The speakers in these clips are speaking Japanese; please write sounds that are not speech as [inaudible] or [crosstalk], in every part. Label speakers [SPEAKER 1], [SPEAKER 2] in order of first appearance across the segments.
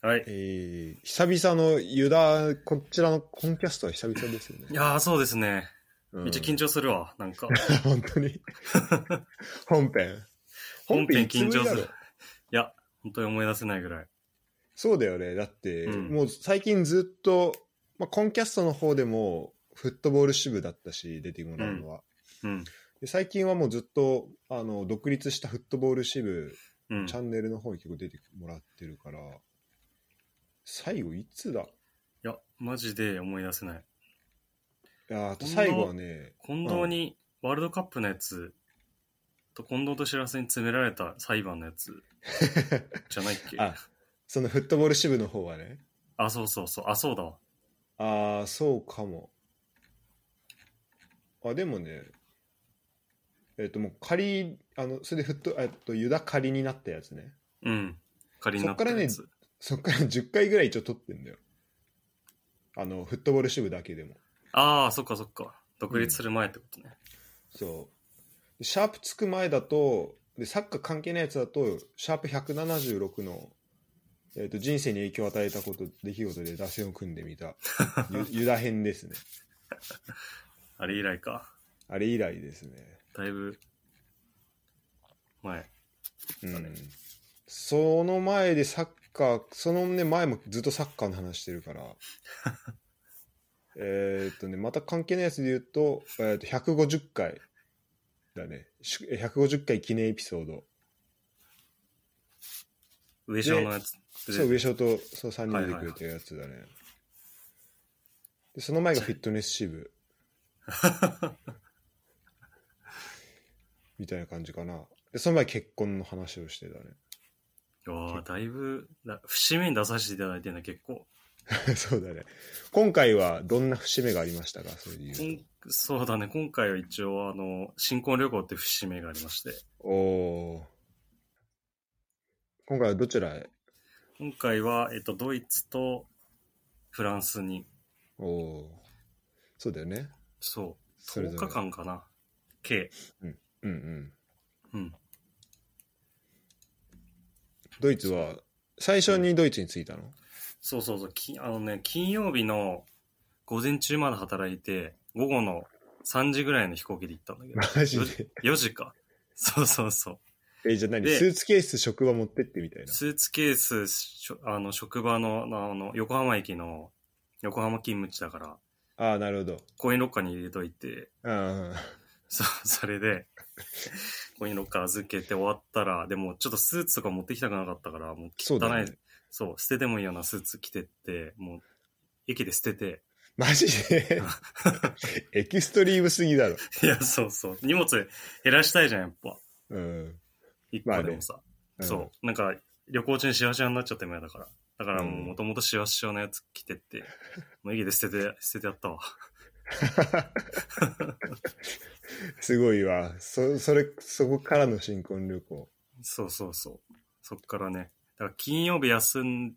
[SPEAKER 1] はい。
[SPEAKER 2] えー、久々のユダ、こちらのコンキャストは久々ですよね
[SPEAKER 1] い。やー、そうですね。
[SPEAKER 2] うん
[SPEAKER 1] めっちゃ緊張するわ、なん
[SPEAKER 2] [laughs]
[SPEAKER 1] か。
[SPEAKER 2] 本当に。本編。
[SPEAKER 1] 本編緊張
[SPEAKER 2] いつぶりだ
[SPEAKER 1] する。
[SPEAKER 2] ろ
[SPEAKER 1] いや、本当に思い出せないぐらい。
[SPEAKER 2] そうだよね。だって、
[SPEAKER 1] うん
[SPEAKER 2] もう最近ずっと、まあ、コンキャストの方でも、フットボール支部だったし、出てもらうのは。
[SPEAKER 1] うん。
[SPEAKER 2] で最近はもうずっと、あの、独立したフットボール支部、
[SPEAKER 1] うん
[SPEAKER 2] チ。ャンネルの方に結構出てもらってるから、最後いつだ
[SPEAKER 1] いや、マジで思い出せない。
[SPEAKER 2] いやあと
[SPEAKER 1] 近藤
[SPEAKER 2] 最後はね、
[SPEAKER 1] 近藤にワールドカップのやつと近藤と知らせに詰められた裁判のや
[SPEAKER 2] [laughs]
[SPEAKER 1] つじゃないっけ
[SPEAKER 2] あ
[SPEAKER 1] あ
[SPEAKER 2] そのフットボール支部の方はね、
[SPEAKER 1] そうそうそう。あ、そうだわ。
[SPEAKER 2] ああ、そうかも。あ、でもね、えっ、と、もう仮、あの、それでフット、えっと、ユダ仮になったやつね。
[SPEAKER 1] うん。仮になってるやつ。
[SPEAKER 2] そそっから10回ぐらい一応撮ってんだよ。あの、フットボール支部だけでも。
[SPEAKER 1] ああ、そっかそっか。独立する前ってことね。
[SPEAKER 2] そう。でシャープつく前だと、で、サッカー関係ないやつだと、シャープ176の、えっ、と、人生に影響を与えたこと、出来事で打線を組んでみた、ユユダ編ですね。
[SPEAKER 1] あれ以来か。
[SPEAKER 2] あれ以来ですね。
[SPEAKER 1] だいぶ前。
[SPEAKER 2] うん、その前でサッカーそのね前もずっとサッカーの話してるからえーっとねまた関係ないやつで言うと,、えーっと150回だねしえ150回記念エピソード
[SPEAKER 1] 上昇のやつ。
[SPEAKER 2] そう上昇とそう3人でくれたやつだね、でその前がフィットネス支部みたいな感じかなでその前結婚の話をしてたね
[SPEAKER 1] いやーだいぶ、だ節目に出させていただいてるね、結構。
[SPEAKER 2] [laughs] そうだね。今回はどんな節目がありましたか、そういう
[SPEAKER 1] こ
[SPEAKER 2] 理由
[SPEAKER 1] んそうだね、今回は一応、あの、新婚旅行って節目がありまして、
[SPEAKER 2] と。おー今回はどちらへ
[SPEAKER 1] 今回は、えっと、ドイツとフランスに、
[SPEAKER 2] おーそうだよね。
[SPEAKER 1] そ、
[SPEAKER 2] そうれぞ
[SPEAKER 1] 10
[SPEAKER 2] れ
[SPEAKER 1] 日間かな、計。
[SPEAKER 2] うんうん。
[SPEAKER 1] うん。
[SPEAKER 2] ドイツは、最初にドイツに着いたの
[SPEAKER 1] そうそうそう、きあのね、金曜日の午前中まで働いて、午後の3時ぐらいの飛行機で行ったん
[SPEAKER 2] [laughs]
[SPEAKER 1] だけど、
[SPEAKER 2] マジ
[SPEAKER 1] [laughs]
[SPEAKER 2] で。
[SPEAKER 1] 4時か。そうそうそう。
[SPEAKER 2] え、じゃあ何
[SPEAKER 1] で
[SPEAKER 2] スーツケース職場持ってってみたいな。
[SPEAKER 1] スーツケース、しょあの、職場の、あの、横浜駅の、横浜勤務地だから、
[SPEAKER 2] ああ、なるほど。
[SPEAKER 1] コインロッカーに入れといて、
[SPEAKER 2] あ
[SPEAKER 1] そ、それで、コインロッカー預けて終わったら、でもちょっとスーツとか持ってきたくなかったから、もう汚い、
[SPEAKER 2] そうだよね
[SPEAKER 1] そう、捨ててもいいようなスーツ着てって、もう、駅で捨てて、
[SPEAKER 2] マジ
[SPEAKER 1] [laughs]
[SPEAKER 2] で [laughs] エキストリームすぎだろ。
[SPEAKER 1] いや、そうそう、荷物減らしたいじゃん、やっぱ。
[SPEAKER 2] うん。
[SPEAKER 1] 一
[SPEAKER 2] まあ
[SPEAKER 1] 個
[SPEAKER 2] ね
[SPEAKER 1] でもさ、
[SPEAKER 2] うん
[SPEAKER 1] そう、なんか、旅行中にシワシワになっちゃっても嫌だから。だからも
[SPEAKER 2] う
[SPEAKER 1] う、
[SPEAKER 2] ん
[SPEAKER 1] もともとシワシワのやつ着てって、もう駅で捨てて、捨ててやったわ。
[SPEAKER 2] [laughs] すごいわ。そ、それ、そこからの新婚旅行。
[SPEAKER 1] そうそうそう。そっからね。だから金曜日休ん、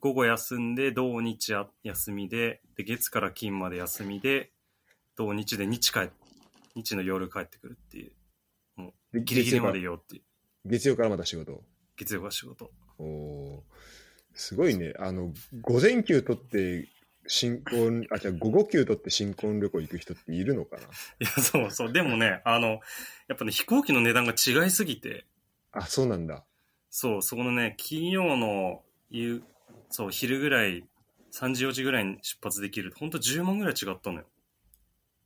[SPEAKER 1] 午後休んで、土日あ休みで、で、月から金まで休みで、土日で日帰っ、日の夜帰ってくるっていう。
[SPEAKER 2] で
[SPEAKER 1] ギリギリまでいようっていう。
[SPEAKER 2] 月曜からまた仕事。
[SPEAKER 1] 月曜が仕事。
[SPEAKER 2] おおー、すごいね。あの、午前休取って新婚、あ、じゃあ午後休取って新婚旅行行く人っているのかない
[SPEAKER 1] や、そうそう。でもね、あの、やっぱね、飛行機の値段が違いすぎて、
[SPEAKER 2] あ、そうなんだ。
[SPEAKER 1] そう、そこのね、金曜の夕、そう、昼ぐらい、3時4時ぐらいに出発できる。ほんと10万ぐらい違ったのよ。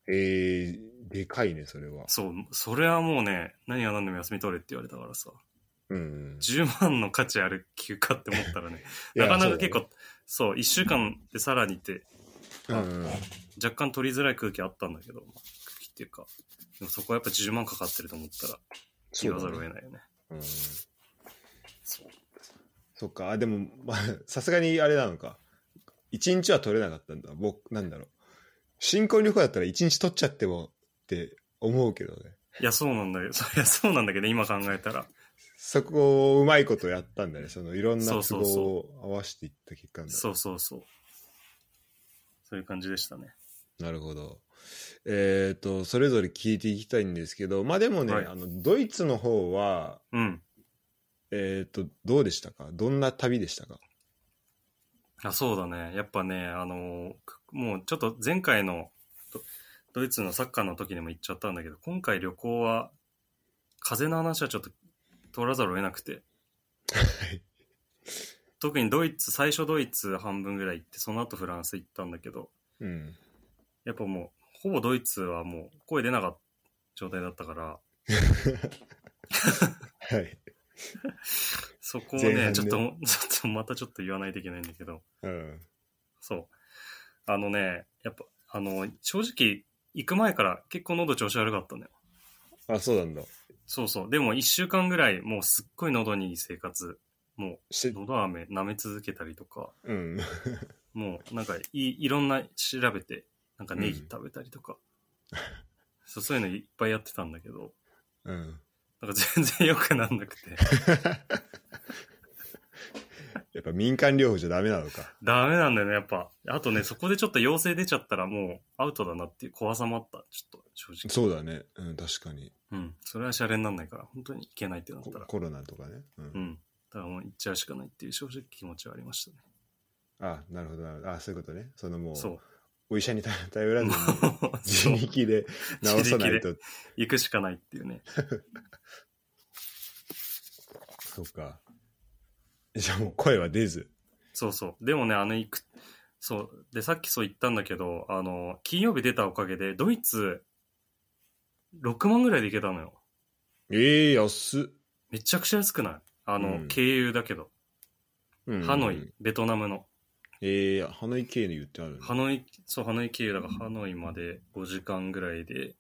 [SPEAKER 2] えー、でかいね、それは。
[SPEAKER 1] そう、それはもうね、何が何でも休み取れって言われたからさ。
[SPEAKER 2] うん。
[SPEAKER 1] 10万の価値ある休暇って思ったらね、
[SPEAKER 2] いや
[SPEAKER 1] なかなか
[SPEAKER 2] そうだね
[SPEAKER 1] 結構、そう,、1週間でさらにって、
[SPEAKER 2] うんうん、
[SPEAKER 1] 若干取りづらい空気あったんだけど、空気っていうか、でもそこはやっぱ10万かかってると思ったら、
[SPEAKER 2] そ
[SPEAKER 1] 言
[SPEAKER 2] う
[SPEAKER 1] わ
[SPEAKER 2] だ
[SPEAKER 1] ざ
[SPEAKER 2] ね
[SPEAKER 1] るを得ないよね。
[SPEAKER 2] うん。
[SPEAKER 1] そう
[SPEAKER 2] そっか。あ、でも、 [laughs] まあ、さすがにあれなのか。一日は取れなかったんだ。僕、なんだろう。新婚旅行だったら一日取っちゃってもって思うけどね。
[SPEAKER 1] いや、そうなんだけど、 [laughs] そいや、そうなんだけど、今考えたら。
[SPEAKER 2] そこをうまいことやったんだね。そのいろんな
[SPEAKER 1] そう
[SPEAKER 2] 都
[SPEAKER 1] そうそう
[SPEAKER 2] 合を合わせていった結果なんだね
[SPEAKER 1] そうそうそう。そういう感じでしたね。
[SPEAKER 2] なるほど。えっ、と、それぞれ聞いていきたいんですけど、まあでもね、
[SPEAKER 1] はい
[SPEAKER 2] あのドイツの方は、
[SPEAKER 1] うん。
[SPEAKER 2] えっ、と、どうでしたかどんな旅でしたか
[SPEAKER 1] あそうだね。やっぱね、あの、くもうちょっと前回のドドイツのサッカーの時にも言っちゃったんだけど、今回旅行は、風の話はちょっと通らざるを得なくて。特にドイツ、最初ドイツ半分ぐらい行って、その後フランス行ったんだけど、
[SPEAKER 2] うん。
[SPEAKER 1] やっぱもう、ほぼドイツはもう声出なかった状態だったから、
[SPEAKER 2] はい。
[SPEAKER 1] そこを
[SPEAKER 2] 前半
[SPEAKER 1] ね、
[SPEAKER 2] ね
[SPEAKER 1] ちょっと、ち [laughs] ょっとまたちょっと言わないといけないんだけど、
[SPEAKER 2] うん。
[SPEAKER 1] そう。あのね、やっぱ、あの、正直、行く前から結構喉調子悪かったのよ。
[SPEAKER 2] あ、そうなんだ。
[SPEAKER 1] そうそう。でも1週間ぐらい、もうすっごい喉にいい生活。も
[SPEAKER 2] し
[SPEAKER 1] う、喉飴舐め続けたりとか、
[SPEAKER 2] うん。 [laughs]
[SPEAKER 1] もう、なんかい、いろんな調べて、なんかネギ食べたりとか、 [laughs] そうそういうのいっぱいやってたんだけど、
[SPEAKER 2] うん。
[SPEAKER 1] なんか全然良くなんなくて、
[SPEAKER 2] やっぱ民間療法じゃダメなのか。
[SPEAKER 1] ダメなんだよね、やっぱ。あとね、そこでちょっと陽性出ちゃったらもうアウトだなっていう怖さもあった、ちょっと、正直。
[SPEAKER 2] そうだね。うん、確かに。
[SPEAKER 1] うん。それはシャレになんないから、本当にいけないってなっ
[SPEAKER 2] コ
[SPEAKER 1] たら。
[SPEAKER 2] コロナとかね。
[SPEAKER 1] う
[SPEAKER 2] う。
[SPEAKER 1] んん。だからもう行っちゃうしかないっていう正直気持ちはありましたね。
[SPEAKER 2] あ、なるほど、なるほど。あ、そういうことね。そのもう、
[SPEAKER 1] そう。
[SPEAKER 2] お医者に頼 [laughs] 頼らずに、
[SPEAKER 1] [laughs] そ
[SPEAKER 2] 自 [laughs]
[SPEAKER 1] う
[SPEAKER 2] 力で治さないと。
[SPEAKER 1] 行くしかないっていうね。
[SPEAKER 2] そうか。じゃあもう声は出ず。
[SPEAKER 1] そうそう。でもね、あの、行く、そう。で、さっきそう言ったんだけど、あの、金曜日出たおかげで、ドイツ、6万ぐらいで行けたのよ。
[SPEAKER 2] ええ安っ。
[SPEAKER 1] めちゃくちゃ安くないあの、
[SPEAKER 2] うん
[SPEAKER 1] 経由だけど。
[SPEAKER 2] うん
[SPEAKER 1] ハノイ、ベトナムの。
[SPEAKER 2] ええハノイ経由ってあるの
[SPEAKER 1] ハノイ、そう、ハノイ経由だから、ハノイまで5時間ぐらいで、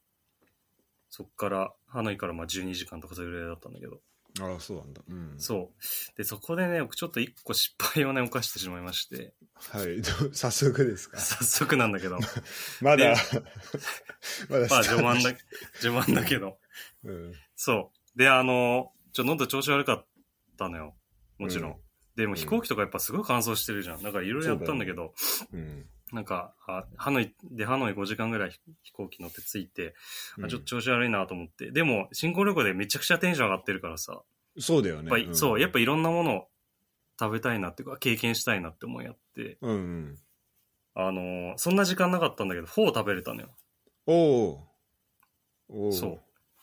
[SPEAKER 1] そっから、ハノイからまあ12時間とかそれぐらいだったんだけど。
[SPEAKER 2] あら、そうなんだ。うん。
[SPEAKER 1] そう。で、そこでね、僕ちょっと一個失敗をね、犯してしまいまして、 [laughs]
[SPEAKER 2] はい。ど [laughs] 早速ですか。
[SPEAKER 1] 早速なんだ
[SPEAKER 2] [laughs]
[SPEAKER 1] けど、
[SPEAKER 2] まだ
[SPEAKER 1] で、
[SPEAKER 2] ま
[SPEAKER 1] まあ
[SPEAKER 2] だスタート
[SPEAKER 1] 序盤だ、序盤だけど。
[SPEAKER 2] うん。
[SPEAKER 1] そう。で、あの、ちょ、喉調子悪かったのよ。もちろん。
[SPEAKER 2] うん
[SPEAKER 1] でも飛行機とかやっぱすごい乾燥してるじゃん。だからいろいろやったんだけど、
[SPEAKER 2] うん。
[SPEAKER 1] なんか、あハノイ、で、ハノイ5時間ぐらい飛行機乗って着いて、あちょっと調子悪いなと思って。でも、新婚旅行でめちゃくちゃテンション上がってるからさ、
[SPEAKER 2] うんそうだよ
[SPEAKER 1] や
[SPEAKER 2] ね
[SPEAKER 1] っぱり、。
[SPEAKER 2] ん
[SPEAKER 1] そう、やっぱいろんなものを食べたいなっていうか、経験したいなって思いやって、
[SPEAKER 2] うんうん。
[SPEAKER 1] あのーそんな時間なかったんだけど、フォー食べれたのよ。
[SPEAKER 2] おお。おお。
[SPEAKER 1] そ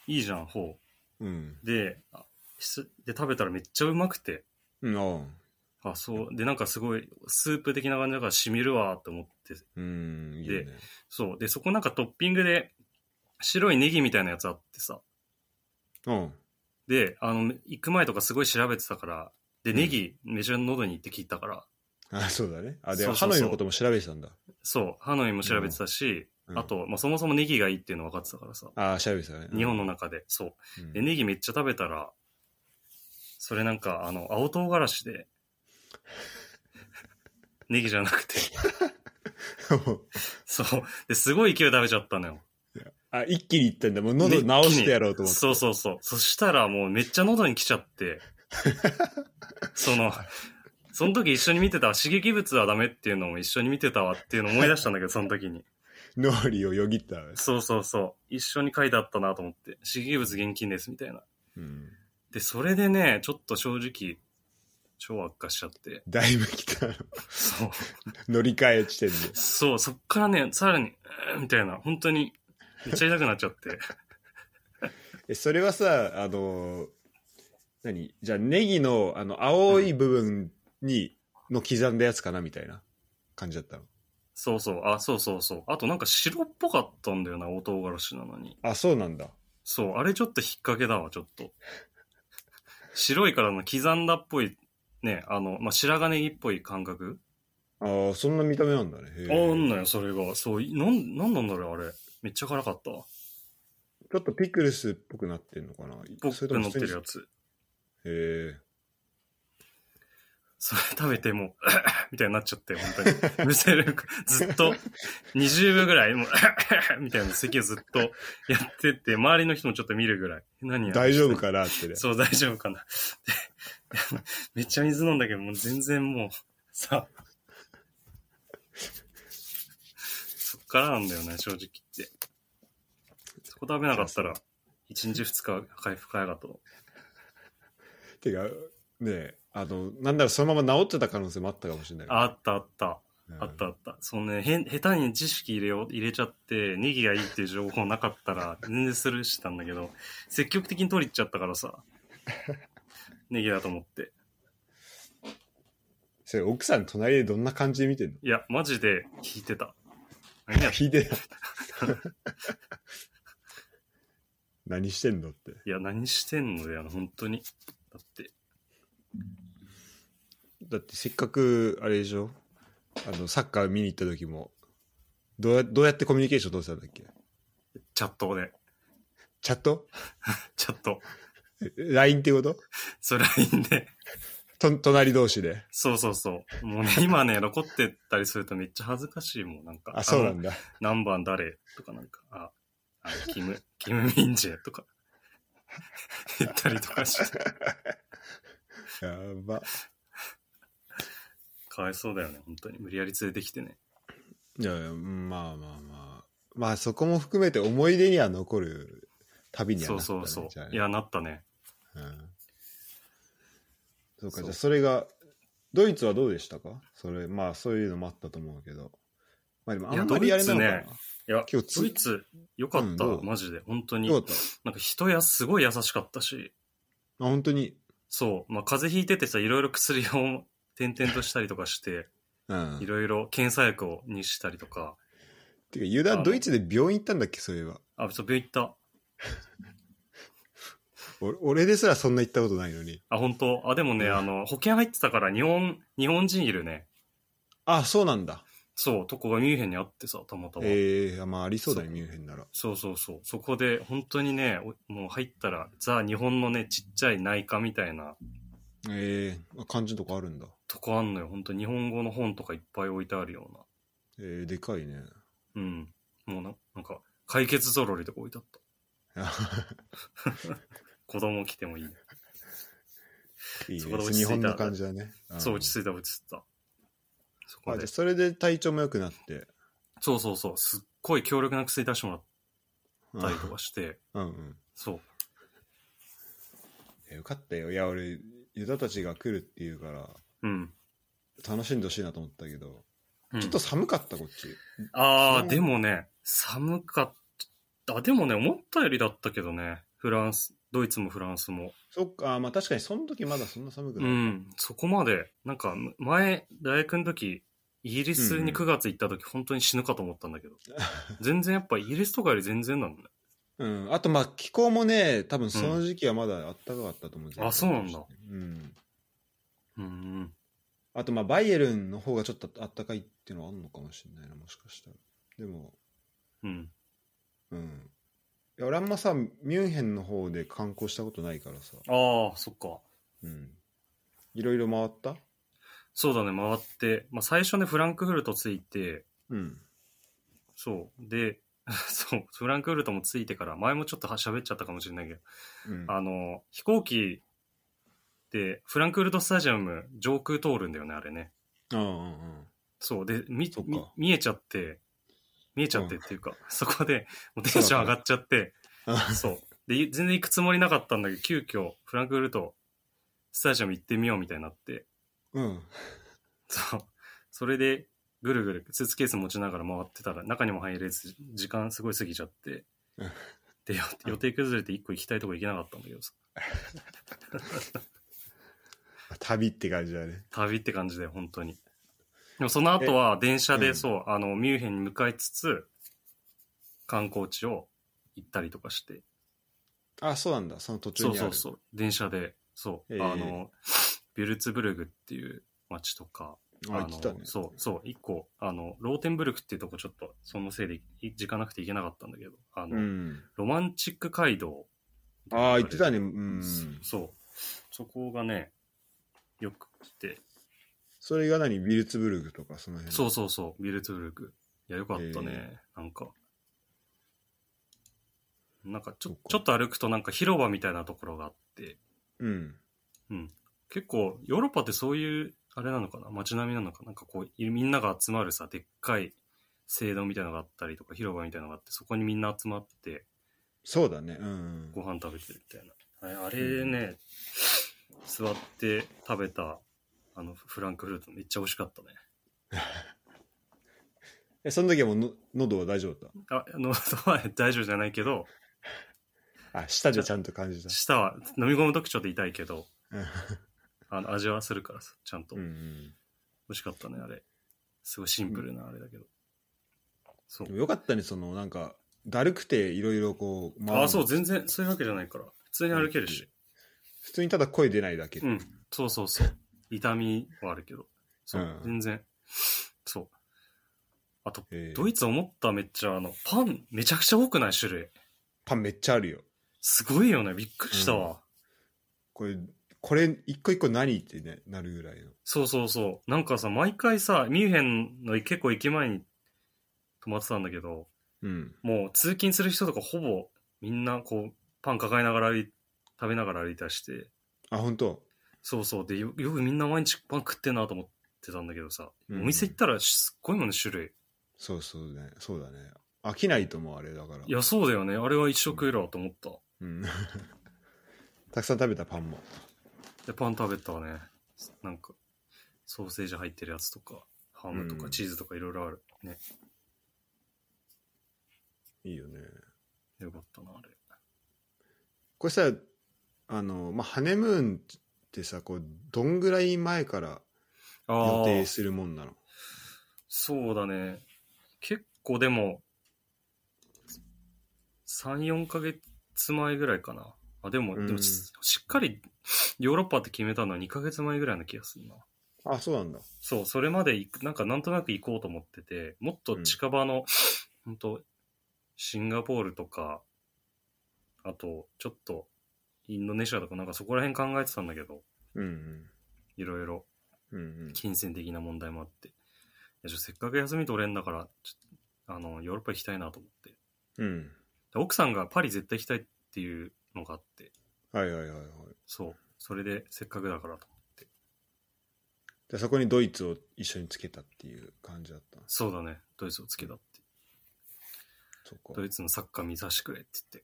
[SPEAKER 1] いいじゃん、フォ
[SPEAKER 2] う。うん。
[SPEAKER 1] ー。で、あすで、食べたらめっちゃうまくて、
[SPEAKER 2] うん。あ
[SPEAKER 1] あ、そう。で、なんかすごい、スープ的な感じだから染みるわと思って、
[SPEAKER 2] あうん。いいよね。
[SPEAKER 1] そう。で、そこなんかトッピングで、白いネギみたいなやつあってさ、
[SPEAKER 2] うん。
[SPEAKER 1] で、あの、行く前とかすごい調べてたから、で、
[SPEAKER 2] うん
[SPEAKER 1] ネギ、めちゃ喉にって聞いたから、
[SPEAKER 2] あ、そうだね。あ、で、
[SPEAKER 1] そうそうそう
[SPEAKER 2] ハノイのことも調べてたんだ。
[SPEAKER 1] そう、ハノイも調べてたし、
[SPEAKER 2] うん
[SPEAKER 1] あと、まあ、そもそもネギがいいっていうの分かってたからさ、
[SPEAKER 2] あ、調べてたね。うん
[SPEAKER 1] 日本の中で、そう。
[SPEAKER 2] うん
[SPEAKER 1] で、ネギめっちゃ食べたら、それなんか、あの、青唐辛子で、 [laughs] ネギじゃなくて、そう。で、すごい勢いで食べちゃったのよ。
[SPEAKER 2] [laughs] あ、一気にいったんだ。もう喉直してやろうと思って。
[SPEAKER 1] そうそうそう。そしたらもうめっちゃ喉に来ちゃって、その、その時一緒に見てた刺激物はダメっていうのも一緒に見てたわっていうのを思い出したんだけど、その時に。
[SPEAKER 2] 脳裏をよぎった。
[SPEAKER 1] そうそうそう。一緒に書いてあったなと思って、刺激物厳禁ですみたいな。
[SPEAKER 2] うん。
[SPEAKER 1] で、それでね、ちょっと正直、超悪化しちゃって。
[SPEAKER 2] だいぶ来た。
[SPEAKER 1] そう。
[SPEAKER 2] 乗り換え地点で。
[SPEAKER 1] そう、そっからね、さらに、うーんみたいな、本当に、めっちゃ痛くなっちゃって。 [laughs]
[SPEAKER 2] え、それはさ、あのー、何じゃあネギの、あの、青い部分に、の刻んだやつかなみたいな感じだったの。
[SPEAKER 1] そうそう、あ、そうそうそう。あとなんか白っぽかったんだよな、青唐辛子なのに。
[SPEAKER 2] あ、そうなんだ。
[SPEAKER 1] そう、あれちょっと引っ掛けだわ、ちょっと。白いからの刻んだっぽい、ね、あの、まあ、白髪ネギっぽい感覚、
[SPEAKER 2] ああ、そんな見た目なんだね。へ
[SPEAKER 1] あん
[SPEAKER 2] ー
[SPEAKER 1] のよ、それが。そう、いなん、なんなんだろう、あれ。めっちゃ辛かったわ。
[SPEAKER 2] ちょっとピクルスっぽくなってんのかな
[SPEAKER 1] ポ
[SPEAKER 2] そ
[SPEAKER 1] ッ
[SPEAKER 2] れと
[SPEAKER 1] プ
[SPEAKER 2] も
[SPEAKER 1] 乗って
[SPEAKER 2] 普通に
[SPEAKER 1] るやつ。
[SPEAKER 2] へえ。
[SPEAKER 1] それ食べてもう、 [laughs] みたいになっちゃって、本当に。むせる、ずっと、20秒ぐらい、もう、 [laughs] みたいな咳をずっとやってて、周りの人もちょっと見るぐらい。何や
[SPEAKER 2] 大丈夫かなってね。
[SPEAKER 1] そう、大丈夫かな。で [laughs] めっちゃ水飲んだけど、もう全然もう、さ、そっからなんだよね、正直言って。そこ食べなかったら、1日2日回復早かったの。
[SPEAKER 2] てか、ねえあの、なんならそのまま治ってた可能性もあったかもしれない。
[SPEAKER 1] あったあった。
[SPEAKER 2] うん
[SPEAKER 1] あったあった。そのね、へん下手に知識入れよう入れちゃって、ネギがいいっていう情報なかったら、全然スルーしてたんだけど、積極的に取り行っちゃったからさ、ネギだと思って。
[SPEAKER 2] それ奥さん隣でどんな感じで見てんの
[SPEAKER 1] いや、マジで引いてた。何や、
[SPEAKER 2] 聞いてない [laughs] 何してんのって。
[SPEAKER 1] いや何してんのだよ、本当に。だって、
[SPEAKER 2] だってせっかく、あれでしょあの、サッカー見に行った時も、どうやどうやってコミュニケーション取ってたんだっけ
[SPEAKER 1] チャットで、
[SPEAKER 2] チャット [laughs]
[SPEAKER 1] チャット、
[SPEAKER 2] え ?LINE ってこと
[SPEAKER 1] それ LINE で。
[SPEAKER 2] と隣同士で。
[SPEAKER 1] そうそうそう。もうね、今ね、残ってったりするとめっちゃ恥ずかしいもん、なんか。
[SPEAKER 2] あ、そうな
[SPEAKER 1] の
[SPEAKER 2] んだ。
[SPEAKER 1] 何番誰とかなんか、あ、あキム、 [laughs] キムミンジェとか、 [laughs] 言ったりとかして、
[SPEAKER 2] やば。
[SPEAKER 1] かわいそうだよね、本当に。無理やり連れてきてね。
[SPEAKER 2] いやいや、うんまあまあまあ。まあそこも含めて思い出には残る旅には
[SPEAKER 1] そ
[SPEAKER 2] な
[SPEAKER 1] う
[SPEAKER 2] ったね、
[SPEAKER 1] そうそう
[SPEAKER 2] じゃあ。ね
[SPEAKER 1] いや、なったね。
[SPEAKER 2] うんそう
[SPEAKER 1] そ
[SPEAKER 2] か、
[SPEAKER 1] う
[SPEAKER 2] じゃあそれが、ドイツはどうでしたかそれ、まあそういうのもあったと思うけど。まあでもあんまり
[SPEAKER 1] い
[SPEAKER 2] や
[SPEAKER 1] や
[SPEAKER 2] れないのか
[SPEAKER 1] いや、
[SPEAKER 2] 今日つ
[SPEAKER 1] ドイツ、よかった、
[SPEAKER 2] うんどう
[SPEAKER 1] マジで。本当
[SPEAKER 2] な。
[SPEAKER 1] に
[SPEAKER 2] よ。かった。
[SPEAKER 1] なんか人や、すごい優しかったし、
[SPEAKER 2] あ、本当に。
[SPEAKER 1] そう、まあ、風邪ひいててさ、いろいろ薬を点々としたりとかして、
[SPEAKER 2] うん。
[SPEAKER 1] いろいろ検査薬をにしたりとか、
[SPEAKER 2] てか、ユダ
[SPEAKER 1] あの
[SPEAKER 2] ドイツで病院行ったんだっけそういえば。
[SPEAKER 1] あ、そう、病院行った。
[SPEAKER 2] 俺俺ですらそんな行ったことないのに。
[SPEAKER 1] あ、本当あ、でもね、
[SPEAKER 2] うん
[SPEAKER 1] あの、保険入ってたから、日本、日本人いるね。
[SPEAKER 2] あ、そうなんだ。
[SPEAKER 1] そう、とこがミュンヘンにあってさ、たまたま。
[SPEAKER 2] ええまあありそうだね、
[SPEAKER 1] そう
[SPEAKER 2] ミュンヘンなら。
[SPEAKER 1] そうそうそう。そこで、本当にね、おもう入ったら、ザ・日本のね、ちっちゃい内科みたいな
[SPEAKER 2] ええあ漢字のとこあるんだ。
[SPEAKER 1] とこあんのよ。本当日本語の本とかいっぱい置いてあるよ
[SPEAKER 2] ええでかいね。
[SPEAKER 1] うな。うん。もうな、なんか、解決ぞろりとか置いてあった。子供来てもいい。
[SPEAKER 2] [laughs] いい
[SPEAKER 1] そこで
[SPEAKER 2] ね。
[SPEAKER 1] 落ち着い
[SPEAKER 2] 日
[SPEAKER 1] た
[SPEAKER 2] 本の感じだね。
[SPEAKER 1] そう、落
[SPEAKER 2] 着
[SPEAKER 1] ち着いた、落ち着いた。そこ
[SPEAKER 2] あ、じ
[SPEAKER 1] で
[SPEAKER 2] ゃあ。それで体調も良くなって。
[SPEAKER 1] そうそうそう。すっごい強力な薬出しても
[SPEAKER 2] う
[SPEAKER 1] ら
[SPEAKER 2] ん
[SPEAKER 1] ったりとかして、
[SPEAKER 2] うんうん。
[SPEAKER 1] そう。
[SPEAKER 2] えよかったよ。いや、俺、ユダたちが来るっていうから、
[SPEAKER 1] うん。
[SPEAKER 2] 楽しんでほしいなと思ったけど、
[SPEAKER 1] うん
[SPEAKER 2] ちょっと寒かった、こっち。
[SPEAKER 1] ああ、
[SPEAKER 2] そう
[SPEAKER 1] でもね、寒かった。あ、でもね、思ったよりだったけどね、フランス、ドイツもフランスも。
[SPEAKER 2] そっか、まあ確かにその時まだそんな寒く
[SPEAKER 1] う
[SPEAKER 2] ない。
[SPEAKER 1] ん、そこまで、なんか、前、大学の時、イギリス
[SPEAKER 2] うんう
[SPEAKER 1] に
[SPEAKER 2] ん
[SPEAKER 1] 9月行った時、本当に死ぬかと思ったんだけ
[SPEAKER 2] [laughs]
[SPEAKER 1] ど。全然やっぱイギリスとかより全然なのね。
[SPEAKER 2] うん。あと、まあ気候もね、多分その時期はまだ暖かかったと思う、
[SPEAKER 1] あそうなんだ。
[SPEAKER 2] うん。
[SPEAKER 1] うん、
[SPEAKER 2] あと、まあバイエルンの方がちょっと暖かいっていうのはあるのかもしれないな、もしかしたら。でも、
[SPEAKER 1] うん。
[SPEAKER 2] うん。いや俺あんまさ、ミュンヘンの方で観光したことないからさ。
[SPEAKER 1] ああ、そっか。
[SPEAKER 2] うん。いろいろ回った
[SPEAKER 1] そうだね、回って。まあ、最初ね、フランクフルト着いて、
[SPEAKER 2] うん。
[SPEAKER 1] そう。で、 [laughs] そう、フランクフルトも着いてから、前もちょっとは喋っちゃったかもしれないけど、
[SPEAKER 2] うん。
[SPEAKER 1] あの、飛行機で、フランクフルトスタジアム上空通るんだよね、あれね。
[SPEAKER 2] うんうんうん。
[SPEAKER 1] そう。で、み
[SPEAKER 2] そっ、か
[SPEAKER 1] み見えちゃって、見えちゃってっていうか、そこで、もうテンション上がっちゃって、
[SPEAKER 2] あ
[SPEAKER 1] そう。で、い全然行くつもりなかったんだけど、急遽、フランクフルトスタジアム行ってみようみたいになって、
[SPEAKER 2] うん。
[SPEAKER 1] そう。それで、ぐるぐる、スーツケース持ちながら回ってたら、中にも入れず、時間すごい過ぎちゃ
[SPEAKER 2] [laughs]
[SPEAKER 1] って
[SPEAKER 2] うん、
[SPEAKER 1] で、よ予定崩れて一個行きたいとこ行けなかったんだけどさ、
[SPEAKER 2] 旅って感じだね。
[SPEAKER 1] 旅って感じで本当にでもその後は電車
[SPEAKER 2] う
[SPEAKER 1] で
[SPEAKER 2] ん
[SPEAKER 1] そう、あのミュンヘンに向かいつつ観光地を行ったりとかして
[SPEAKER 2] あ、そうなんだ。その途中
[SPEAKER 1] そ
[SPEAKER 2] に
[SPEAKER 1] う
[SPEAKER 2] ある。
[SPEAKER 1] そうそう電車でそう、
[SPEAKER 2] へー
[SPEAKER 1] あのビュルツブルグっていう町とか
[SPEAKER 2] あ、
[SPEAKER 1] の
[SPEAKER 2] 言ってたね。
[SPEAKER 1] そうそう一個あのローテンブルクっていうとこちょっとそのせいでい時間なくて行けなかったんだけどあの、
[SPEAKER 2] ん。
[SPEAKER 1] ロマンチック街道
[SPEAKER 2] ああ、言ってたね。う。
[SPEAKER 1] うんそうそこがねよく来て
[SPEAKER 2] それが何ビルツブルグとかその辺。
[SPEAKER 1] そうそうそう、ビルツブルク。いや、よかったね。なんか。なんかち
[SPEAKER 2] そ
[SPEAKER 1] ょ
[SPEAKER 2] うか、
[SPEAKER 1] ちょっと歩くとなんか広場みたいなところがあって、
[SPEAKER 2] う。うん。
[SPEAKER 1] 結構、ヨーロッパってそういう、あれなのかな街並みなのかなんかこう、いみんなが集まるさ、でっかい聖堂みたいなのがあったりとか、広場みたいなのがあって、そこにみんな集まって、
[SPEAKER 2] そうだね。うんうん。
[SPEAKER 1] ご飯食べてるみたいな。あれあれね、座って食べた、あの、フランクフルートめっちゃ美味しかったね。
[SPEAKER 2] え、その時はもうの喉は大丈夫だっ
[SPEAKER 1] あ、喉 [laughs] は大丈夫じゃないけど、
[SPEAKER 2] たあ、舌でちゃんと感じた。
[SPEAKER 1] 舌は飲み込む時ちょっと痛いけど、
[SPEAKER 2] うん
[SPEAKER 1] あの味はするからさ、ちゃんと。
[SPEAKER 2] うんう
[SPEAKER 1] 美
[SPEAKER 2] ん
[SPEAKER 1] 味しかったね、あれ。すごいシンプルなあれだけど。そう
[SPEAKER 2] でも。よかったね、その、なんか、だるくていろいろこう、回る
[SPEAKER 1] あ
[SPEAKER 2] の
[SPEAKER 1] あ、そう、全然そういうわけじゃないから。普通に歩けるし。
[SPEAKER 2] 普通にただ声出ないだけ。
[SPEAKER 1] うん、そうそうそう。痛みはあるけど。そう、
[SPEAKER 2] うん
[SPEAKER 1] 全然。そう。あと、
[SPEAKER 2] えー
[SPEAKER 1] ドイツ思っためっちゃ、あの、パンめちゃくちゃ多くない種類。
[SPEAKER 2] パンめっちゃあるよ。
[SPEAKER 1] すごいよね。びっくりしたわ。
[SPEAKER 2] うんこれ、これ、一個一個何ってね、なるぐらいの。
[SPEAKER 1] そうそうそう。なんかさ、毎回さ、ミュンヘンの結構駅前に泊まってたんだけど、
[SPEAKER 2] うん。
[SPEAKER 1] もう通勤する人とかほぼみんなこう、パン抱えながら歩い食べながら歩いたりして、
[SPEAKER 2] あ、本当
[SPEAKER 1] そうそう。で、よよくみんな毎日パン食ってんなと思ってたんだけどさ、
[SPEAKER 2] うん
[SPEAKER 1] お店行ったらすっごいもんね、種類。
[SPEAKER 2] そうそうね。そうだね。飽きないと思う、あれだから。
[SPEAKER 1] いや、そうだよね。あれは一生食えるわと思った。
[SPEAKER 2] うん。 [laughs] たくさん食べたパンも。
[SPEAKER 1] で、パン食べたね。なんか、ソーセージ入ってるやつとか、ハムと
[SPEAKER 2] う
[SPEAKER 1] か
[SPEAKER 2] ん
[SPEAKER 1] チーズとかいろいろある。ね。
[SPEAKER 2] いいよね。
[SPEAKER 1] よかったな、あれ。
[SPEAKER 2] これさ、あの、まあ、ハネムーンってさ、こう、どんぐらい前から予
[SPEAKER 1] あ
[SPEAKER 2] 定
[SPEAKER 1] あ、
[SPEAKER 2] するもんなの
[SPEAKER 1] そうだね。結構でも、3、4ヶ月前ぐらいかな。あ、でも、
[SPEAKER 2] うん
[SPEAKER 1] でもししっかりヨーロッパって決めたのは2ヶ月前ぐらいな気がするな。
[SPEAKER 2] あ、そうなんだ。
[SPEAKER 1] そう、それまで行く、なんかなんとなく行こうと思ってて、もっと近場の、ほんと、シンガポールとか、あと、ちょっと、インドネシアとか、なんかそこら辺考えてたんだけど、
[SPEAKER 2] うん
[SPEAKER 1] いろいろ、
[SPEAKER 2] うん。うん
[SPEAKER 1] 金銭的な問題もあって。いや、ちょせっかく休み取れんだから、ちょあの、ヨーロッパ行きたいなと思って。
[SPEAKER 2] うん。うん。
[SPEAKER 1] で奥さんがパリ絶対行きたいっていうのがあって、
[SPEAKER 2] はいはいはいはい。
[SPEAKER 1] そう、それでせっかくだからと。
[SPEAKER 2] じゃあそこにドイツを一緒につけたっていう感じだったの
[SPEAKER 1] そうだね、ドイツをつけたって。
[SPEAKER 2] そこ。
[SPEAKER 1] ドイツのサッカー見させてくれって言って。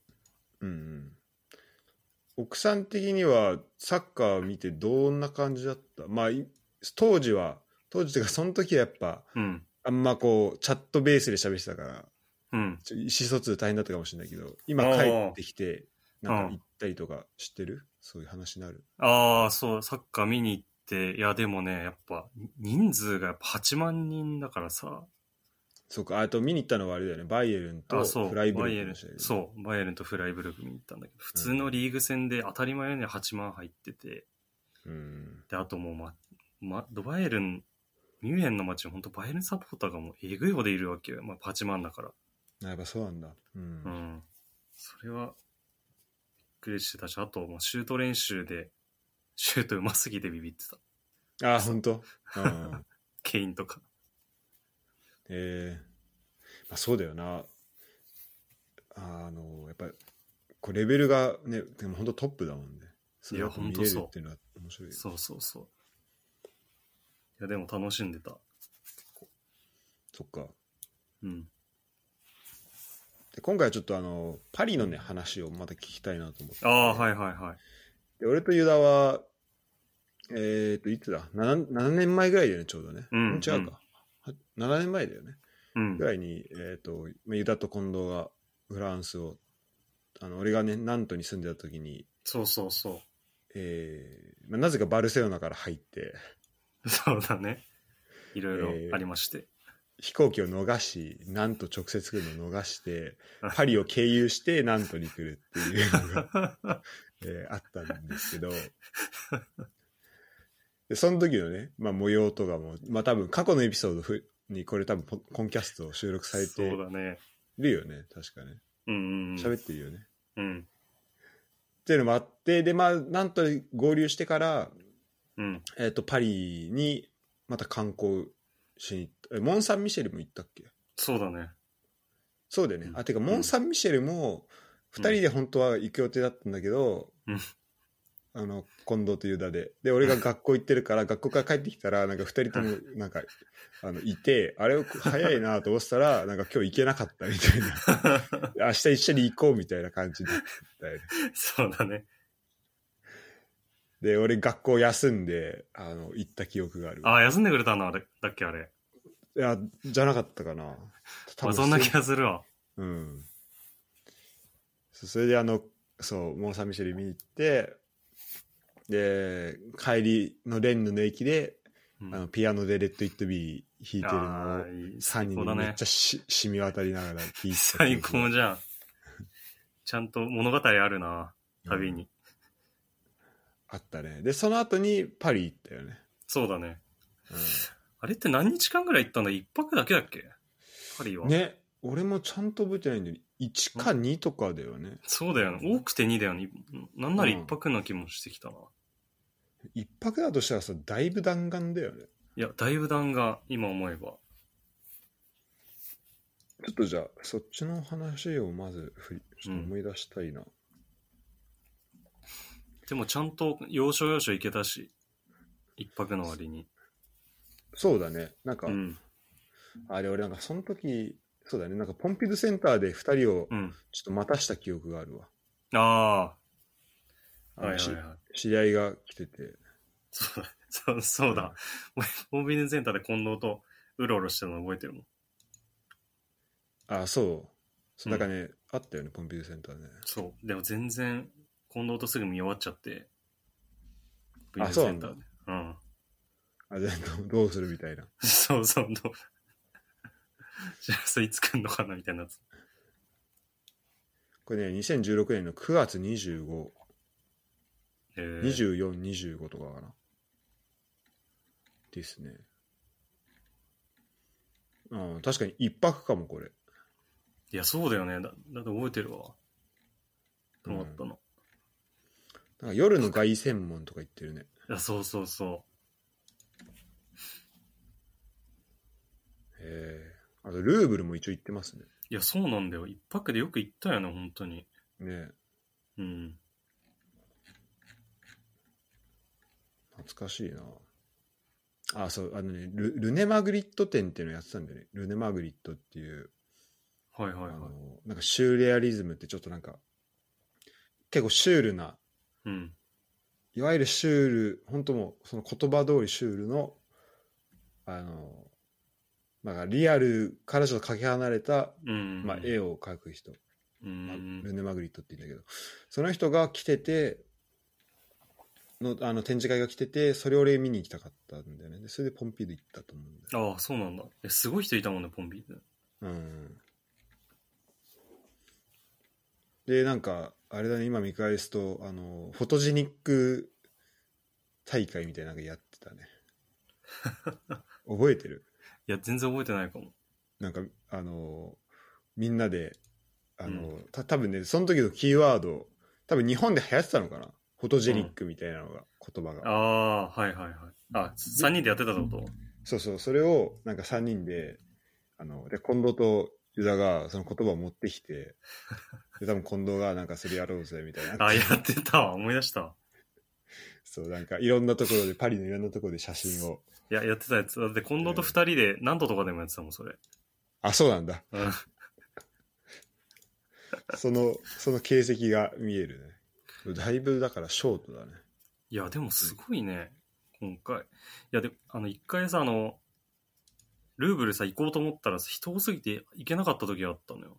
[SPEAKER 2] うんうん。奥さん的にはサッカーを見てどんな感じだったまあい当時は当時というかその時はやっぱ
[SPEAKER 1] うん、
[SPEAKER 2] あんまこうチャットベースで喋ってたから
[SPEAKER 1] うん。
[SPEAKER 2] ちょ意思疎通大変だったかもしれないけど今
[SPEAKER 1] ああ
[SPEAKER 2] 帰ってきてなん
[SPEAKER 1] う
[SPEAKER 2] か
[SPEAKER 1] ん
[SPEAKER 2] 行ったりとかしてるそういう話になる
[SPEAKER 1] ああ、そう、サッカー見に行って、いや、でもね、やっぱ、人数がやっぱ8万人だからさ、
[SPEAKER 2] そうかあと見に行ったのはあれだよねバイエルンと
[SPEAKER 1] あそう、
[SPEAKER 2] フライブ
[SPEAKER 1] バ
[SPEAKER 2] ル
[SPEAKER 1] イ
[SPEAKER 2] ク
[SPEAKER 1] エ
[SPEAKER 2] の
[SPEAKER 1] ルン
[SPEAKER 2] 試合だよね
[SPEAKER 1] そう、バイエルンとフライブルク見に行ったんだけど、普通のリーグ戦で当たり前のように8万入ってて、
[SPEAKER 2] うん
[SPEAKER 1] で、あともう、ま、ま、ドバイエルン、ミュンヘンの街に本当バイエルンサポーターがもうえぐいほどいるわけよ。まあ、8万だから。
[SPEAKER 2] あやっぱそうなんだうん、
[SPEAKER 1] うん。それは、びっくりしてたし、あと、まあ、シュート練習で、シュートうますぎてビビってた。
[SPEAKER 2] ああ本当うん
[SPEAKER 1] ケインとか。
[SPEAKER 2] ええまあ、そうだよなあのやっぱりこうレベルがねでも本当トップだもんねそれ
[SPEAKER 1] いや
[SPEAKER 2] やっぱ見れる
[SPEAKER 1] ほんとそう
[SPEAKER 2] っていうのは面白いよ
[SPEAKER 1] そうそうそう。いや、でも楽しんでた。
[SPEAKER 2] そっか
[SPEAKER 1] うん。
[SPEAKER 2] で今回はちょっとあのパリのね話をまた聞きたいなと思って
[SPEAKER 1] ああ、はい
[SPEAKER 2] い
[SPEAKER 1] はいはい。
[SPEAKER 2] で俺とユダはえっ、といつだ 7, 7年前ぐらいだよねちょうどね、
[SPEAKER 1] うん
[SPEAKER 2] 違うか、は7年前だよね
[SPEAKER 1] うん
[SPEAKER 2] ぐ。らいに、えー、とまあユダと近藤がフランスをあの俺がねナントに住んでた時に
[SPEAKER 1] そうそうそ
[SPEAKER 2] えーまあ、なぜかバルセロナから入って
[SPEAKER 1] う。 [laughs] そうだね。いろいろありまして。
[SPEAKER 2] 飛行機を逃しなんと直接来るのを
[SPEAKER 1] [laughs]
[SPEAKER 2] 逃してパリを経由してなんとに来るっていうのが、
[SPEAKER 1] [laughs]
[SPEAKER 2] えーあったんですけどでその時のね、まあ、模様とかも、まあ、多分過去のエピソードふにこれ多分ポコンキャストを収録され
[SPEAKER 1] そ
[SPEAKER 2] て
[SPEAKER 1] うだね。
[SPEAKER 2] るよね確かね
[SPEAKER 1] うんうんうん。
[SPEAKER 2] 喋ってるよね、っ
[SPEAKER 1] うん。
[SPEAKER 2] ていうのもあってでまあなんとに合流してから
[SPEAKER 1] うん。
[SPEAKER 2] えー、とパリにまた観光しに行ったえモン・サン・ミシェルも行ったっけ
[SPEAKER 1] そうだね。 [laughs]
[SPEAKER 2] そうだよね、
[SPEAKER 1] うん
[SPEAKER 2] あてかモン・サン・ミシェルも2人で本当は行く予定だったんだけど、
[SPEAKER 1] うん
[SPEAKER 2] あの近藤とユダでで俺が学校行ってるから学校から帰ってきたらなんか2人ともなんかあのいてあれ早いなと思ってたらなんか今日行けなかったみたい
[SPEAKER 1] [laughs]
[SPEAKER 2] な明日一緒に行こうみたいな感じだったよね
[SPEAKER 1] そうだね。
[SPEAKER 2] で、俺学校休んで、あの、行った記憶がある。
[SPEAKER 1] ああ、休んでくれたのあれだっけあれ。
[SPEAKER 2] いや、じゃなかったかな。多
[SPEAKER 1] まあ、
[SPEAKER 2] 分
[SPEAKER 1] そんな気がする
[SPEAKER 2] [laughs]
[SPEAKER 1] わ。
[SPEAKER 2] うん。そそれであの、そう、モン・サン・ミシェル見に行って、で、帰りのレンヌの駅で、
[SPEAKER 1] うん、
[SPEAKER 2] あのピアノでレッド・イット・ビー弾いてる
[SPEAKER 1] あ
[SPEAKER 2] のを
[SPEAKER 1] ーいい
[SPEAKER 2] 3人
[SPEAKER 1] 最高
[SPEAKER 2] で
[SPEAKER 1] だ
[SPEAKER 2] めっ
[SPEAKER 1] ね
[SPEAKER 2] ち。ゃし、染み渡りながら聴いてた記
[SPEAKER 1] 最
[SPEAKER 2] 憶が
[SPEAKER 1] 高じゃん。ちゃんと物語あるな、旅に。
[SPEAKER 2] あったね。で、その後にパリ行ったよね。
[SPEAKER 1] そうだね。
[SPEAKER 2] うん
[SPEAKER 1] あれって何日間ぐらい行ったんだ一泊だけだっけパリは。
[SPEAKER 2] ね、俺もちゃんと覚えてないんだよね。1か2とかだよね。
[SPEAKER 1] そうだよね。多くて2だよね。なんなら1泊な気もしてきたな。
[SPEAKER 2] 1泊だとしたらさ、だいぶ弾丸だよね。
[SPEAKER 1] いや、だいぶ弾が、今思えば。
[SPEAKER 2] ちょっとじゃあ、そっちの話をまず振り、ちょっと思い出したいな。
[SPEAKER 1] でもちゃんと要所要所行けたし、一泊の割に。
[SPEAKER 2] そうだね。なんか、
[SPEAKER 1] うん。
[SPEAKER 2] あれ俺なんかその時、そうだね。なんかポンピドゥセンターで2人を
[SPEAKER 1] うん。
[SPEAKER 2] ちょっと待たした記憶があるわ。
[SPEAKER 1] ああ。
[SPEAKER 2] あの
[SPEAKER 1] はいはい
[SPEAKER 2] し
[SPEAKER 1] はい。
[SPEAKER 2] 知り合いが来てて。
[SPEAKER 1] そうだ、そうそうだ。俺、コンビニセンターで近藤とうろうろしてるの覚えてるもん。
[SPEAKER 2] あ、そう。そう
[SPEAKER 1] う
[SPEAKER 2] だ
[SPEAKER 1] ん
[SPEAKER 2] からね、あったよね、ポンピドゥセンターね。
[SPEAKER 1] そう。でも全然、近藤とすぐ見終わっちゃって。コンビ
[SPEAKER 2] あ
[SPEAKER 1] ニ
[SPEAKER 2] そう
[SPEAKER 1] セ
[SPEAKER 2] な
[SPEAKER 1] ン
[SPEAKER 2] ん
[SPEAKER 1] タ
[SPEAKER 2] だ
[SPEAKER 1] ーで。うん。
[SPEAKER 2] あ、じゃあどうどうするみたいな。
[SPEAKER 1] [laughs] そうそう。どうじゃあ、それいつ来んのかなみたいなやつ。
[SPEAKER 2] これね、2016年の9月25、
[SPEAKER 1] えー、
[SPEAKER 2] 24、25とかかな。ですね。ああ確かに一泊かも、これ。
[SPEAKER 1] いや、そうだよね。だだって覚えてるわ。と思ったの。
[SPEAKER 2] なんか夜の凱旋門とか言ってるね。
[SPEAKER 1] いや、そうそうそ
[SPEAKER 2] へえ。あと、ルーブルも一応行ってますね。
[SPEAKER 1] う。いや、そうなんだよ。一泊でよく行ったよね、本当に。
[SPEAKER 2] ねえ
[SPEAKER 1] うん。
[SPEAKER 2] 懐かしいな。あ、そう、あのね、ルルネマグリット展っていうのやってたんだよね。ルネマグリットっていう、
[SPEAKER 1] はいはい
[SPEAKER 2] あ
[SPEAKER 1] はい。
[SPEAKER 2] の、なんかシューレアリズムってちょっとなんか、結構シュールな、
[SPEAKER 1] うん。
[SPEAKER 2] いわゆるシュール、本当もうその言葉通りシュールの、あの、なんかリアルからちょっとかけ離れた、
[SPEAKER 1] うん。
[SPEAKER 2] まあ、絵を描く人、
[SPEAKER 1] う
[SPEAKER 2] まあ
[SPEAKER 1] ん。
[SPEAKER 2] ルネマグリットって言うんだけど、その人が来てて、のあの展示会が来てて、それを俺見に行きたかったんだよね。でそれでポンピード行ったと思うんだよ。
[SPEAKER 1] ああ、そうなんだ。え、すごい人いたもんね、ポンビーズ。
[SPEAKER 2] うん。で、なんか、あれだね、今見返すと、あの、フォトジェニック大会みたいなのやってたね。
[SPEAKER 1] [laughs]
[SPEAKER 2] 覚えてる
[SPEAKER 1] いや、全然覚えてないかも。
[SPEAKER 2] なんか、あの、みんなで、あの、た多分ね、その時のキーワード、多分日本で流行ってたのかなフォトジェニックみたいなのが、言葉が。
[SPEAKER 1] ああ、はいはいはい。あ、3人でやってたってこと
[SPEAKER 2] そうそう、それを、なんか3人で、あの、で、近藤とユダがその言葉を持って
[SPEAKER 1] [laughs]
[SPEAKER 2] きて、で、多分近藤がなんかそれやろうぜ、みたいな。
[SPEAKER 1] あ、やってたわ。思い出したわ。
[SPEAKER 2] そう、なんかいろんなところで、パリのいろんなところで写真を。
[SPEAKER 1] いや、やってたやつ。だって、近藤と2人で何度とかでもやってたもん、それ。
[SPEAKER 2] あ、そうなんだ。
[SPEAKER 1] うん。
[SPEAKER 2] その、その形跡が見えるね。だいぶだからショートだね。
[SPEAKER 1] [laughs] いや、でもすごいね、今回。いや、で、あの、一回さ、あの、ルーブルさ、行こうと思ったらさ、人多すぎて行けなかった時があったのよ。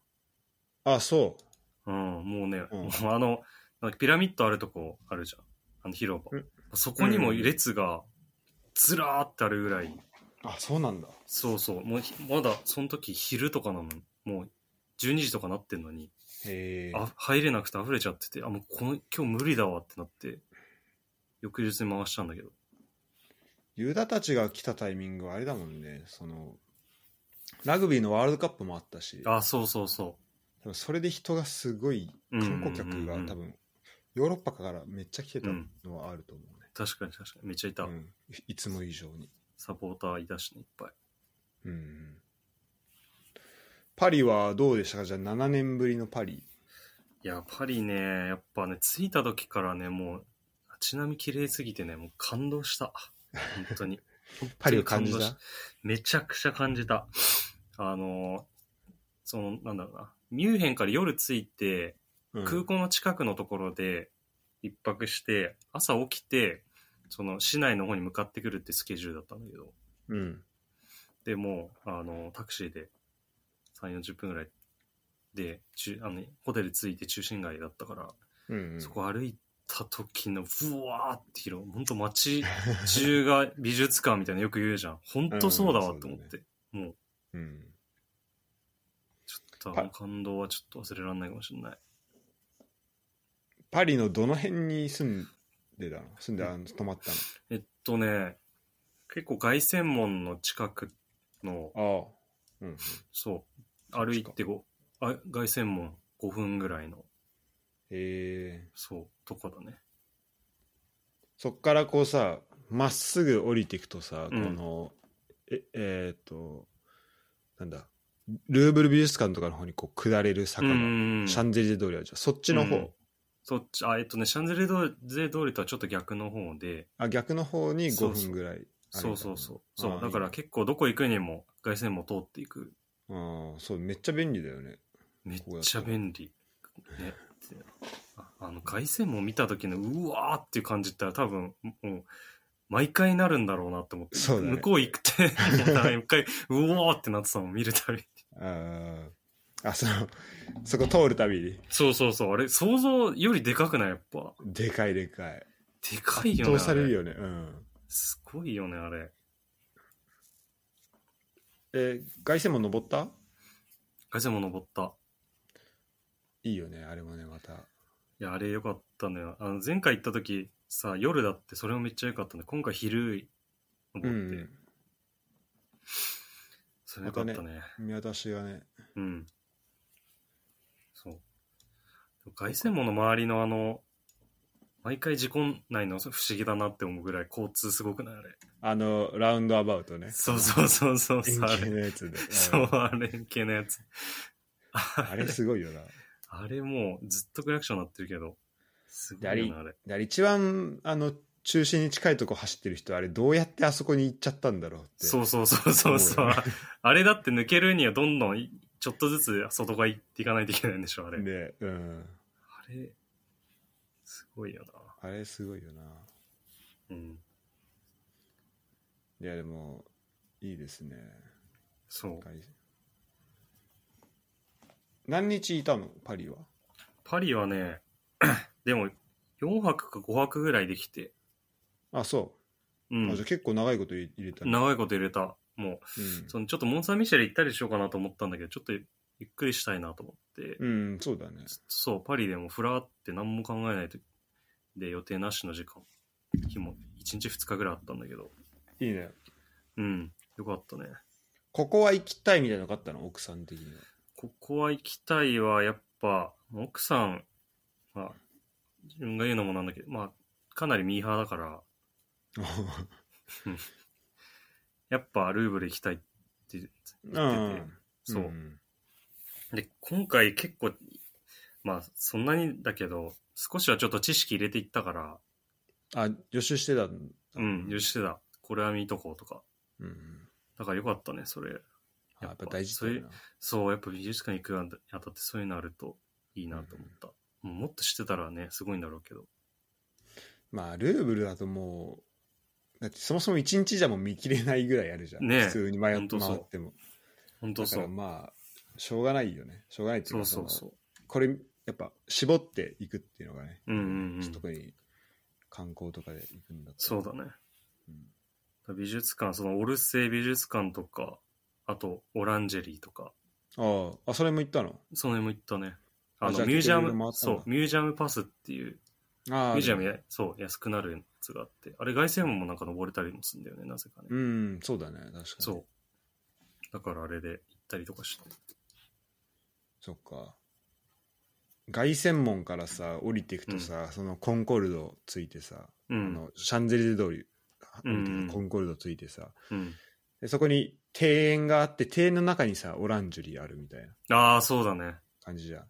[SPEAKER 2] あ、そ
[SPEAKER 1] うん、もうね、
[SPEAKER 2] うん
[SPEAKER 1] もうあの、なんかピラミッドあるとこあるじゃん。あの広場。そこにも列が、ずらーってあるぐらい。
[SPEAKER 2] う。あ、そうなんだ。
[SPEAKER 1] そうそう。もうひ、まだ、その時昼とかなのに。もう、12時とかなってんのに、
[SPEAKER 2] へえ。
[SPEAKER 1] あ、入れなくて溢れちゃってて、あ、もうこの、今日無理だわってなって、翌日に回したんだけど。
[SPEAKER 2] ユダたちが来たタイミングはあれだもんね。その、ラグビーのワールドカップもあったし、
[SPEAKER 1] あ、そうそうそ
[SPEAKER 2] 多分それで人がすごい、
[SPEAKER 1] う。うんうんうんう
[SPEAKER 2] 観
[SPEAKER 1] ん
[SPEAKER 2] 光客が多分、ヨーロッパからめっちゃ来てたのはあると思
[SPEAKER 1] 確かに確かに。めっちゃいた。
[SPEAKER 2] うね。うん。いつも以上に。
[SPEAKER 1] サポーターいたしね、いっぱい。
[SPEAKER 2] うん。パリはどうでしたかじゃあ7年ぶりのパリ。
[SPEAKER 1] いや、パリね、やっぱね、着いた時からね、もう、街並み綺麗すぎてね、もう感動した。本当に。
[SPEAKER 2] [laughs] パリを感じ
[SPEAKER 1] 本当に
[SPEAKER 2] た
[SPEAKER 1] 感動しめちゃくちゃ感じた。あの、その、なんだろうな。ミュンヘンから夜着いて、
[SPEAKER 2] うん
[SPEAKER 1] 空港の近くのところで、一泊して、朝起きて、その市内の方に向かってくるってスケジュールだったんだけど、
[SPEAKER 2] うん。
[SPEAKER 1] でもう、あの、タクシーで3、40分ぐらいで、中あのホテル着いて中心街だったから、
[SPEAKER 2] うん、うん。
[SPEAKER 1] そこ歩いた時の、ふわーって広い、ほんと街中が美術館みたいなのよく [laughs] 言うじゃん。ほんとそうだわって思って。もう、
[SPEAKER 2] うん。
[SPEAKER 1] ちょっとあの感動はちょっと忘れられないかもしれない。
[SPEAKER 2] パリのどの辺に住んでたの住んで、あの泊まった
[SPEAKER 1] えっとね、結構凱旋門の近くの、
[SPEAKER 2] の。ああ。うん。
[SPEAKER 1] そう、歩いてご、あ凱旋門5分ぐらいの、
[SPEAKER 2] えー、
[SPEAKER 1] そう、とこだね。
[SPEAKER 2] そっからこうさ、まっすぐ降りていくとさ、
[SPEAKER 1] うん
[SPEAKER 2] この、え、えーっと、なんだ、ルーブル美術館とかの方にこう下れる坂が、
[SPEAKER 1] うん。
[SPEAKER 2] シャンゼリゼ通りあるじゃん。そっちの方、
[SPEAKER 1] うんそっち、あ、えっとね、シャンゼリゼ通りとはちょっと逆の方で、
[SPEAKER 2] あ、逆の方に
[SPEAKER 1] そ
[SPEAKER 2] 5
[SPEAKER 1] うそう
[SPEAKER 2] 分ぐらい歩いた
[SPEAKER 1] そうそうそう。そ
[SPEAKER 2] あ
[SPEAKER 1] う、
[SPEAKER 2] ー
[SPEAKER 1] だから
[SPEAKER 2] いいね
[SPEAKER 1] 結構どこ行くにも凱旋門通っていく
[SPEAKER 2] ああ、そう、めっちゃ便利だよね。
[SPEAKER 1] めっちゃ便利。ね。ああの、凱旋門見た時のうわーっていう感じって多分、もう、毎回なるんだろうなって思って。
[SPEAKER 2] そうだね
[SPEAKER 1] 向こう行くって、
[SPEAKER 2] [laughs]
[SPEAKER 1] もうなんか一回、うおーってなってたもん、見るたびに。
[SPEAKER 2] ああ、あ、その、そこ通るたびに、
[SPEAKER 1] そうそうそう。あれ、想像よりでかくないやっぱ。
[SPEAKER 2] でかいでかい。
[SPEAKER 1] でかいよね。
[SPEAKER 2] 通される
[SPEAKER 1] あれ
[SPEAKER 2] よね。うん。
[SPEAKER 1] すごいよね、あれ。
[SPEAKER 2] えー、凱旋門登った
[SPEAKER 1] 凱旋門登った。
[SPEAKER 2] いいよね、あれもね、また。
[SPEAKER 1] いや、あれよかったのよ。あの、前回行った時さ、夜だってそれもめっちゃ良かったんで、今回昼
[SPEAKER 2] う
[SPEAKER 1] 登って、
[SPEAKER 2] ん。
[SPEAKER 1] それ良かった
[SPEAKER 2] ま
[SPEAKER 1] ね
[SPEAKER 2] 見渡しがね。
[SPEAKER 1] うん。そう。凱旋門の周りのあの、毎回事故ないの不思議だなって思うぐらい交通すごくないあれ。
[SPEAKER 2] あの、ラウンドアバウトね。
[SPEAKER 1] そうそうそうそう
[SPEAKER 2] 円
[SPEAKER 1] そう、あ
[SPEAKER 2] 形
[SPEAKER 1] れ。
[SPEAKER 2] のやつで。
[SPEAKER 1] そう、
[SPEAKER 2] うん
[SPEAKER 1] あれ系のやつ。
[SPEAKER 2] あれすごいよな。
[SPEAKER 1] あれもうずっとクラクションなってるけど、すごいよな、あれ。
[SPEAKER 2] であれ一番、あの、中心に近いとこ走ってる人、あれどうやってあそこに行っちゃったんだろうって。
[SPEAKER 1] そうそうそうそうそう。
[SPEAKER 2] 思うよ
[SPEAKER 1] あれだって抜けるにはどんどんいちょっとずつ外側行っていかないといけないんでしょ、あれ。
[SPEAKER 2] ね、うん。
[SPEAKER 1] あれ、すごいよ
[SPEAKER 2] あれすごいよな。
[SPEAKER 1] な。うん。
[SPEAKER 2] いや、でも、いいですね。
[SPEAKER 1] そう。
[SPEAKER 2] 凱何日いたのパリは。
[SPEAKER 1] パリはね、 [clears throat] でも4泊か5泊ぐらいできて、
[SPEAKER 2] あ、そうう。あじゃ
[SPEAKER 1] ん
[SPEAKER 2] あ、結構長いこと入れたね。
[SPEAKER 1] 長いこと入れた。も
[SPEAKER 2] うん
[SPEAKER 1] う、そのちょっとモンサンミシェル行ったりしようかなと思ったんだけど、ちょっとゆっくりしたいなと思って、
[SPEAKER 2] うん、そうだね。
[SPEAKER 1] そう、パリでもフラーって何も考えないと、で、予定なしの時間、日も1日2日ぐらいあったんだけど、
[SPEAKER 2] いいね。
[SPEAKER 1] うん、よかったね。
[SPEAKER 2] ここは行きたいみたいなのがあったの奥さん的には。
[SPEAKER 1] ここは行きたいは、やっぱ、奥さん、まあ、自分が言うのもなんだけど、まあ、かなりミーハーだから、 [laughs] やっぱルーブル行きたいって言ってて、
[SPEAKER 2] うん。
[SPEAKER 1] そう、
[SPEAKER 2] ん
[SPEAKER 1] で、今回結構、まあそんなにだけど、少しはちょっと知識入れていったから、
[SPEAKER 2] あ、予習してたんだ
[SPEAKER 1] うん、よしてた。これは見とこうとか。
[SPEAKER 2] うんうん。
[SPEAKER 1] だからよかったね、それ。
[SPEAKER 2] あやっぱ大事だよな。
[SPEAKER 1] そう、やっぱ美術館行くにあたってそういうのあるといいなと思った。もうもっと知ってたらね、すごいんだろうけど。
[SPEAKER 2] まあ、ルーブルだともう、だってそもそも一日じゃもう見切れないぐらいあるじゃん。
[SPEAKER 1] ねえ
[SPEAKER 2] 普通に迷
[SPEAKER 1] ほん
[SPEAKER 2] って
[SPEAKER 1] とそう
[SPEAKER 2] 回っても。
[SPEAKER 1] 本当
[SPEAKER 2] だか
[SPEAKER 1] そ
[SPEAKER 2] ら
[SPEAKER 1] う。
[SPEAKER 2] まあ、しょうがないよね。しょうがないっていう
[SPEAKER 1] そう
[SPEAKER 2] か、
[SPEAKER 1] そうそ
[SPEAKER 2] そのこれ、やっぱ絞っていくっていうのがね、
[SPEAKER 1] う。うんうんうん。
[SPEAKER 2] 特に観光とかで行くんだったら
[SPEAKER 1] そうだね。
[SPEAKER 2] うん
[SPEAKER 1] 美術館、そのオルセイ美術館とか、あとオランジェリーとか、
[SPEAKER 2] ああ、あ、それも行ったの
[SPEAKER 1] その辺も行ったね。
[SPEAKER 2] あ
[SPEAKER 1] あの
[SPEAKER 2] じゃあ
[SPEAKER 1] ミュージア
[SPEAKER 2] いろいろ回
[SPEAKER 1] ム、
[SPEAKER 2] ったん
[SPEAKER 1] そ
[SPEAKER 2] だ
[SPEAKER 1] う、ミュージアムパスっていう、
[SPEAKER 2] ああ。
[SPEAKER 1] ミュージアム
[SPEAKER 2] でも
[SPEAKER 1] や、そう、安くなるやつがあって、あれ、凱旋門もなんか登れたりもするんだよね、なぜかね。
[SPEAKER 2] うん、そうだね。確かに。
[SPEAKER 1] そう。だからあれで行ったりとかして。
[SPEAKER 2] そっか。凱旋門からさ、降りていくとさ、そのコンコルドついてさ、
[SPEAKER 1] う
[SPEAKER 2] あ
[SPEAKER 1] ん。
[SPEAKER 2] のシャンゼリゼ通り、
[SPEAKER 1] うん
[SPEAKER 2] 降りていくコンコルドついてさ、
[SPEAKER 1] うん、
[SPEAKER 2] でそこに庭園があって、庭園の中にさ、オランジュリーあるみたいな
[SPEAKER 1] ああ、そうだね。
[SPEAKER 2] 感じじゃん。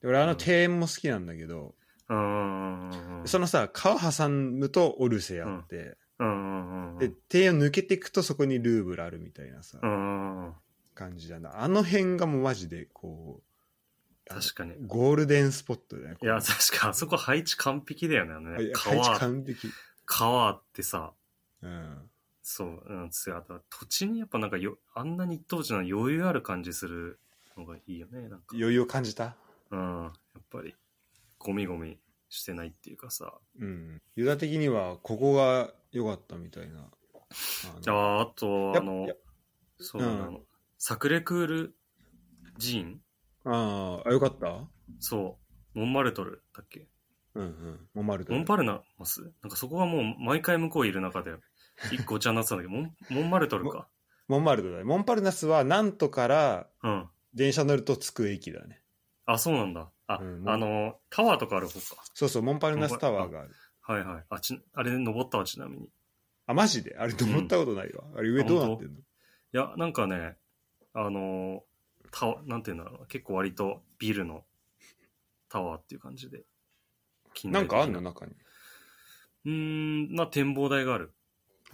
[SPEAKER 2] で俺、あの庭園も好きなんだけど、
[SPEAKER 1] うんうんうんうん。
[SPEAKER 2] そのさ、川挟むとオルセあって、
[SPEAKER 1] うんうんうんうん。
[SPEAKER 2] で、庭園を抜けていくとそこにルーブルあるみたいなさ、
[SPEAKER 1] うんうんうん。
[SPEAKER 2] 感じじゃん。あの辺がもうマジで、こう、
[SPEAKER 1] 確かに。
[SPEAKER 2] ゴールデンスポットだね。
[SPEAKER 1] いや、確か、あそこ配置完璧だよね。あの
[SPEAKER 2] [laughs] あい
[SPEAKER 1] ね
[SPEAKER 2] や
[SPEAKER 1] 川、
[SPEAKER 2] 完璧。
[SPEAKER 1] 川あってさ、
[SPEAKER 2] うん。
[SPEAKER 1] そう、うん、つあと土地にやっぱなんかよ、あんなに一等地なのに余裕ある感じするのがいいよね、なんか。
[SPEAKER 2] 余裕を感じた
[SPEAKER 1] うん、やっぱり、ゴミゴミしてないっていうかさ。
[SPEAKER 2] うん。ユダ的には、ここが良かったみたいな。
[SPEAKER 1] じゃ
[SPEAKER 2] あ
[SPEAKER 1] あ、あと、
[SPEAKER 2] や
[SPEAKER 1] あ
[SPEAKER 2] っぱ
[SPEAKER 1] の
[SPEAKER 2] や、
[SPEAKER 1] そうだね、
[SPEAKER 2] うん
[SPEAKER 1] あの、サクレクール寺院
[SPEAKER 2] の、あーあ、良かった
[SPEAKER 1] そう、モンマルトルだっけ
[SPEAKER 2] うんうん。モンマルト
[SPEAKER 1] モンパルナマスなんかそこはもう毎回向こういる中で、一個お茶になってたんだけど、モ
[SPEAKER 2] [laughs]
[SPEAKER 1] ンモンマルトルか。
[SPEAKER 2] モンマルトだね。モンパルナスは、なんとから
[SPEAKER 1] うん。
[SPEAKER 2] 電車乗ると着く駅だね。
[SPEAKER 1] あ、そうなんだ。あ、
[SPEAKER 2] うん
[SPEAKER 1] あの、タワーとかある方か。
[SPEAKER 2] そうそう、モンパルナスタワーがある。
[SPEAKER 1] はいはい。あち、あれ登ったわ、ちなみに。い
[SPEAKER 2] あ、マジであれ登ったことないわ。あれ上どうなってんの
[SPEAKER 1] や、なんかね、あの、タワーなんていうんだろうな。結構割とビルのタワーっていう感じで。近代
[SPEAKER 2] なん
[SPEAKER 1] 的
[SPEAKER 2] かあんの中に。
[SPEAKER 1] うーん、な展望台がある。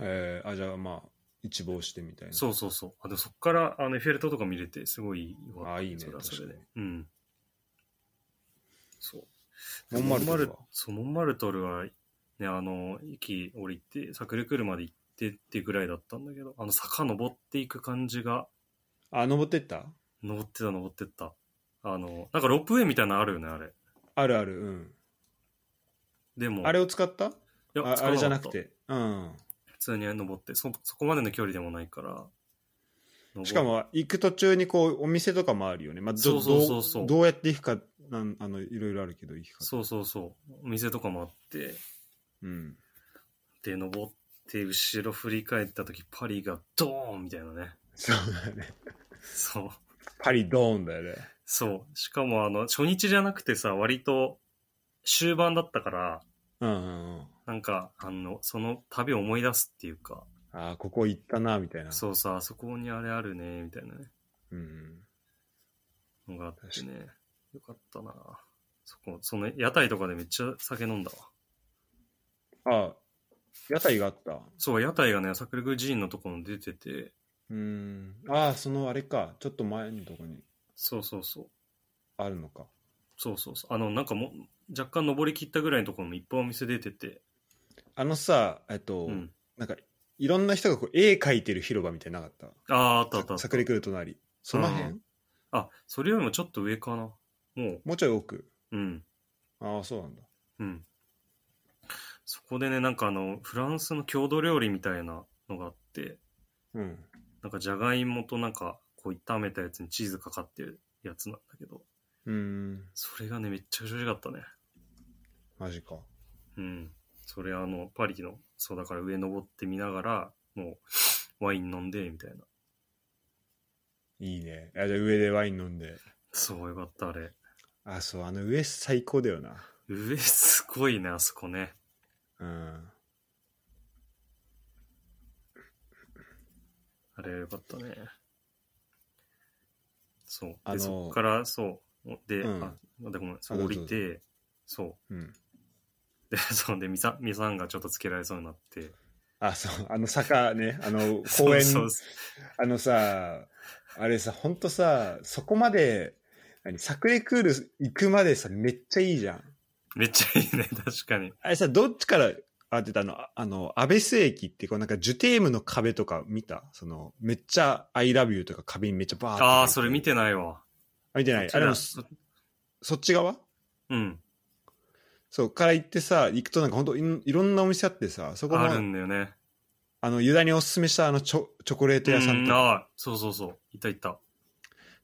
[SPEAKER 2] えー、あ、じゃあまあ、一望してみたいな。
[SPEAKER 1] そうそうそう。あでもそこからあのエッフェル塔とか見れて、すごい良かった
[SPEAKER 2] あいいね
[SPEAKER 1] それはそれで
[SPEAKER 2] 確か。
[SPEAKER 1] うん。そう。
[SPEAKER 2] モンマルトルは
[SPEAKER 1] モンそう、モンマルトルは、ね、あの、駅降りて、サクレクールまで行ってってぐらいだったんだけど、あの、坂登っていく感じが、
[SPEAKER 2] あ、登ってった
[SPEAKER 1] 登ってた、登ってった。あの、なんかロープウェイみたいなのあるよね、あれ。
[SPEAKER 2] あるある、うん。
[SPEAKER 1] でも、
[SPEAKER 2] あれを使った
[SPEAKER 1] いや
[SPEAKER 2] あ
[SPEAKER 1] 使
[SPEAKER 2] あ
[SPEAKER 1] わ
[SPEAKER 2] れじゃ
[SPEAKER 1] か
[SPEAKER 2] な
[SPEAKER 1] った
[SPEAKER 2] く。て。うん。
[SPEAKER 1] 普通に登って、そ、そこまでの距離でもないから。登っ
[SPEAKER 2] しか、も、行く途中にこう、お店とかもあるよね。まあ、ど
[SPEAKER 1] そうそうそうそう
[SPEAKER 2] どうどうやって行くか、なんあの、いろいろあるけど、行き方。
[SPEAKER 1] そうそうそう。お店とかもあって、
[SPEAKER 2] うん。
[SPEAKER 1] で、登って、後ろ振り返った時、パリがドーンみたいなね。
[SPEAKER 2] そうだね。
[SPEAKER 1] そう。
[SPEAKER 2] パリドーンだよね。
[SPEAKER 1] そう。しかも、あの、初日じゃなくてさ、割と終盤だったから、
[SPEAKER 2] うんうんうん。
[SPEAKER 1] なんか、あの、その旅を思い出すっていうか、
[SPEAKER 2] ああ、ここ行ったな、みたいな。
[SPEAKER 1] そうさ、あそこにあれあるね、みたいなね
[SPEAKER 2] う。うん。
[SPEAKER 1] のがあってね。よかったなそこ、その屋台とかでめっちゃ酒飲んだわ。
[SPEAKER 2] ああ、屋台があった。
[SPEAKER 1] そう、屋台がね、桜宮寺院のところに出てて、
[SPEAKER 2] うん。ああ、そのあれか。ちょっと前のとこに
[SPEAKER 1] そうそうそう。
[SPEAKER 2] あるのか。
[SPEAKER 1] そうそうそう。あの、なんかもう、若干登り切ったぐらいのところもいっぱいお店出てて、
[SPEAKER 2] あのさ、えっと、
[SPEAKER 1] うん。
[SPEAKER 2] なんか、いろんな人がこう絵描いてる広場みたいなのなかっ
[SPEAKER 1] ああ、あったあったあ
[SPEAKER 2] た。
[SPEAKER 1] った。
[SPEAKER 2] 桜来る隣。その
[SPEAKER 1] う
[SPEAKER 2] 辺
[SPEAKER 1] んあ、それよりもちょっと上かな。もう、
[SPEAKER 2] もうちょい奥。
[SPEAKER 1] うん、
[SPEAKER 2] ああ、そうなんだ。
[SPEAKER 1] うん。そこでね、なんかあの、フランスの郷土料理みたいなのがあって、
[SPEAKER 2] うん。
[SPEAKER 1] なんかじゃがいもとなんか、こう炒めたやつにチーズかかってるやつなんだけど、
[SPEAKER 2] うーん。
[SPEAKER 1] それがね、めっちゃくちゃ美味しかったね。
[SPEAKER 2] マジか。
[SPEAKER 1] うん。それあの、パリの、そうだから上登って見ながら、もう、ワイン飲んで、みたいな。
[SPEAKER 2] いいね。あじゃあ上でワイン飲んで。
[SPEAKER 1] そう、よかった、あれ。
[SPEAKER 2] あ、そう、あの上最高だよな。
[SPEAKER 1] 上すごいね、あそこね。
[SPEAKER 2] うん。
[SPEAKER 1] あれはよかったね。そう。で、
[SPEAKER 2] あの
[SPEAKER 1] そっから、そう。で、
[SPEAKER 2] うん
[SPEAKER 1] あ、で、ごめん、そ
[SPEAKER 2] あ
[SPEAKER 1] う
[SPEAKER 2] ど
[SPEAKER 1] 降
[SPEAKER 2] うぞ
[SPEAKER 1] りて、そ
[SPEAKER 2] うん。
[SPEAKER 1] う。で、 [laughs] そうで、ミサ、ミサンがちょっとつけられそうになって。
[SPEAKER 2] あ、そう、あの坂ね、あ [laughs] の
[SPEAKER 1] そう
[SPEAKER 2] 公園、
[SPEAKER 1] [laughs] そう
[SPEAKER 2] あのさ、あれさ、ほんとさ、そこまで、何、サクレクール行くまでさ、めっちゃいいじゃん。
[SPEAKER 1] めっちゃいいね、 [laughs] 確かに。
[SPEAKER 2] あれさ、どっちから当てたのああの、安倍須駅って、こうなんか、ジュテームの壁とか見たその、めっちゃ、I love you とか壁にめっちゃバーって
[SPEAKER 1] ああー、それ見てないわ。
[SPEAKER 2] あ見てない。あれの、
[SPEAKER 1] そ
[SPEAKER 2] そ
[SPEAKER 1] っちだ
[SPEAKER 2] そっち側
[SPEAKER 1] うん。
[SPEAKER 2] そう、から行ってさ、行くとなんか本当いいろんなお店あってさ、そこ
[SPEAKER 1] ある
[SPEAKER 2] の、
[SPEAKER 1] んだよね。
[SPEAKER 2] あの、ユダにおすすめしたあの、チョチョコレート
[SPEAKER 1] う
[SPEAKER 2] 屋さん
[SPEAKER 1] ん、
[SPEAKER 2] とか
[SPEAKER 1] あーそうそうそう。いたいた。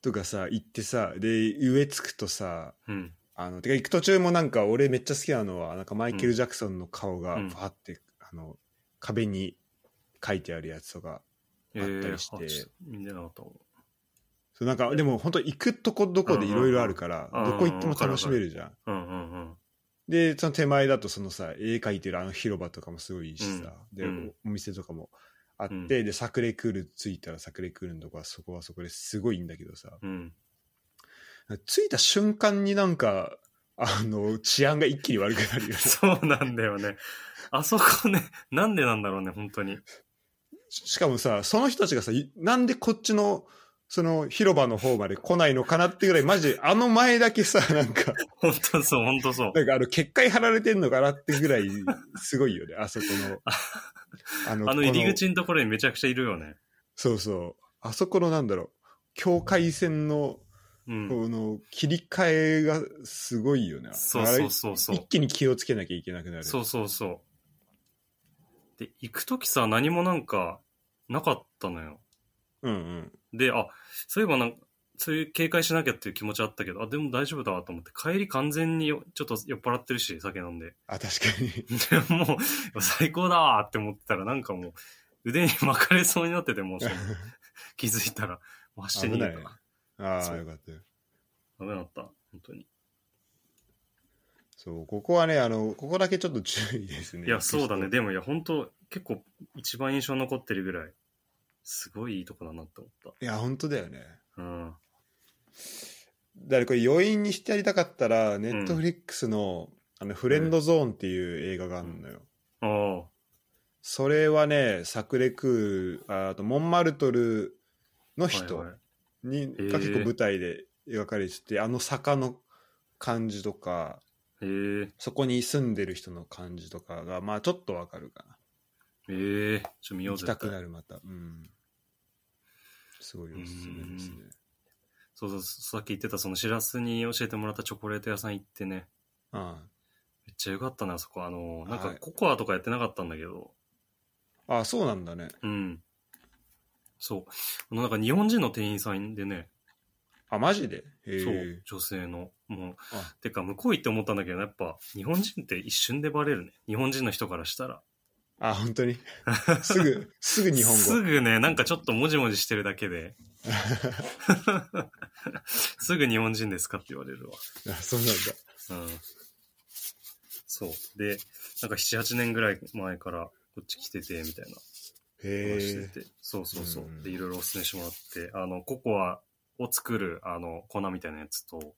[SPEAKER 2] とかさ、行ってさ、で、上着くとさ、
[SPEAKER 1] うん。
[SPEAKER 2] あの、てか行く途中もなんか、俺めっちゃ好きなのは、なんかマイケル・ジャクソンの顔が、
[SPEAKER 1] う
[SPEAKER 2] フ
[SPEAKER 1] ん
[SPEAKER 2] ァーって、あの、壁に書いてあるやつとか、
[SPEAKER 1] え
[SPEAKER 2] あったりして
[SPEAKER 1] ー、あちょっと見てなかったもん。
[SPEAKER 2] そうなんかでも本当行くとこどこでいろいろあるから、
[SPEAKER 1] うんうんうん
[SPEAKER 2] どこ行っても楽しめるじゃん。
[SPEAKER 1] うんうんうん。
[SPEAKER 2] でその手前だとそのさ絵描いてるあの広場とかもすごいいいしさ、
[SPEAKER 1] うん
[SPEAKER 2] で、
[SPEAKER 1] うん
[SPEAKER 2] おお店とかもあって、
[SPEAKER 1] うん
[SPEAKER 2] でサクレクール着いたらサクレクールのとこはそこはそこですごいいいんだけどさ
[SPEAKER 1] うん。 [laughs]
[SPEAKER 2] 着いた瞬間になんかあの治安が一気に悪くなるよね
[SPEAKER 1] そうなんだよね。あそこね、なんでなんだろうね、本当に。
[SPEAKER 2] しかもさその人たちがさいなんでこっちのその広場の方まで来ないのかなってぐらい、マジ、あの前だけさ、なんか、
[SPEAKER 1] 本当そう、本当そう。
[SPEAKER 2] なんかあの、結界張られてんのかなってぐらい、すごいよね、あそこ
[SPEAKER 1] [laughs]
[SPEAKER 2] の。あの
[SPEAKER 1] あの入り
[SPEAKER 2] こ
[SPEAKER 1] 口のところにめちゃくちゃいるよね。
[SPEAKER 2] そうそう。あそこのなんだろう、境界線の、
[SPEAKER 1] うん。
[SPEAKER 2] この、切り替えがすごいよね。
[SPEAKER 1] そう
[SPEAKER 2] あれ
[SPEAKER 1] そうそうそう
[SPEAKER 2] 一。気に気をつけなきゃいけなくなる。
[SPEAKER 1] そうそうそう。で、行くときさ、何もなんか、なかったのよ。
[SPEAKER 2] うんうん。
[SPEAKER 1] で、あ、そういえばなんか、そういう警戒しなきゃっていう気持ちあったけど、あ、でも大丈夫だわと思って、帰り完全によちょっと酔っ払ってるし、酒飲んで。
[SPEAKER 2] あ、確かに。
[SPEAKER 1] でもう、最高だわって思ってたら、なんかもう、腕に巻かれそうになってて、もう、その気づいたら、もう走って逃げ
[SPEAKER 2] 危ない
[SPEAKER 1] た。
[SPEAKER 2] あ
[SPEAKER 1] そ
[SPEAKER 2] あ、
[SPEAKER 1] う
[SPEAKER 2] よかったよ。
[SPEAKER 1] ダメだった、本当に。
[SPEAKER 2] そう、ここはね、あの、ここだけちょっと注意ですね。
[SPEAKER 1] いや、そうだね。。でも、いや、本当結構、一番印象残ってるぐらい、すごいいいとこだなって思っ
[SPEAKER 2] いや、本当だよね。
[SPEAKER 1] た。うん。
[SPEAKER 2] だからこれ余韻にしてやりたかったら、ネットフリックスの、あの、フレンドゾーンっていう映画があるのよ。
[SPEAKER 1] あ
[SPEAKER 2] それはね、サクレクール、ああと、モンマルトルの
[SPEAKER 1] あ、
[SPEAKER 2] 人
[SPEAKER 1] はいはい
[SPEAKER 2] に、
[SPEAKER 1] へえ
[SPEAKER 2] が結構舞台で描かれてて、あの坂の感じとか、
[SPEAKER 1] えー、
[SPEAKER 2] そこに住んでる人の感じとかが、まあちょっとわかるかな。
[SPEAKER 1] えー、ちょ、見よ
[SPEAKER 2] 行
[SPEAKER 1] う
[SPEAKER 2] き
[SPEAKER 1] ぜ
[SPEAKER 2] た。くなるまた。うん。すごいおすすめですね。
[SPEAKER 1] そうそう、さっき言ってた、その、しらすに教えてもらったチョコレート屋さん行ってね、
[SPEAKER 2] あ
[SPEAKER 1] めっちゃよかったな、あそこ。あの、なん
[SPEAKER 2] は
[SPEAKER 1] か、
[SPEAKER 2] い
[SPEAKER 1] ココアとかやってなかったんだけど、
[SPEAKER 2] あ、そうなんだね。
[SPEAKER 1] うん。そう。あの、なんか、日本人の店員さんでね、
[SPEAKER 2] あ、マジでへ
[SPEAKER 1] そ
[SPEAKER 2] え
[SPEAKER 1] う、女性の、もう
[SPEAKER 2] あ、
[SPEAKER 1] てか、向こう行って思ったんだけど、やっぱ、日本人って一瞬でバレるね。日本人の人からしたら。
[SPEAKER 2] あ、本当に [laughs] すぐ、すぐ日本
[SPEAKER 1] す
[SPEAKER 2] 語。
[SPEAKER 1] ぐね、なんかちょっともじもじしてるだけで。 [laughs] すぐ日本人ですかって言われるわ。
[SPEAKER 2] あそうなんだ。
[SPEAKER 1] うん。そう。で、なんか7、8年ぐらい前からこっち来てて、みたいな話して
[SPEAKER 2] へ
[SPEAKER 1] て。そうそうそう
[SPEAKER 2] うん。
[SPEAKER 1] で、いろいろおすすめしてもらって、あの、ココアを作る、あの、粉みたいなやつと、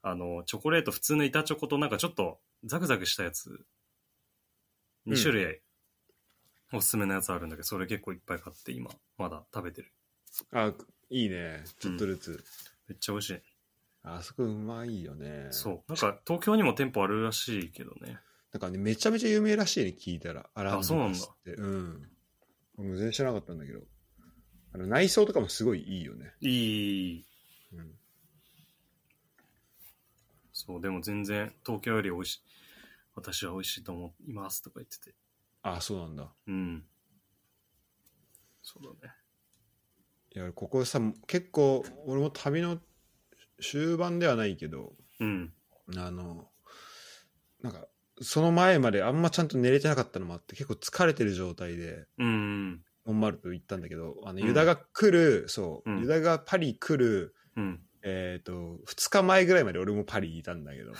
[SPEAKER 1] あの、チョコレート、普通の板チョコとなんかちょっとザクザクしたやつ、2種類、おすすめのやつあるんだけど、それ結構いっぱい買って今、まだ食べてる。
[SPEAKER 2] え。あ、いいね。ちょっとずつ。
[SPEAKER 1] めっちゃ美味しい。
[SPEAKER 2] あそこうまいよね。
[SPEAKER 1] そう。なんか東京にも店舗あるらしいけどね。
[SPEAKER 2] なんかね、めちゃめちゃ有名らしいね、聞いたら。アラーム
[SPEAKER 1] そうなんだ
[SPEAKER 2] バスってうん。俺も全然知らなかったんだけど。あの内装とかもすごいいいよね。
[SPEAKER 1] いい。
[SPEAKER 2] うん、
[SPEAKER 1] そう、でも全然東京より美味しい。私は美味しいと思いますとか言ってて。
[SPEAKER 2] あ、そうなんだ。
[SPEAKER 1] うん。そうだね。
[SPEAKER 2] いや、ここさ、結構、俺も旅の終盤ではないけど、
[SPEAKER 1] うん。
[SPEAKER 2] あの、なんか、その前まであんまちゃんと寝れてなかったのもあって、結構疲れてる状態で、
[SPEAKER 1] うん。
[SPEAKER 2] モンマルト行ったんだけど、あの、
[SPEAKER 1] うん
[SPEAKER 2] ユダが来る、そう、
[SPEAKER 1] うん
[SPEAKER 2] ユダがパリ来る、
[SPEAKER 1] うん。
[SPEAKER 2] えっ、と、2日前ぐらいまで俺もパリにいたんだ
[SPEAKER 1] [laughs]
[SPEAKER 2] けど、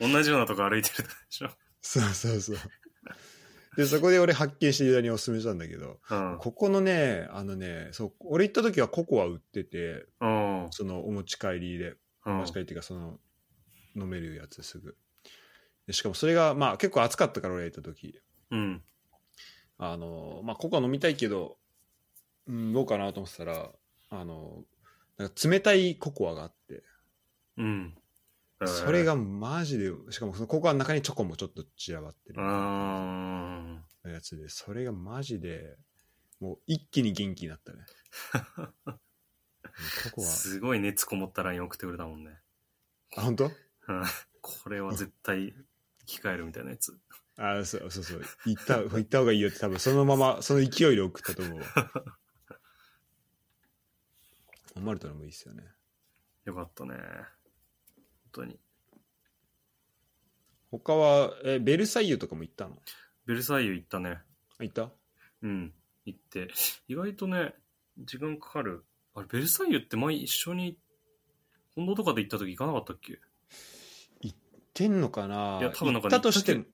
[SPEAKER 1] 同じようなとこ歩いてるでしょ。
[SPEAKER 2] そうそうそう。で、そこで俺発見してユダにおすすめしたんだけど、
[SPEAKER 1] [laughs] うん。
[SPEAKER 2] ここのね、あのね、そう、俺行った時はココア売ってて、
[SPEAKER 1] うん。
[SPEAKER 2] そのお持ち帰りで、
[SPEAKER 1] う
[SPEAKER 2] お
[SPEAKER 1] ん
[SPEAKER 2] 持ち帰りっていうか、その、飲めるやつすぐ。でしかもそれが、まあ結構暑かったから俺行った時。
[SPEAKER 1] うん。
[SPEAKER 2] あの、まあ、ココア飲みたいけど、うん、どうかなと思ってたら、あの、なんか冷たいココアがあって、
[SPEAKER 1] うん。
[SPEAKER 2] それがマジで、しかもそのココアの中にチョコもちょっと散らばって
[SPEAKER 1] う
[SPEAKER 2] る
[SPEAKER 1] ん。あ
[SPEAKER 2] やつで、それがマジで、もう一気に元気に
[SPEAKER 1] [laughs]
[SPEAKER 2] なったね。コ
[SPEAKER 1] ー
[SPEAKER 2] コ
[SPEAKER 1] すごい熱こもった LINE 送ってくれたもんね。
[SPEAKER 2] ア、あ、本当
[SPEAKER 1] うんこれは絶対生き返るみたいなやつ。
[SPEAKER 2] あ、そうそうそう、行った、行った方がいいよって多分そのまま、その勢いで送ったと思う
[SPEAKER 1] [laughs]
[SPEAKER 2] わ。思われたのもいいっすよね。
[SPEAKER 1] よかったね。本当に。
[SPEAKER 2] 他は、え、ベルサイユとかも行ったの
[SPEAKER 1] ベルサイユ行ったね。
[SPEAKER 2] あ行った
[SPEAKER 1] うん、行って。意外とね、時間かかる。あれ、ベルサイユって前一緒に、近藤とかで行った時行かなかったっけ
[SPEAKER 2] 行ってんのかない
[SPEAKER 1] や多分なんか
[SPEAKER 2] 行ったとして
[SPEAKER 1] 行っ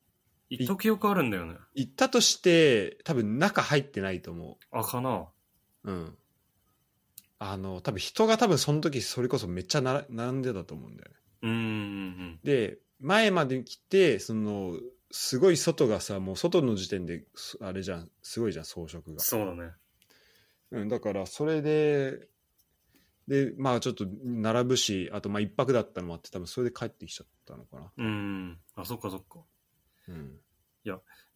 [SPEAKER 1] 行った記憶あるんだよね。
[SPEAKER 2] 行ったとして多分中入ってないと思
[SPEAKER 1] あ、かな
[SPEAKER 2] ううんあの多分人が多分その時それこそめっちゃな並んでたと思うんだよね
[SPEAKER 1] うーん。
[SPEAKER 2] で前まで来てそのすごい外がさもう外の時点ですあれじゃんすごいじゃん装飾が
[SPEAKER 1] そうだね。
[SPEAKER 2] うん、だからそれで、で、まあちょっと並ぶし、あとまあ一泊だったのもあって、多分それで帰ってきちゃったのかな。
[SPEAKER 1] うん。あ、そっかそっか。
[SPEAKER 2] うん、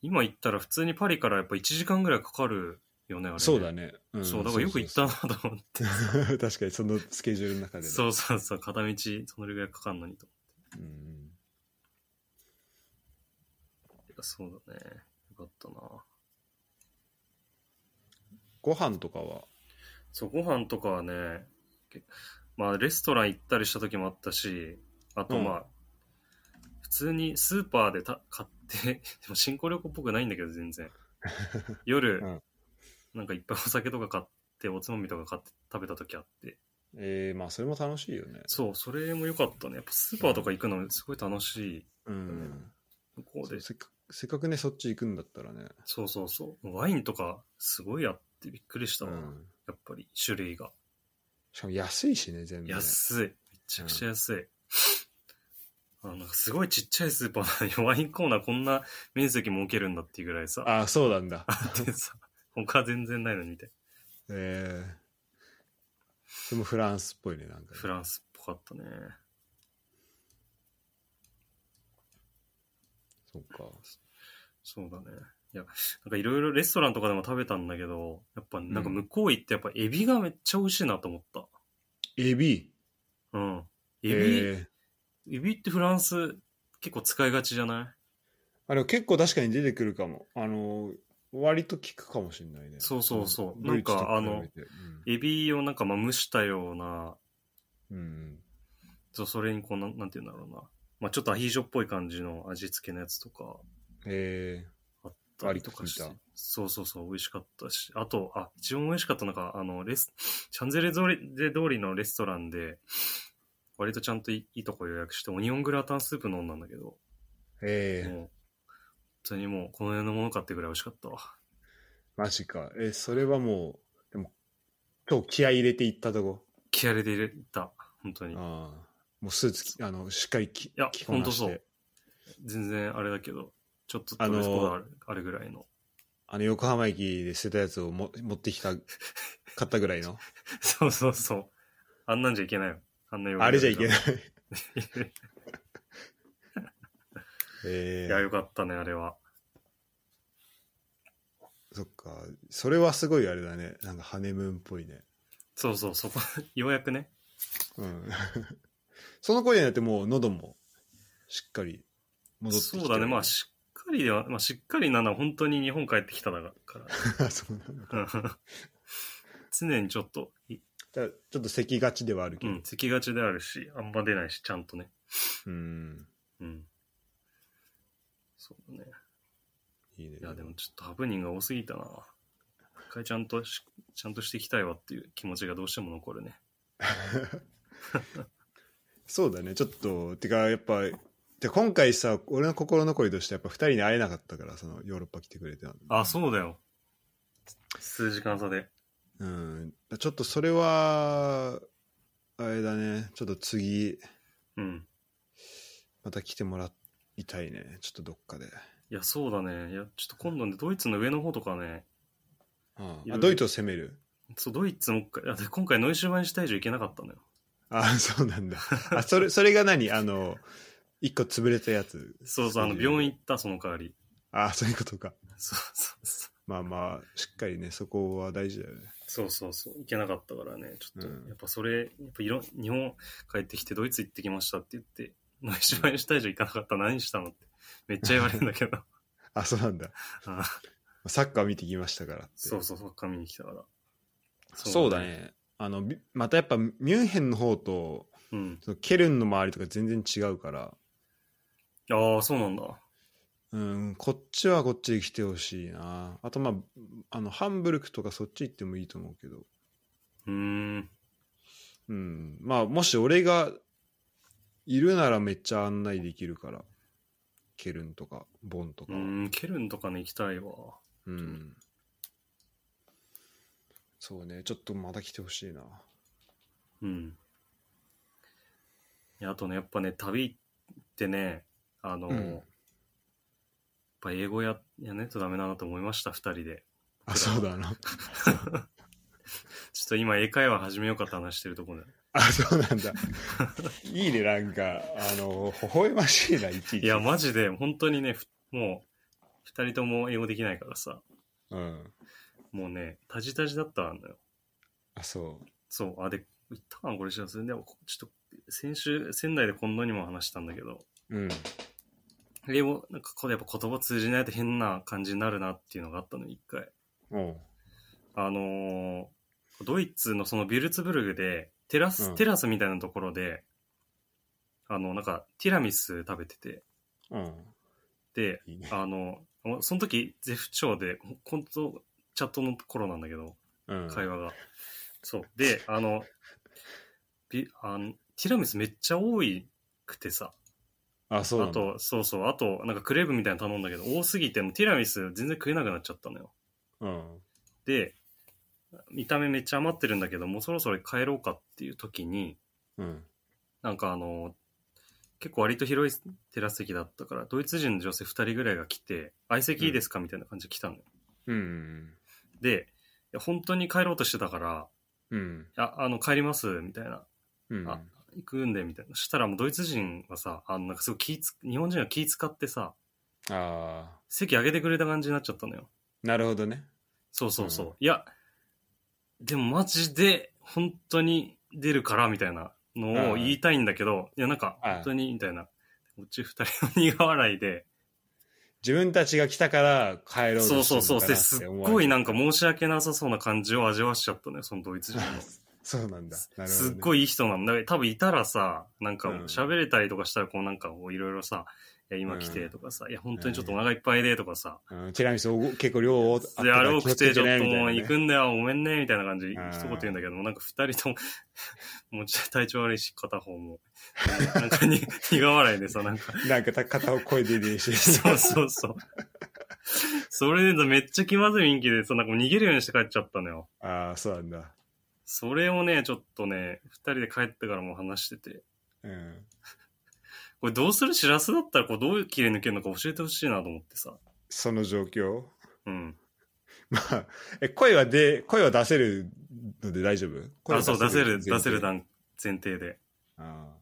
[SPEAKER 1] 今行ったら普通にパリからやっぱ1時間ぐらいかかるよね、あれ、
[SPEAKER 2] そうだね。ん
[SPEAKER 1] そう、だからよく行ったなと思って。
[SPEAKER 2] そう [laughs] 確かにそのスケジュールの中でね、
[SPEAKER 1] そうそうそう、片道それぐらいかかんのにと。
[SPEAKER 2] うん
[SPEAKER 1] いやそうだね。よかったな。
[SPEAKER 2] ご飯とかは、
[SPEAKER 1] そう、ご飯とかはね、けまあ、レストラン行ったりした時もあったし、あとまあ、普通にスーパーでた買って、 [laughs] でも新興旅行っぽくないんだけど、全
[SPEAKER 2] [laughs]
[SPEAKER 1] 然。夜、
[SPEAKER 2] うん
[SPEAKER 1] なんかいっぱいお酒とか買って、おつまみとか買って食べた時あって。
[SPEAKER 2] えー、まあそれも楽しいよね。
[SPEAKER 1] そう、それも良かったね。やっぱスーパーとか行くのすごい楽しい。
[SPEAKER 2] うん。
[SPEAKER 1] 向こうで、
[SPEAKER 2] せっかせっかくね、そっち行くんだったらね。
[SPEAKER 1] そうそうそう。ワインとかすごいあってびっくりした
[SPEAKER 2] う
[SPEAKER 1] わ。
[SPEAKER 2] ん。
[SPEAKER 1] やっぱり種類が。
[SPEAKER 2] しかも安いしね、全部、ね。
[SPEAKER 1] 安い。めちゃくちゃ安い。あなんかすごいちっちゃいスーパーなのにワインコーナーこんな面積設けるんだっていうぐらいさ。あ
[SPEAKER 2] [laughs] ああ、そうなんだ。
[SPEAKER 1] ってさ、他全然ないのにみたいな。
[SPEAKER 2] ええそれもフランスっぽいね、なんかね、
[SPEAKER 1] フランスっぽかったね。
[SPEAKER 2] そっか。
[SPEAKER 1] そうだね。いや、なんかいろいろレストランとかでも食べたんだけど、やっぱなんか向こう行ってやっぱエビがめっちゃ美味しいなと思った。
[SPEAKER 2] エビ。
[SPEAKER 1] うん。エビ、
[SPEAKER 2] ええ
[SPEAKER 1] エビってフランス結構使いがちじゃない
[SPEAKER 2] あれ結構確かに出てくるかも。あの、割と効くかもしれないね。
[SPEAKER 1] そうそうそう
[SPEAKER 2] ドイツと
[SPEAKER 1] なんかあの
[SPEAKER 2] 比べて
[SPEAKER 1] エビをなんかまあ蒸したような、
[SPEAKER 2] うん。うん
[SPEAKER 1] そうそれにこうなん、なんて言うんだろうな。まあちょっとアヒージョっぽい感じの味付けのやつとか、
[SPEAKER 2] え
[SPEAKER 1] あったりとかして
[SPEAKER 2] ありと聞いた。
[SPEAKER 1] そうそうそう、美味しかったし。あと、あ、一番美味しかったのが、あの、レス、シャンゼリゼ通りのレストランで、割とちゃんといいいとこ予約して、オニオングラタンスープ飲んだんだけど、
[SPEAKER 2] えええ
[SPEAKER 1] もう、本当にもうこの世のものかってぐらい美味しかったわ。
[SPEAKER 2] マジか。えそれはもう、でも、今日気合い入れていったとこ。
[SPEAKER 1] 気合い入れていった、本当に。
[SPEAKER 2] ああ。もうスーツ着、あの、しっかりき
[SPEAKER 1] や
[SPEAKER 2] 着こなして
[SPEAKER 1] ほんとそう全然あれだけど、ちょっと
[SPEAKER 2] あ
[SPEAKER 1] ド
[SPEAKER 2] のー
[SPEAKER 1] レスコードある,、あるぐらいの。 [laughs]
[SPEAKER 2] あの、横浜駅で捨てたやつをも持って
[SPEAKER 1] [laughs]
[SPEAKER 2] きた、買ったぐらいの。
[SPEAKER 1] そうそうそう。あんなんじゃいけないよ。あんな。
[SPEAKER 2] あれじゃいけないい。
[SPEAKER 1] [laughs] い
[SPEAKER 2] ええ
[SPEAKER 1] や、よかったね、あれは。
[SPEAKER 2] そっか。それはすごいあれだね。なんかハネムーンっぽいね。
[SPEAKER 1] そうそう、そこ、 [laughs] ようやくね。
[SPEAKER 2] うん。 [laughs] その声になってもう喉もしっかり戻ってきて
[SPEAKER 1] そうだね、まあ、しっかりでは、まあ、しっかりなのは本当に日本帰ってきただから。
[SPEAKER 2] あ。 [laughs] そうなんだ。
[SPEAKER 1] うん [laughs] 常にちょっと、い
[SPEAKER 2] ただちょっと咳がちではあるけ
[SPEAKER 1] う
[SPEAKER 2] ど。
[SPEAKER 1] ん、咳がちであるし、あんま出ないし、ちゃんとね。
[SPEAKER 2] うん。
[SPEAKER 1] うん。そうだね。
[SPEAKER 2] いいね。
[SPEAKER 1] いや、でもちょっとハプニングが多すぎたな。一回ちゃんとし、ちゃんとしていきたいわっていう気持ちがどうしても残るね。
[SPEAKER 2] そうだね。ちょっと、てか、やっぱ、で今回さ、俺の心残りとして、やっぱ二人に会えなかったから、そのヨーロッパ来てくれて。
[SPEAKER 1] あ、そうだよ。数時間差で。
[SPEAKER 2] うん。ちょっとそれは、あれだね。ちょっと次、
[SPEAKER 1] うん。
[SPEAKER 2] また来てもらいたいね。ちょっとどっかで。
[SPEAKER 1] いや、そうだね。いや、ちょっと今度ね、ドイツの上の方とかね、
[SPEAKER 2] あ
[SPEAKER 1] いろいろ
[SPEAKER 2] ドイツを攻める
[SPEAKER 1] そう、ドイツもう一回、あで今回ノイシュバインシュタイジュ行けなかったのよ。
[SPEAKER 2] あ [laughs] そうなんだ。あ、それ、それが何あの、一個潰れたやつ。
[SPEAKER 1] そうそう、あの、病院行った、その代わり。
[SPEAKER 2] あそういうことか。
[SPEAKER 1] そうそうそ
[SPEAKER 2] まあまあ、しっかりね、そこは大事だよね。
[SPEAKER 1] う。そうそうそう、行けなかったからね、ちょっと、
[SPEAKER 2] うん
[SPEAKER 1] やっぱそれ、やっぱいろ、日本帰ってきてドイツ行ってきましたって言って、ノイシュバインシュタイジュ行かなかった、何したのって、めっちゃ言われるんだけど。
[SPEAKER 2] あ、そうなんだ。
[SPEAKER 1] あ
[SPEAKER 2] サッカー見てきましたからって。
[SPEAKER 1] そうそう、サッカー見に来たから。
[SPEAKER 2] そうだ。ね。あの、びまたやっぱミュンヘンの方と、
[SPEAKER 1] うん。
[SPEAKER 2] そのケルンの周りとか全然違うから、
[SPEAKER 1] ああ、そうなんだ。
[SPEAKER 2] うん、こっちはこっちで来てほしいな。あとまあ、あの、ハンブルクとかそっち行ってもいいと思うけど。
[SPEAKER 1] うーん。
[SPEAKER 2] うん。まあ、もし俺がいるならめっちゃ案内できるから。ケルンとか、ボンと
[SPEAKER 1] う
[SPEAKER 2] か。
[SPEAKER 1] ーん、ケルンとかね、行きたいわ。
[SPEAKER 2] うん。そうね。ちょっとまた来てほしいな。
[SPEAKER 1] うん。いやあとね、やっぱね、旅ってね、あの、
[SPEAKER 2] うん
[SPEAKER 1] やっぱ英語ややねとダメだなと思いました、二人で。
[SPEAKER 2] あ、そうだな。
[SPEAKER 1] と今英会話始めようかって話してるところだ。
[SPEAKER 2] あ、そうなんだ。いいね、なんか、あの、微笑ましいな、いちいち。
[SPEAKER 1] いや、マジで、本当にね、ふもう、二人とも英語できないからさ、
[SPEAKER 2] うん。
[SPEAKER 1] もうね、タジタジだったのよ。
[SPEAKER 2] あ、そう。
[SPEAKER 1] そう、あ、で、言ったかな、これ知らず。でも、ちょっと、先週、仙台で近藤にも話したんだけど、
[SPEAKER 2] うん。
[SPEAKER 1] 英語、なんか、これやっぱ言葉通じないと変な感じになるなっていうのがあったのよ、一回。
[SPEAKER 2] おう
[SPEAKER 1] あのードイツのそのビュルツブルグで、テラス、
[SPEAKER 2] うん
[SPEAKER 1] テラスみたいなところで、あの、なんか、ティラミス食べてて、
[SPEAKER 2] うん。
[SPEAKER 1] で、
[SPEAKER 2] いいね。
[SPEAKER 1] あの、その時、ゼフ長で、ほんと、チャットの頃なんだけど、
[SPEAKER 2] うん。
[SPEAKER 1] 会話が。そう。で、あの、ビあのティラミスめっちゃ多いくてさ。
[SPEAKER 2] あ、そう
[SPEAKER 1] あ
[SPEAKER 2] なんだ。
[SPEAKER 1] と、そうそう。あと、なんかクレーブみたいなの頼んだけど、多すぎて、もうティラミス全然食えなくなっちゃったのよ。
[SPEAKER 2] うん。
[SPEAKER 1] で、見た目めっちゃ余ってるんだけど、もうそろそろ帰ろうかっていう時に、
[SPEAKER 2] うん。
[SPEAKER 1] なんかあの、結構割と広いテラス席だったから、ドイツ人の女性2人ぐらいが来て、相席いいですかみたいな感じで来たのよ。
[SPEAKER 2] うん。
[SPEAKER 1] で、いや本当に帰ろうとしてたから、
[SPEAKER 2] うん。
[SPEAKER 1] あ、あの、帰ります、みたいな。
[SPEAKER 2] うん。
[SPEAKER 1] あ行くんで、みたいな。そしたらもうドイツ人はさ、あの、なんかすごい気つ、日本人が気使ってさ、
[SPEAKER 2] あ
[SPEAKER 1] 席上げてくれた感じになっちゃったのよ。
[SPEAKER 2] ーなるほどね。
[SPEAKER 1] そうそうそう。
[SPEAKER 2] うん
[SPEAKER 1] いや、でもマジで、本当に出るから、みたいなのを言いたいんだけど、いや、なんか、
[SPEAKER 2] はい
[SPEAKER 1] 本当に、みたいな。うち二人の苦笑いで、
[SPEAKER 2] 自分たちが来たから帰ろうと
[SPEAKER 1] そうそうそう、
[SPEAKER 2] して
[SPEAKER 1] で
[SPEAKER 2] んのかな
[SPEAKER 1] す
[SPEAKER 2] て
[SPEAKER 1] っ
[SPEAKER 2] 思われ
[SPEAKER 1] ごい
[SPEAKER 2] て
[SPEAKER 1] なんか申し訳なさそうな感じを味わしちゃったのよ、そのドイツ人の。
[SPEAKER 2] [laughs] そうなんだ。なるほど、ね。
[SPEAKER 1] すっごいいい人なんだけど多分いたらさなんか
[SPEAKER 2] うん
[SPEAKER 1] 喋れたりとかしたらこうなんかこういろいろさ「いや今来て」とかさ「いや本当にちょっとお腹いっぱいで」とかさ
[SPEAKER 2] うん、ティラミスおご結構量多あっ
[SPEAKER 1] 「
[SPEAKER 2] た
[SPEAKER 1] であれ多
[SPEAKER 2] 気を
[SPEAKER 1] く
[SPEAKER 2] つけ
[SPEAKER 1] てちょっと
[SPEAKER 2] ねみたい
[SPEAKER 1] も
[SPEAKER 2] な
[SPEAKER 1] う
[SPEAKER 2] ね
[SPEAKER 1] 行くんだよごめんね」みたいな感じ一
[SPEAKER 2] ん
[SPEAKER 1] 言言うんだけどもなんか二人とももうちょっと体調悪いし片方もなんかに苦笑いでさなんか
[SPEAKER 2] なんかた片を声で出し
[SPEAKER 1] [laughs]
[SPEAKER 2] て。
[SPEAKER 1] そうそうそうそれでめっちゃ気まずい雰囲気でさなんか逃げるようにして帰っちゃったのよ
[SPEAKER 2] ああ、そうなんだ。
[SPEAKER 1] それをねちょっとね二人で帰ってからもう話してて
[SPEAKER 2] うん。
[SPEAKER 1] これどうするしらすだったらこうどう切り抜けるのか教えてほしいなと思ってさ。
[SPEAKER 2] その状況。
[SPEAKER 1] うん。
[SPEAKER 2] [laughs] まあ、え、声はで、声は出せるので大丈夫声は
[SPEAKER 1] あ、そう、出せる、
[SPEAKER 2] 前提
[SPEAKER 1] 出せる段前提で。
[SPEAKER 2] ああ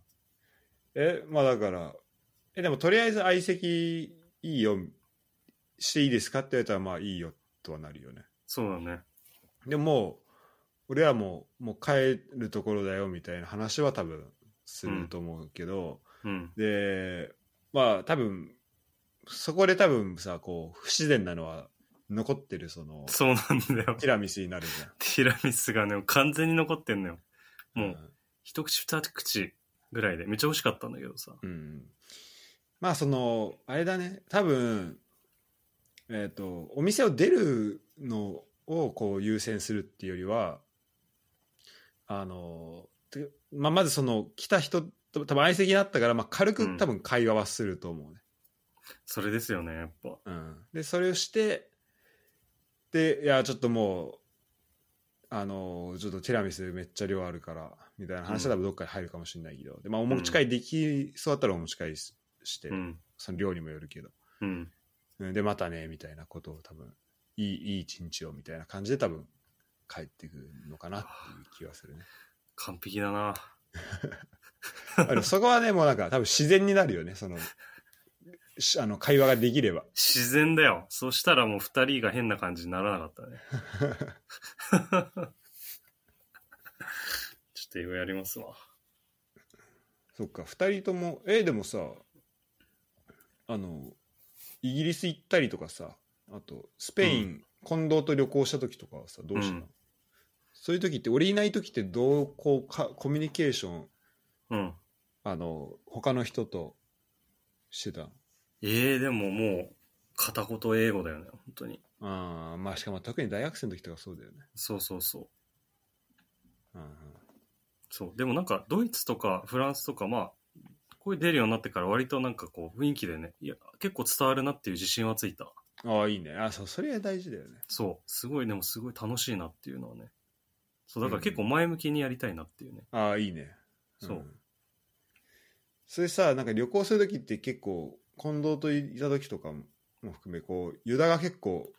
[SPEAKER 2] え、まあだから、え、でもとりあえず相席いいよ、していいですかって言われたら、まあいいよとはなるよね。
[SPEAKER 1] そうだね。
[SPEAKER 2] でももう、俺はもう、もう帰るところだよみたいな話は多分すると思うけど、
[SPEAKER 1] うん。
[SPEAKER 2] で、まあ多分、そこで多分さ、こう、不自然なのは残ってるその、
[SPEAKER 1] そうなんだよ。
[SPEAKER 2] ティラミスになるじゃん。
[SPEAKER 1] ティラミスがね、完全に残ってんのよ。もう、
[SPEAKER 2] ん
[SPEAKER 1] 一口二口ぐらいで、めっちゃ美味しかったんだけどさ。
[SPEAKER 2] うん、まあそのあれだね多分えっ、とお店を出るのをこう優先するっていうよりはあのてまあ、まずその来た人と多分相席になったから、まあ、
[SPEAKER 1] う
[SPEAKER 2] 軽
[SPEAKER 1] ん
[SPEAKER 2] く多分会話はすると思うね、
[SPEAKER 1] それですよね、やっぱ。
[SPEAKER 2] うんでそれをしてでいやちょっともうあのちょっとティラミスめっちゃ量あるからみたいな話は多分どっかに入るかもしれないけど、でまあ、お持ち帰りできそうだったらお持ち帰りしして、
[SPEAKER 1] うん。
[SPEAKER 2] その量にもよるけど。
[SPEAKER 1] うん。
[SPEAKER 2] うんで、またね、みたいなことを多分、いい、いい一日をみたいな感じで多分、帰ってくるのかなっていう気がするね。
[SPEAKER 1] 完璧だな。
[SPEAKER 2] あのそこはね、もうなんか多分自然になるよね、その、しあの、会話ができれば。
[SPEAKER 1] 自然だよ。そしたらもう二人が変な感じにならなかったね。ちょっと英語やりますわ。
[SPEAKER 2] そっか、二人とも、え、でもさ、あの、イギリス行ったりとかさ、あと、スペイン、近藤と旅行した時とかはさ、どうしたの、
[SPEAKER 1] うん
[SPEAKER 2] そういう時って、俺いない時ってどう、こうか、コミュニケーション、
[SPEAKER 1] うん。
[SPEAKER 2] あの、他の人としてたの
[SPEAKER 1] ええでももう、片言英語だよね、本当に。
[SPEAKER 2] ああまあしかも特に大学生の時とかそうだよね。
[SPEAKER 1] そうそうそう。
[SPEAKER 2] うんうん
[SPEAKER 1] そう。でもなんか、ドイツとかフランスとか、まあ、声出るようになってから割となんかこう、雰囲気でね、いや、結構伝わるなっていう自信はついた。
[SPEAKER 2] ああいいね。あそうそれは大事だよね。
[SPEAKER 1] そう。すごい、でもすごい楽しいなっていうのはね。そう、だか
[SPEAKER 2] う
[SPEAKER 1] ら
[SPEAKER 2] ん
[SPEAKER 1] 結構前向きにやりたいなっていうね。
[SPEAKER 2] ああいいね。。
[SPEAKER 1] そうん
[SPEAKER 2] それさなんか旅行する時って結構近藤といた時とかも含めこうユダが結構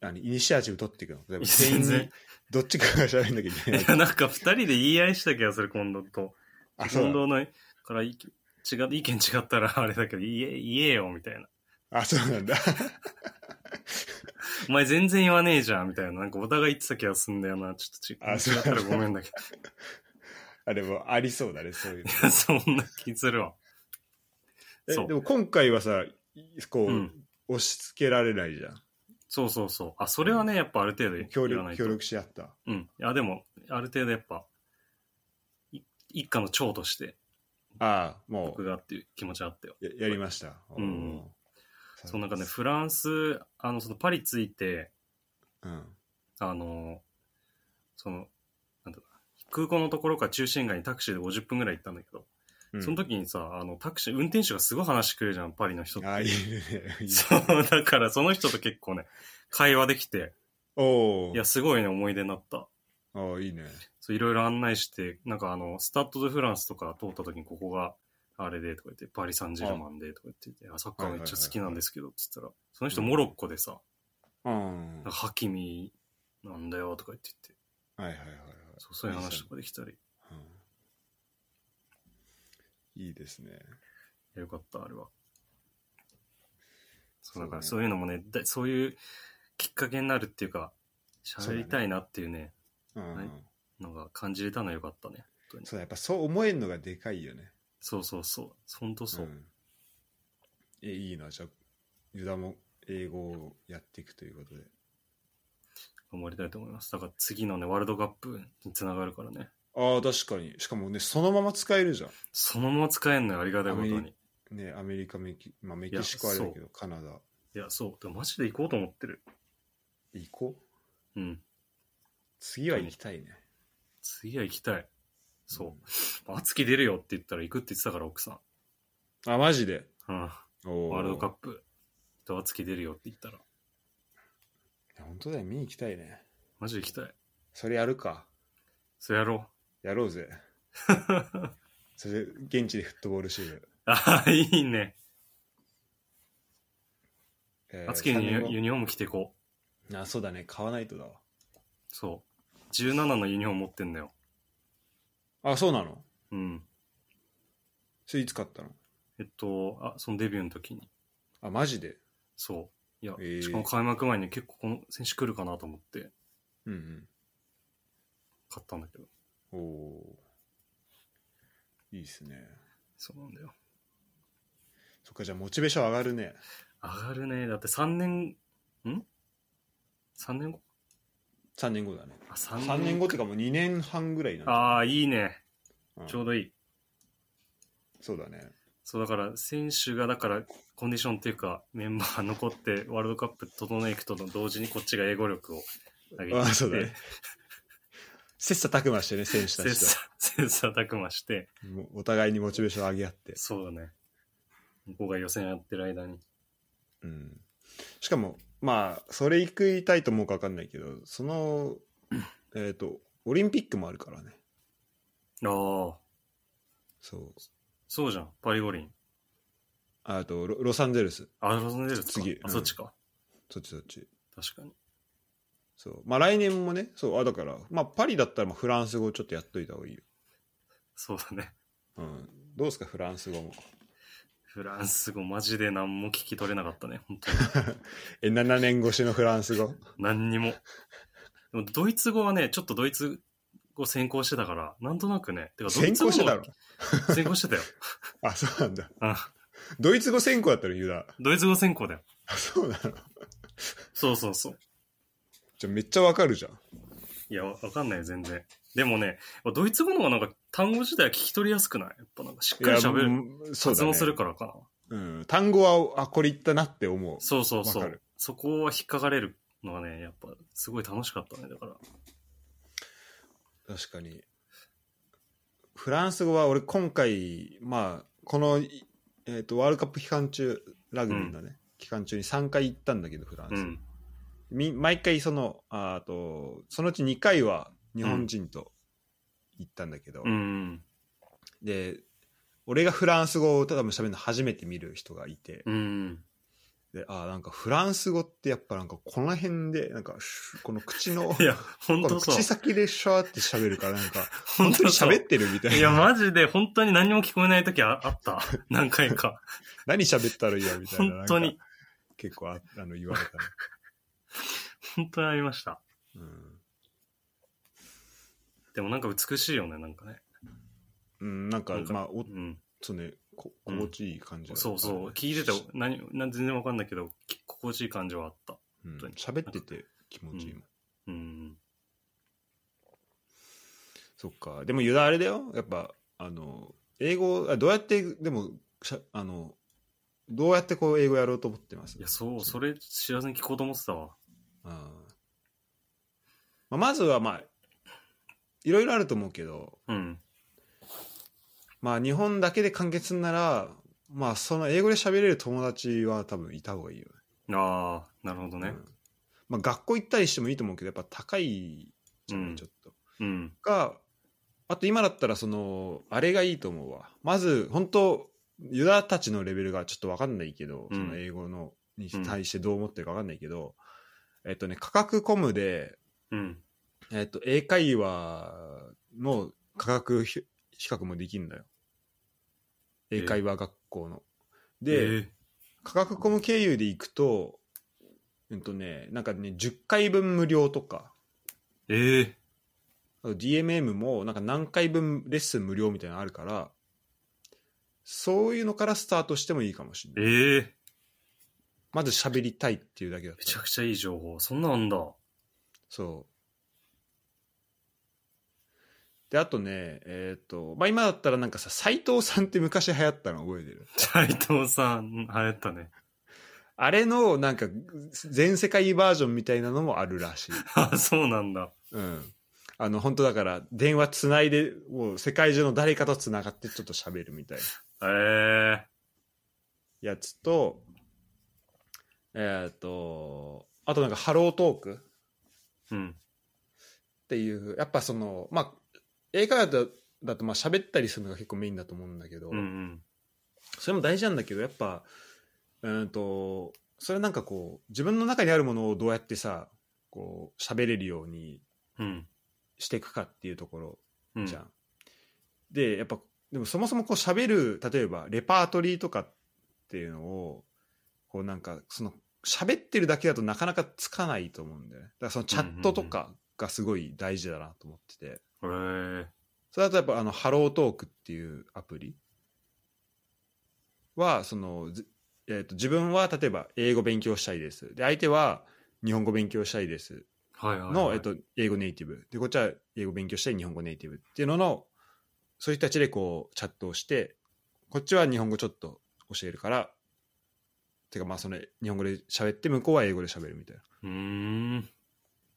[SPEAKER 2] あのイニシアチブ取っていくの。例えば全
[SPEAKER 1] 全
[SPEAKER 2] 員
[SPEAKER 1] 然。
[SPEAKER 2] どっちかが喋んなきゃいけ
[SPEAKER 1] い
[SPEAKER 2] [laughs] ない。
[SPEAKER 1] や、なんか二人で言い合いした気がする、近藤と。
[SPEAKER 2] あ、そ
[SPEAKER 1] 近
[SPEAKER 2] うなの
[SPEAKER 1] 藤の、から意見違う意見違ったら [laughs] あれだけど、言え、言えよ、みたいな。
[SPEAKER 2] あ、そうなんだ。 [laughs]
[SPEAKER 1] お前全然言わねえじゃん、みたいな。なんかお互い言ってた気がすんだよな。ちょっとち、
[SPEAKER 2] あそう
[SPEAKER 1] 違ったらごめんだけ
[SPEAKER 2] あ、でもありそうだね、そういうの。
[SPEAKER 1] ど。 [laughs] そんな気するわ。
[SPEAKER 2] え
[SPEAKER 1] そう
[SPEAKER 2] でも今回はさ、こう、
[SPEAKER 1] うん
[SPEAKER 2] 押し付けられないじゃ
[SPEAKER 1] そうそうそう。あ、それはね、やっぱある程
[SPEAKER 2] ん。
[SPEAKER 1] 度
[SPEAKER 2] 協
[SPEAKER 1] 言わな
[SPEAKER 2] 力
[SPEAKER 1] いと
[SPEAKER 2] 協。力し合った。
[SPEAKER 1] うん。いや、でも、ある程度やっぱ、い一家の長として、
[SPEAKER 2] ああ、も
[SPEAKER 1] 僕
[SPEAKER 2] う
[SPEAKER 1] がっていう気持ちはあったよ。
[SPEAKER 2] ややりました。
[SPEAKER 1] うん
[SPEAKER 2] おー
[SPEAKER 1] その中で、フランス、あの、そのパリ着いて、
[SPEAKER 2] うん。
[SPEAKER 1] あの、その、なんだろうな空港のところから中心街にタクシーで50分ぐらい行ったんだけど、
[SPEAKER 2] うん
[SPEAKER 1] その時にさ、あの、タクシー、運転手がすごい話してくれるじゃん、パリの人って。
[SPEAKER 2] ああ、いいね。いいね
[SPEAKER 1] [laughs] そう、だからその人と結構ね、会話できて、
[SPEAKER 2] お
[SPEAKER 1] いや、すごいね、思い出になった。
[SPEAKER 2] お。ああ、いいね。
[SPEAKER 1] そう、いろいろ案内して、なんかあの、スタッド・ド・フランスとか通った時にここが、あれで、とか言って、パリ・サンジェルマンで、とか言ってて、あサッカーめっちゃ好きなんですけど、って言ったら、その人モロッコでさ、
[SPEAKER 2] うん。
[SPEAKER 1] な
[SPEAKER 2] は
[SPEAKER 1] んかハキミなんだよ、とか言って言って、
[SPEAKER 2] いはいはいはい。
[SPEAKER 1] そうそういう話とかできたり、
[SPEAKER 2] うんいいですね。
[SPEAKER 1] よかった、あれは。そ、
[SPEAKER 2] そううね
[SPEAKER 1] だからそういうのもね、だそういうきっかけになるっていうか、喋りたいなっていうね、
[SPEAKER 2] うん。
[SPEAKER 1] はいのが感じれたのはよかったね。本当
[SPEAKER 2] そ
[SPEAKER 1] に
[SPEAKER 2] う、やっぱそう思えるのがでかいよね。
[SPEAKER 1] そうそうそう。本当そう。
[SPEAKER 2] んえ、いいな。じゃあ、ユダも英語をやっていくということで。
[SPEAKER 1] 頑張りたいと思います。だから次のね、ワールドカップにつながるからね。
[SPEAKER 2] ああ、確かに。しかもね、そのまま使えるじゃ
[SPEAKER 1] そのまま使えんのよ、ありがたいこと
[SPEAKER 2] アメ
[SPEAKER 1] に
[SPEAKER 2] リ。ん。ね、アメリカ、メキ,、まあ、メキシコ
[SPEAKER 1] い
[SPEAKER 2] あ
[SPEAKER 1] や
[SPEAKER 2] れだけど、カナダ。
[SPEAKER 1] いや、そう。でもマジで行こうと思ってる。
[SPEAKER 2] 行こう。
[SPEAKER 1] うん。
[SPEAKER 2] 次は行きたいね。
[SPEAKER 1] 次は行きたい。そう。熱き出るよって言ったら行くって言ってたから、奥さ
[SPEAKER 2] うん。あ、マジで。
[SPEAKER 1] ん。うん。
[SPEAKER 2] お
[SPEAKER 1] ワールドカッ
[SPEAKER 2] プ。
[SPEAKER 1] プと熱き出るよって言ったら、
[SPEAKER 2] いや本当だよ、見に行きたいね。
[SPEAKER 1] マジで行きたい。
[SPEAKER 2] それやるか。
[SPEAKER 1] それやろ
[SPEAKER 2] やろう
[SPEAKER 1] [laughs]
[SPEAKER 2] ぜ。それ、現地でフットボールシール。
[SPEAKER 1] う。ああ、いいね。
[SPEAKER 2] えー
[SPEAKER 1] 熱きに
[SPEAKER 2] 三
[SPEAKER 1] ユ
[SPEAKER 2] 年後
[SPEAKER 1] ユニフォーム着ていこう。
[SPEAKER 2] あ、そうだね。買わないとだわ。
[SPEAKER 1] そう。17のユニフォーム持ってんだよ。
[SPEAKER 2] あ、そうなの
[SPEAKER 1] うん。
[SPEAKER 2] それいつ買ったの
[SPEAKER 1] えっと、あ、そのデビューの時に。
[SPEAKER 2] あ、マジで
[SPEAKER 1] そう。いや、
[SPEAKER 2] えー
[SPEAKER 1] しかも開幕前に結構この選手来るかなと思って
[SPEAKER 2] うん
[SPEAKER 1] 買ったんだけど。
[SPEAKER 2] うん。おーいいっすね。
[SPEAKER 1] そうなんだよ。
[SPEAKER 2] そっか、じゃあモチベーション上がるね。
[SPEAKER 1] 上がるね。だって3年、ん ?3 年後
[SPEAKER 2] 3年後だね。
[SPEAKER 1] あ、3
[SPEAKER 2] 3年後っていうかもう2年半ぐらいなんだ
[SPEAKER 1] ああ、いいね。
[SPEAKER 2] うん
[SPEAKER 1] ちょうどいい。
[SPEAKER 2] そうだね。
[SPEAKER 1] そう、だから選手が、だからコンディションっていうか、メンバー残ってワールドカップ整えいくと同時にこっちが英語力を上げていっ
[SPEAKER 2] あ
[SPEAKER 1] て、
[SPEAKER 2] そうだね。 [laughs] 切磋琢磨してね、選手た
[SPEAKER 1] 切
[SPEAKER 2] ち
[SPEAKER 1] 磋、切磋琢磨して、
[SPEAKER 2] と。もうお互いにモチベーション上げ合って。
[SPEAKER 1] そうだね。向こうが予選やってる間に。
[SPEAKER 2] うん、しかもまあそれ行くいたいと思うか分かんないけど
[SPEAKER 1] [clears throat]
[SPEAKER 2] そのえっ、とオリンピックもあるからね
[SPEAKER 1] ああ、
[SPEAKER 2] そう
[SPEAKER 1] そうじゃん。パリ五輪。
[SPEAKER 2] あとロロサンゼルス
[SPEAKER 1] あ、ロサンゼルスか
[SPEAKER 2] 次
[SPEAKER 1] あ、そっちか。
[SPEAKER 2] そっちそっち
[SPEAKER 1] 確かに。
[SPEAKER 2] そうまあ来年もねそうあだからまあパリだったらまあフランス語ちょっとやっといた方がいいよ、
[SPEAKER 1] そうだね。
[SPEAKER 2] うん、どうですかフランス語も
[SPEAKER 1] フランス語マジで何も聞き取れなかったね。本当に。
[SPEAKER 2] え7年越しのフランス語
[SPEAKER 1] 何にも。でもドイツ語はね、ちょっとドイツ語専攻してたから、なんとなくね。てかドイ
[SPEAKER 2] 専
[SPEAKER 1] ツ語
[SPEAKER 2] 攻
[SPEAKER 1] も
[SPEAKER 2] してたろ
[SPEAKER 1] 専攻してたよ。
[SPEAKER 2] あそうなんだ
[SPEAKER 1] うん。
[SPEAKER 2] ドイツ語専攻だったらユダ
[SPEAKER 1] ドイツ語専攻だよ。
[SPEAKER 2] あそうなの
[SPEAKER 1] そうそうそう。
[SPEAKER 2] じゃあめっちゃわかるじゃん
[SPEAKER 1] いや、わわかんないよ、全然。でもね、ドイツ語の方がなんか単語自体は聞き取りやすくないやっぱなんかしっ
[SPEAKER 2] い
[SPEAKER 1] かり喋る。
[SPEAKER 2] うんそう
[SPEAKER 1] 発
[SPEAKER 2] だ、ね
[SPEAKER 1] 音するからかな。
[SPEAKER 2] うん、単語はあこれ言ったなって思う
[SPEAKER 1] そうそうそ
[SPEAKER 2] わか
[SPEAKER 1] う
[SPEAKER 2] る。
[SPEAKER 1] そこは引っかかれるのはね、やっぱすごい楽しかったね。だから。
[SPEAKER 2] 確かにフランス語は俺今回まあこの、いえー、とワールドカップ期間中ラグビーのね、期間中に3回行ったんだけどフランス、
[SPEAKER 1] うん。
[SPEAKER 2] み毎回そのああとそのうち2回は日本人と行ったんだけど、
[SPEAKER 1] うん。
[SPEAKER 2] で俺がフランス語を多分喋るの初めて見る人がいて、
[SPEAKER 1] うん。
[SPEAKER 2] で、ああ、なんかフランス語ってやっぱなんかこの辺で、なんかシュこの口の、
[SPEAKER 1] いや、本
[SPEAKER 2] この
[SPEAKER 1] 当そう
[SPEAKER 2] 口。先でシャーって喋るからなんか、
[SPEAKER 1] [laughs] 本
[SPEAKER 2] 本当に
[SPEAKER 1] そう
[SPEAKER 2] 喋ってるみたいな。
[SPEAKER 1] いや、マジで本当に何も聞こえない時ああった。何回か。
[SPEAKER 2] 何喋ったらいいやみ [laughs] たいな。
[SPEAKER 1] 本当に
[SPEAKER 2] なんか。結構ああの言われたね、
[SPEAKER 1] 本当にありました。
[SPEAKER 2] うん
[SPEAKER 1] でもなんか美しいよね、なんかね。
[SPEAKER 2] うん、なんか、
[SPEAKER 1] なんか
[SPEAKER 2] まあ、お
[SPEAKER 1] うん。
[SPEAKER 2] そうね、こ
[SPEAKER 1] うん
[SPEAKER 2] 心地いい感じだった
[SPEAKER 1] そ
[SPEAKER 2] ね、
[SPEAKER 1] うそう。聞いてて、何、なん全然わかんないけど、き心地いい感じはあった。
[SPEAKER 2] うん
[SPEAKER 1] 当に
[SPEAKER 2] 喋ってて気持ちいいもん。
[SPEAKER 1] うん。
[SPEAKER 2] そっか。でも、ユダあれだよ。やっぱ、あの、英語、あどうやって、でも、しゃあの、どうやってこう英語やろうと思ってます
[SPEAKER 1] いや、そう、それ知らずに聞こうと思ってたわ。
[SPEAKER 2] うんまあ、まずは、まあ、いろいろあると思うけど、
[SPEAKER 1] うん。
[SPEAKER 2] まあ、日本だけで完結するなら、まあ、その英語で喋れる友達は多分いた方がいいよね。
[SPEAKER 1] ああ、なるほどね
[SPEAKER 2] う。んまあ、学校行ったりしてもいいと思うけどやっぱ高いじゃない、
[SPEAKER 1] うん
[SPEAKER 2] ちょっと。
[SPEAKER 1] うん。
[SPEAKER 2] があと今だったらそのあれがいいと思うわまず本当ユダたちのレベルがちょっと分かんないけど、
[SPEAKER 1] うん
[SPEAKER 2] その英語のに対してどう思ってるか分かんないけど、えっとね価格コムで、
[SPEAKER 1] うん。
[SPEAKER 2] えっと、英会話の価格ひ比較もできるんだよ
[SPEAKER 1] え
[SPEAKER 2] 英会話学校の。
[SPEAKER 1] え
[SPEAKER 2] で、
[SPEAKER 1] ー
[SPEAKER 2] 価格コム経由で行くと、うんとね、なんかね、10回分無料とか、
[SPEAKER 1] ええ
[SPEAKER 2] あと DMM もなんか何回分レッスン無料みたいなのあるから、そういうのからスタートしてもいいかもしれない。
[SPEAKER 1] ええ
[SPEAKER 2] まず喋りたいっていうだけだっ
[SPEAKER 1] めち
[SPEAKER 2] た
[SPEAKER 1] ゃ
[SPEAKER 2] ら。
[SPEAKER 1] くちゃいい情報。そんなんあんだ。
[SPEAKER 2] そう。で、あとね、えっ、と、まあ、今だったらなんかさ、斎藤さんって昔流行ったの覚えてる
[SPEAKER 1] 斎藤さん、流行ったね。
[SPEAKER 2] あれのなんか全世界バージョンみたいなのもあるらしい。
[SPEAKER 1] あそうなんだ。
[SPEAKER 2] うん。あの、本当だから、電話つないで、もう世界中の誰かとつながってちょっと喋るみたい
[SPEAKER 1] ええ
[SPEAKER 2] なやつと、えっ、と、あとなんか、ハロートークっ
[SPEAKER 1] うん。
[SPEAKER 2] ていう、やっぱその、まあ、映画だと、だとまあ喋ったりするのが結構メインだと思うんだけど、
[SPEAKER 1] うんうん。
[SPEAKER 2] それも大事なんだけど、やっぱ、うーんと、それなんかこう、自分の中にあるものをどうやってさ、こう、喋れるように
[SPEAKER 1] うん。
[SPEAKER 2] していくかっていうところ
[SPEAKER 1] うん。
[SPEAKER 2] じゃん。でやっぱでもそもそもこう喋る例えばレパートリーとかっていうのをこうなんかその喋ってるだけだとなかなかつかないと思うんだよね。だからそのチャットとかがすごい大事だなと思ってて。
[SPEAKER 1] ええ
[SPEAKER 2] それだとやっぱあのハロートークっていうアプリはその、ずえー、と自分は例えば英語勉強したいです。で相手は日本語勉強したいです。
[SPEAKER 1] はいはい、はい。
[SPEAKER 2] の、えっと、英語ネイティブでこっちは英語勉強して日本語ネイティブっていうののそういう人たちでこうチャットをしてこっちは日本語ちょっと教えるからてかまあその日本語で喋って向こうは英語で喋るみたいな
[SPEAKER 1] うーん。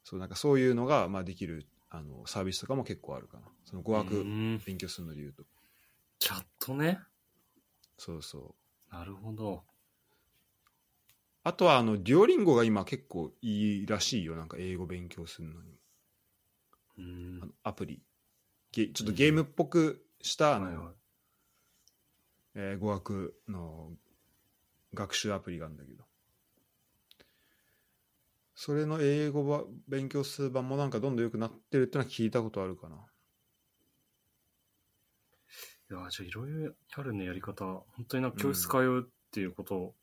[SPEAKER 2] そうなんかそういうのがまあできるあのサービスとかも結構あるかなその語
[SPEAKER 1] う
[SPEAKER 2] 学
[SPEAKER 1] ん
[SPEAKER 2] 勉強するので言うと
[SPEAKER 1] チャットね。
[SPEAKER 2] そうそう
[SPEAKER 1] なるほど。
[SPEAKER 2] あとはあのデュオリンゴが今結構いいらしいよなんか英語勉強するのにも
[SPEAKER 1] う
[SPEAKER 2] あ
[SPEAKER 1] ん。
[SPEAKER 2] のアプリゲちょっとゲームっぽくしたあの、
[SPEAKER 1] はいはい
[SPEAKER 2] えー語学の学習アプリがあるんだけどそれの英語ば勉強する版もなんかどんどん良くなってるってのは聞いたことあるかな、
[SPEAKER 1] いや、じゃあいろいろあるね、やり方。本当になんか教室通うっていうこと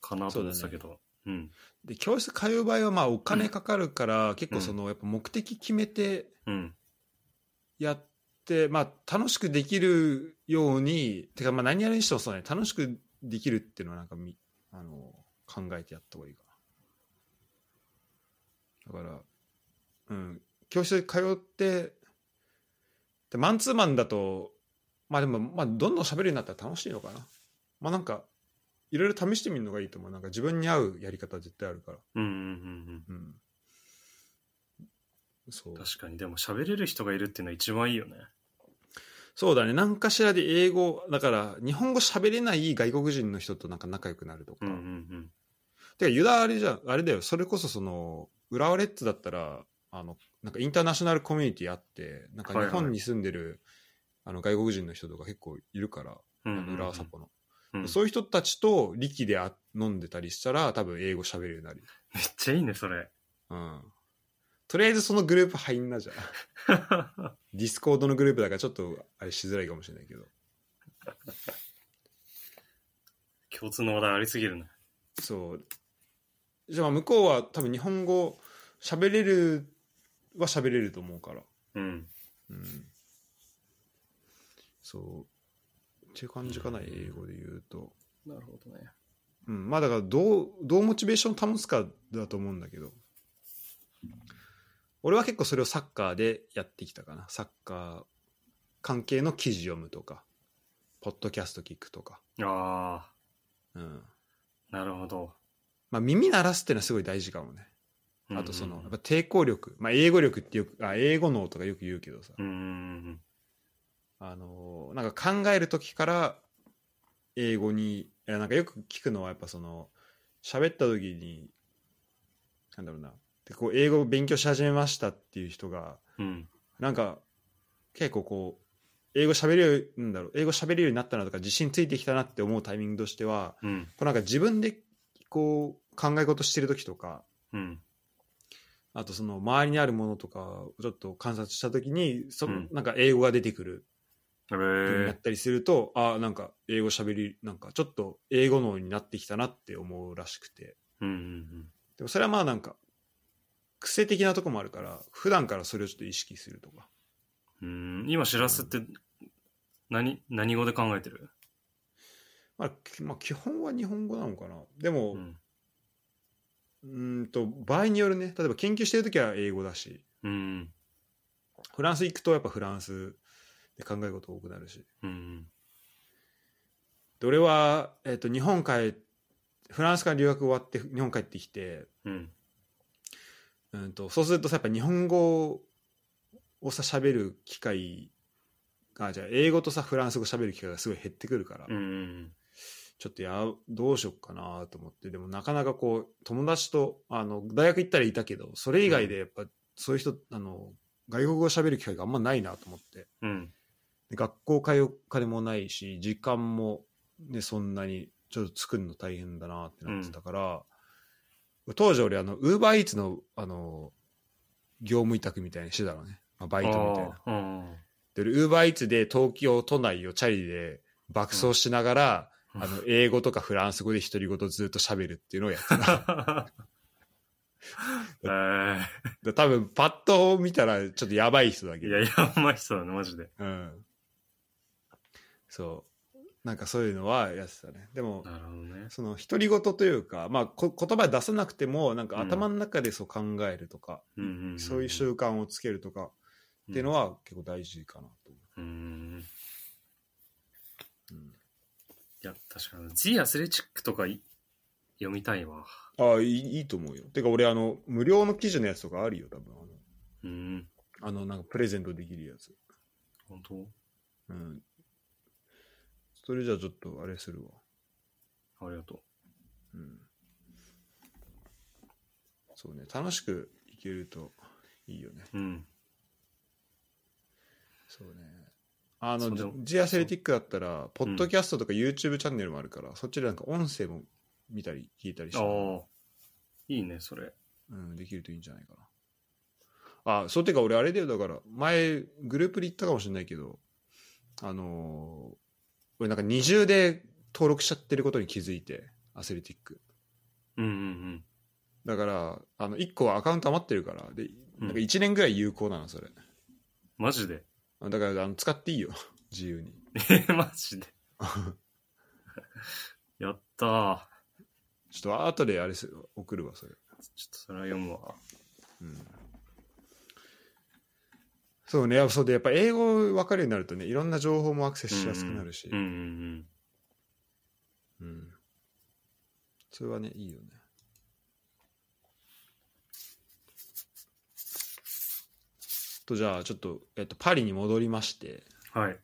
[SPEAKER 1] かなと思ってたけど。うん。
[SPEAKER 2] で教室通う場合はまあお金かかるから、結構そのやっぱ目的決めて
[SPEAKER 1] うん。
[SPEAKER 2] やって、まあ楽しくできるようにてかまあ何やるにしてもそうだね楽しくできるっていうのはなんかみあの考えてやった方がいいかなだからうん教室通ってでマンツーマンだとまあでもまあどんどん喋るようになったら楽しいのかなまあなんかいろいろ試してみるのがいいと思うなんか自分に合うやり方絶対あるから
[SPEAKER 1] うんうんうん
[SPEAKER 2] うんそう
[SPEAKER 1] うん。確かに、でも喋れる人がいるっていうのは一番いいよね。
[SPEAKER 2] そうだね何かしらで英語だから日本語喋れない外国人の人となんか仲良くなるとか、
[SPEAKER 1] うんうん
[SPEAKER 2] てかユダあれじゃんあれだよそれこそその浦和レッズだったらあのなんかインターナショナルコミュニティあってなんか日
[SPEAKER 1] はいは
[SPEAKER 2] 本
[SPEAKER 1] い
[SPEAKER 2] に住んでる、あの外国人の人とか結構いるから、
[SPEAKER 1] うん。うんうんうん
[SPEAKER 2] 浦和サポの、
[SPEAKER 1] うん、
[SPEAKER 2] そういう人たちと力であ飲んでたりしたら多分英語喋るようになる、
[SPEAKER 1] めっちゃいいね、それ。
[SPEAKER 2] うん、とりあえずそのグループ入んな
[SPEAKER 1] [laughs]
[SPEAKER 2] じゃあディスコードのグループだからちょっとあれしづらいかもしれないけど
[SPEAKER 1] 共通の話題ありすぎるね。
[SPEAKER 2] そうじゃあまあ向こうは多分日本語喋れるは喋れると思うから
[SPEAKER 1] うん。
[SPEAKER 2] うんそうっていう感じかな英語で言うと
[SPEAKER 1] なるほどね。
[SPEAKER 2] うん、まあだからどうどうモチベーションを保つかだと思うんだけど俺は結構それをサッカーでやってきたかなサッカー関係の記事読むとかポッドキャスト聞くとか、
[SPEAKER 1] あ
[SPEAKER 2] うん
[SPEAKER 1] あ、なるほど。
[SPEAKER 2] まあ、耳鳴らすっていうのはすごい大事かもねあとその
[SPEAKER 1] うん
[SPEAKER 2] やっぱ抵抗力、まあ、英語力ってよくあ英語脳とかよく言うけどさ、
[SPEAKER 1] うんうん
[SPEAKER 2] あのーなんか考える時から英語にいやなんかよく聞くのはやっぱその喋った時になんだろうなでこう英語を勉強し始めましたっていう人が
[SPEAKER 1] うん。うん。
[SPEAKER 2] なんか結構こう英語喋れるなんだろう英語喋れるようになったなとか自信ついてきたなって思うタイミングとしては
[SPEAKER 1] うん。
[SPEAKER 2] こうなんか自分でこう考え事してる時とか
[SPEAKER 1] うん。
[SPEAKER 2] あとその周りにあるものとかをちょっと観察した時にそ、
[SPEAKER 1] うん
[SPEAKER 2] なんか英語が出てくる
[SPEAKER 1] え
[SPEAKER 2] やっ
[SPEAKER 1] ー、
[SPEAKER 2] たりすると、あなんか英語喋りなんかちょっと英語能になってきたなって思うらしくて
[SPEAKER 1] うんうん
[SPEAKER 2] でもそれはまあなんか癖的なとこもあるから普段からそれをちょっと意識するとか
[SPEAKER 1] うん。うん。今、しらすって、何、何語で考えてる
[SPEAKER 2] まあ、きまあ、基本は日本語なのかなで
[SPEAKER 1] う
[SPEAKER 2] も
[SPEAKER 1] ん。
[SPEAKER 2] うーんと場合によるね例えば研究してる時は英語だし
[SPEAKER 1] うん。
[SPEAKER 2] フランス行くとやっぱフランスで考えること多くなるし
[SPEAKER 1] うん。
[SPEAKER 2] で俺は、えっと日本帰フランスから留学終わって日本帰ってきて
[SPEAKER 1] うん。
[SPEAKER 2] うんとそうするとさやっぱ日本語をさ喋る機会がじゃあ英語とさフランス語喋る機会がすごい減ってくるから、
[SPEAKER 1] うんうん。
[SPEAKER 2] ちょっとやどうしよっかなと思ってでもなかなかこう友達とあの大学行ったらいたけどそれ以外でやっぱそういう人、あの外国語喋る機会があんまないなと思って
[SPEAKER 1] うん。
[SPEAKER 2] で学校通う金もないし時間も、ね、そんなにちょっと作るの大変だなってなってたから、当時俺あのウーバーイーツのあの業務委託みたいにしてたのね、まあ、バイトみたいな
[SPEAKER 1] あーうん。
[SPEAKER 2] でウーバーイーツで東京都内をチャリで爆走しながら、
[SPEAKER 1] うん
[SPEAKER 2] あの英語とかフランス語で独り言ずっと喋るっていうのをやっ
[SPEAKER 1] [laughs]
[SPEAKER 2] てただか
[SPEAKER 1] えー、
[SPEAKER 2] ら多分パッと見たらちょっとやばい人だけ
[SPEAKER 1] い
[SPEAKER 2] ど
[SPEAKER 1] や、やばい人だね、マジで。
[SPEAKER 2] うん、そうなんかそういうのはやってたねでも、
[SPEAKER 1] なるほどね。
[SPEAKER 2] その独り言というか、まあ、こ言葉出さなくてもなんか
[SPEAKER 1] うん
[SPEAKER 2] 頭の中でそう考えるとか、
[SPEAKER 1] うんうんうん
[SPEAKER 2] そういう習慣をつけるとかっていうのは結構大事かなと思
[SPEAKER 1] うん。
[SPEAKER 2] う、
[SPEAKER 1] いや、確かに。G アスレチックとかい読みたいわ。
[SPEAKER 2] うんああいいいいと思うよてか俺あの無料の記事のやつとかあるよ多分
[SPEAKER 1] うん。
[SPEAKER 2] あのあのなんかプレゼントできるやつ、
[SPEAKER 1] 本当
[SPEAKER 2] うん、それじゃあちょっとあれするわ、
[SPEAKER 1] ありがと
[SPEAKER 2] うん、そうね楽しくいけるといいよね
[SPEAKER 1] う。うん。
[SPEAKER 2] そうね。あ
[SPEAKER 1] そ
[SPEAKER 2] の
[SPEAKER 1] うで
[SPEAKER 2] ジ
[SPEAKER 1] も、
[SPEAKER 2] ジアスレティックだったら、ポッドキャストとか YouTube チャンネルもあるから、そっちでなんか音声も見たり聞いたりし
[SPEAKER 1] あ
[SPEAKER 2] て、
[SPEAKER 1] あ。いいね、それ。
[SPEAKER 2] うん、できるといいんじゃないかな。あ、そうてか俺あれだよ、だから、前、グループで言ったかもしれないけど、あのー俺なんか二重で登録しちゃってることに気づいて、アスレティック。
[SPEAKER 1] うんうん
[SPEAKER 2] だから、あの、1個はアカウント余ってるから、で、
[SPEAKER 1] うん。
[SPEAKER 2] なんか
[SPEAKER 1] うん、
[SPEAKER 2] 1年ぐらい有効なの、それ。
[SPEAKER 1] マジで [laughs]
[SPEAKER 2] だから、あの使っていいよ、 [laughs] 自由に。
[SPEAKER 1] え、マジで。 [laughs] やったー。
[SPEAKER 2] ちょっと後であれす送るわ、それ。
[SPEAKER 1] ちょっとそれは読むわ。
[SPEAKER 2] うんそうね、やっぱそうで、やっぱ英語分かるようになるとね、いろんな情報もアクセスしやすくなるし、
[SPEAKER 1] うんうん
[SPEAKER 2] うんそれはね、いいよね。と、じゃあ、ちょっと、えっと、パリに戻りまして、
[SPEAKER 1] うん。はい。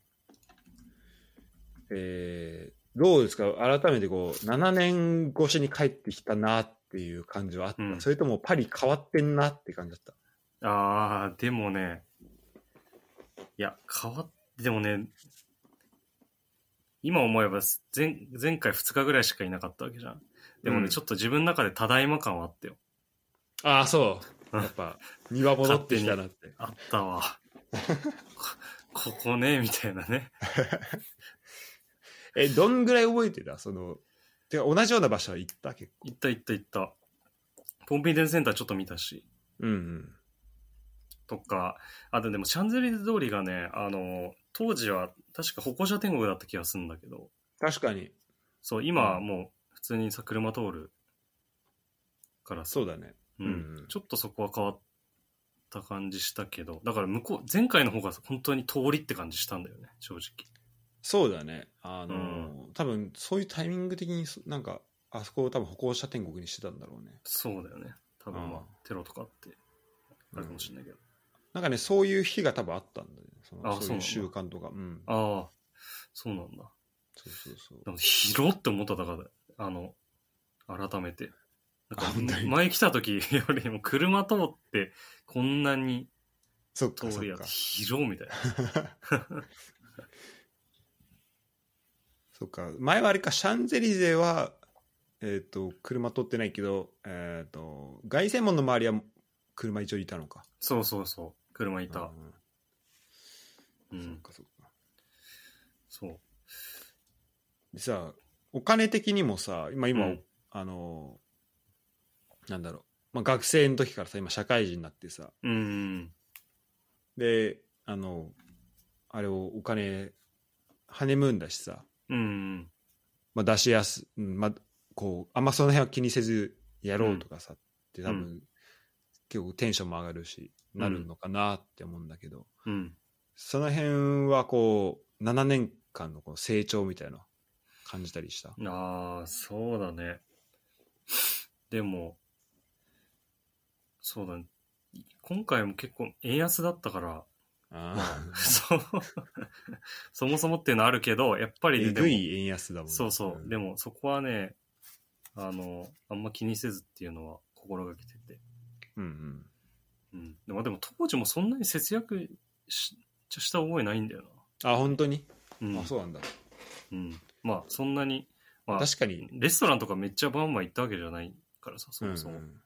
[SPEAKER 2] えーどうですか、改めてこう、7年越しに帰ってきたなっていう感じはあった、
[SPEAKER 1] うん
[SPEAKER 2] それともパリ変わってんなって感じだった。
[SPEAKER 1] ああ、でもね、いや、変わって、でもね、今思えば前前回2日ぐらいしかいなかったわけじゃんでもね、
[SPEAKER 3] うん
[SPEAKER 1] ちょっと自分の中でただいま感はあったよ
[SPEAKER 3] ああ、そう。やっぱ、庭戻ってきたなって。
[SPEAKER 1] あったわこここねみたいなね
[SPEAKER 3] え、
[SPEAKER 2] どんぐらい覚えてたその、てか同じような場所は行った結構。
[SPEAKER 1] 行った行った行ったポンピンデンセンターちょっと見たし
[SPEAKER 2] うんうん。
[SPEAKER 1] とかあとでもシャンゼリゼ通りがねあの当時は確か歩行者天国だった気がするんだけど
[SPEAKER 2] 確かに。
[SPEAKER 1] そう今はもう普通にさ車通るからさ
[SPEAKER 2] そうだね。
[SPEAKER 1] う
[SPEAKER 2] うんうん
[SPEAKER 1] んちょっとそこは変わった感じしたけどだから向こう前回の方が本当に通りって感じしたんだよね正直
[SPEAKER 2] そうだね。あの
[SPEAKER 1] う
[SPEAKER 2] ー、多分そういうタイミング的にそ、なんか、あそこを多分歩行者天国にしてたんだろうね。
[SPEAKER 1] そうだよね多分まあ
[SPEAKER 2] うん
[SPEAKER 1] テロとかあってあるかもしれないけど、
[SPEAKER 2] なんかね、そういう日が多分あったんだよね。その
[SPEAKER 1] あ
[SPEAKER 2] そう
[SPEAKER 1] そうなん
[SPEAKER 2] いう
[SPEAKER 1] だ
[SPEAKER 2] 習慣とか。うん。
[SPEAKER 1] ああそうなんだ
[SPEAKER 2] そうそうそう
[SPEAKER 1] で。も広って思っただからあの改めて
[SPEAKER 2] あ
[SPEAKER 1] なん
[SPEAKER 2] 本当
[SPEAKER 1] か
[SPEAKER 2] に
[SPEAKER 1] 前来た時よ [laughs] りも車通ってこんなに
[SPEAKER 2] そっか、
[SPEAKER 1] 通
[SPEAKER 2] そ
[SPEAKER 1] りや
[SPEAKER 2] っ
[SPEAKER 1] っ
[SPEAKER 2] か
[SPEAKER 1] て。広みたいな
[SPEAKER 2] そっか。前はあれか、シャンゼリゼは、えっ、と、車通ってないけど、えっ、と、凱旋門の周りは車一応いたのか。
[SPEAKER 1] そうそうそう車い
[SPEAKER 2] あ
[SPEAKER 1] たう
[SPEAKER 2] ーそっ
[SPEAKER 1] ん
[SPEAKER 2] かそっか。
[SPEAKER 1] そう
[SPEAKER 2] でさ、お金的にもさ、今、今、
[SPEAKER 1] うん
[SPEAKER 2] あのー、なんだろう。まあ、学生の時からさ、今、社会人になってさ、
[SPEAKER 1] うん
[SPEAKER 2] で、あの、あれをお金、ハネムーンだしさ、
[SPEAKER 1] うんうん
[SPEAKER 2] まあ、出しやす、うんまあ、こうあんまその辺は気にせずやろうとかさ、って多分、
[SPEAKER 1] う
[SPEAKER 2] 結構テンションも上がるしなるのかなって思うんだけど、
[SPEAKER 1] うん
[SPEAKER 2] その辺はこう7年間のこう成長みたいなの感じたりした
[SPEAKER 1] ああ、そうだね。でも、そうだね。今回も結構円安だったから、 [laughs]
[SPEAKER 2] あー
[SPEAKER 1] そう [laughs] そもそもっていうのあるけど、やっぱり
[SPEAKER 2] え
[SPEAKER 1] ね、
[SPEAKER 2] ぐ
[SPEAKER 1] で
[SPEAKER 2] い円安だもん
[SPEAKER 1] も、
[SPEAKER 2] ね
[SPEAKER 1] そうそう。
[SPEAKER 2] ん
[SPEAKER 1] でもそこはね、あの、あんま気にせずっていうのは心がけてて。
[SPEAKER 2] うんうん
[SPEAKER 1] うん。でも、でも当時もそんなに節約しちゃした覚えないんだよ
[SPEAKER 2] あ本当に、
[SPEAKER 1] な。うん。
[SPEAKER 2] あそうなんだ
[SPEAKER 1] うん。まあ、そんなに、まあ、
[SPEAKER 2] 確かに
[SPEAKER 1] レストランとかめっちゃバンバン行ったわけじゃないからさ、そもそも。
[SPEAKER 2] うんうん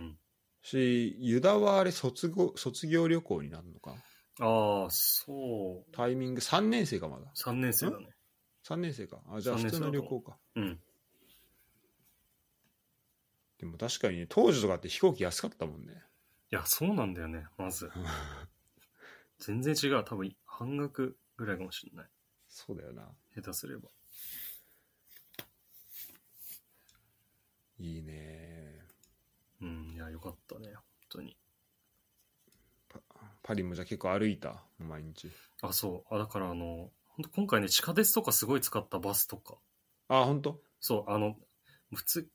[SPEAKER 1] うん
[SPEAKER 2] しユダはあれ卒業卒業旅行になるのか
[SPEAKER 1] ああ、そう。
[SPEAKER 2] タイミング3年生かまだ
[SPEAKER 1] 3年生だね。
[SPEAKER 2] 3年生かあじゃあ
[SPEAKER 1] 三
[SPEAKER 2] 普
[SPEAKER 1] 年生
[SPEAKER 2] 通
[SPEAKER 1] だ
[SPEAKER 2] の
[SPEAKER 1] と
[SPEAKER 2] 旅行か
[SPEAKER 1] うん。
[SPEAKER 2] でも確かにね当時とかって飛行機安かったもんね [laughs]
[SPEAKER 1] いや、そうなんだよね、まず。全然違う。多分、半額ぐらいかもしれない。
[SPEAKER 2] そうだよな
[SPEAKER 1] 下手すれば。
[SPEAKER 2] いいね
[SPEAKER 1] うん、いや、よかったね、本当に。
[SPEAKER 2] パリもじゃあ結構歩いた毎日
[SPEAKER 1] あ、そう。あ、だから、あの、本当今回ね、地下鉄とかすごい使ったバスとか。
[SPEAKER 2] あ本当
[SPEAKER 1] そう、あの、普通、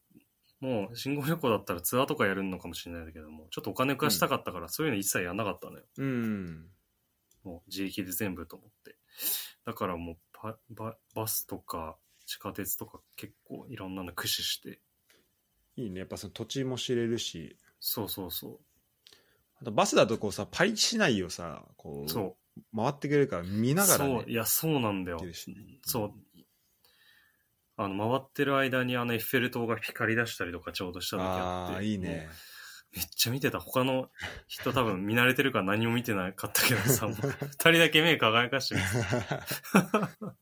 [SPEAKER 1] もう、信号旅行だったらツアーとかやるのかもしれないんだけども、ちょっとお金浮かしたかったから、そういうの一切やんなかったのよ。
[SPEAKER 2] うん
[SPEAKER 1] もう自力で全部と思って。だからもうパバ、バスとか地下鉄とか結構いろんなの駆使して。
[SPEAKER 2] いいねやっぱその土地も知れるし
[SPEAKER 1] そうそうそ
[SPEAKER 2] あとバスだとこうさパリ市内をさこ
[SPEAKER 1] う。
[SPEAKER 2] う
[SPEAKER 1] そ
[SPEAKER 2] 回ってくれるから見
[SPEAKER 1] う。
[SPEAKER 2] なが
[SPEAKER 1] そ
[SPEAKER 2] ら、
[SPEAKER 1] う、い
[SPEAKER 2] ね、
[SPEAKER 1] や、そうなんだよ
[SPEAKER 2] できるしね。
[SPEAKER 1] そう。あの、回ってる間にあのエッフェル塔が光り出したりとかちょうどした時あって。
[SPEAKER 2] ああいい
[SPEAKER 1] もう [laughs]
[SPEAKER 2] ね
[SPEAKER 1] めっちゃ見てた。他の人多分見慣れてるから何も見てなかったけど
[SPEAKER 2] [laughs]
[SPEAKER 1] さ、もう二人だけ目輝かしてるい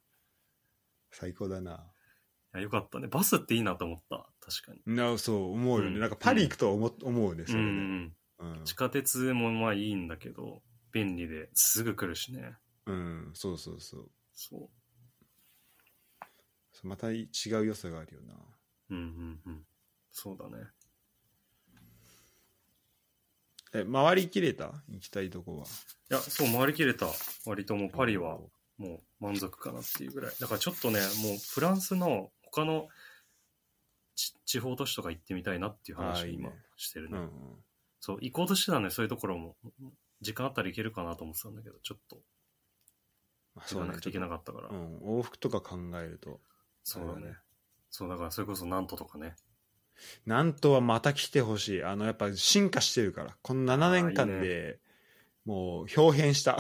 [SPEAKER 2] 最高だな
[SPEAKER 1] や。よかったね。バスっていいなと思った。確かに。
[SPEAKER 2] なそう思うよね、
[SPEAKER 1] うん
[SPEAKER 2] なんかパリ行くとは思,、思うねそれ
[SPEAKER 1] う
[SPEAKER 2] ね、
[SPEAKER 1] んうん。
[SPEAKER 2] うん
[SPEAKER 1] 地下鉄もまあいいんだけど便利ですぐ来るしね
[SPEAKER 2] うん、そうそうそう
[SPEAKER 1] そ
[SPEAKER 2] そうまた違う良さがあるよな
[SPEAKER 1] ううんうんうんそうだね
[SPEAKER 2] え回りきれた行きたいとこはい
[SPEAKER 1] やそう回りきれた割ともうパリはもう満足かなっていうぐらいだからちょっとねもうフランスの他のち地方都市とか行ってみたいなっていう話
[SPEAKER 2] あ
[SPEAKER 1] を
[SPEAKER 2] ーいいね
[SPEAKER 1] 今してる
[SPEAKER 2] う
[SPEAKER 1] ね
[SPEAKER 2] んうん
[SPEAKER 1] そう行こうとしてたねそういうところも時間あったら行けるかなと思ってたんだけどちょっと
[SPEAKER 2] まあ
[SPEAKER 1] 行かなくちゃいけなかったから
[SPEAKER 2] う、ん、往復とか考えると
[SPEAKER 1] そうだ
[SPEAKER 2] そうだ
[SPEAKER 1] ね
[SPEAKER 2] ね
[SPEAKER 1] そうだからそれこそナントとかね
[SPEAKER 2] なんとはまた来てほしいあのやっぱ進化してるからこの7年間
[SPEAKER 1] あーいい
[SPEAKER 2] でもう表変した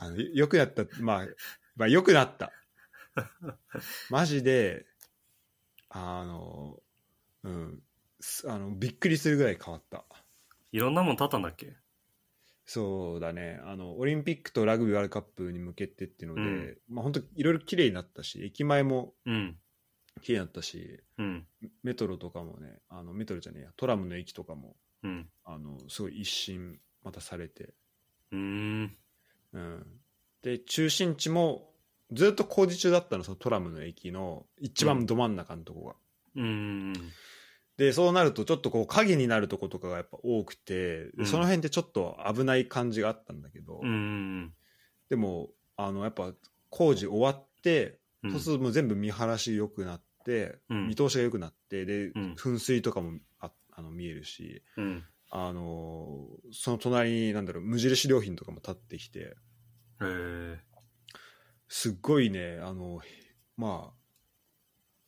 [SPEAKER 2] あの、よよくなった、まあ、まあ、よくなった。マジで、あの、うん、すあの、びっくりするぐらい変わった。
[SPEAKER 1] いろんなもん立ったんだっけ
[SPEAKER 2] そうだねあのオリンピックとラグビーワールドカップに向けてっていうので、
[SPEAKER 1] うん
[SPEAKER 2] まあ本当いろいろ綺麗になったし駅前も
[SPEAKER 1] うん。
[SPEAKER 2] 綺麗になったし
[SPEAKER 1] うん。
[SPEAKER 2] メトロとかもねあのメトロじゃねえやトラムの駅とかも
[SPEAKER 1] うん。
[SPEAKER 2] あのすごい一新またされて、
[SPEAKER 1] うーん。
[SPEAKER 2] うん、で中心地もずっと工事中だったのそのトラムの駅の一番ど真ん中のとこが、
[SPEAKER 1] うーん。
[SPEAKER 2] でそうなるとちょっとこう影になるとことかがやっぱ多くて、で
[SPEAKER 1] うん
[SPEAKER 2] その辺でちょっと危ない感じがあったんだけど、
[SPEAKER 1] うーん。
[SPEAKER 2] でもあのやっぱ工事終わって
[SPEAKER 1] うん
[SPEAKER 2] そうするともう全部見晴らし良くなって、
[SPEAKER 1] うん
[SPEAKER 2] 見通しが良くなってで、
[SPEAKER 1] ん
[SPEAKER 2] 噴水とかもああの見えるし、
[SPEAKER 1] うん。
[SPEAKER 2] あのーその隣になんだろう無印良品とかも立ってきて
[SPEAKER 1] えー。
[SPEAKER 2] すっごいねあのま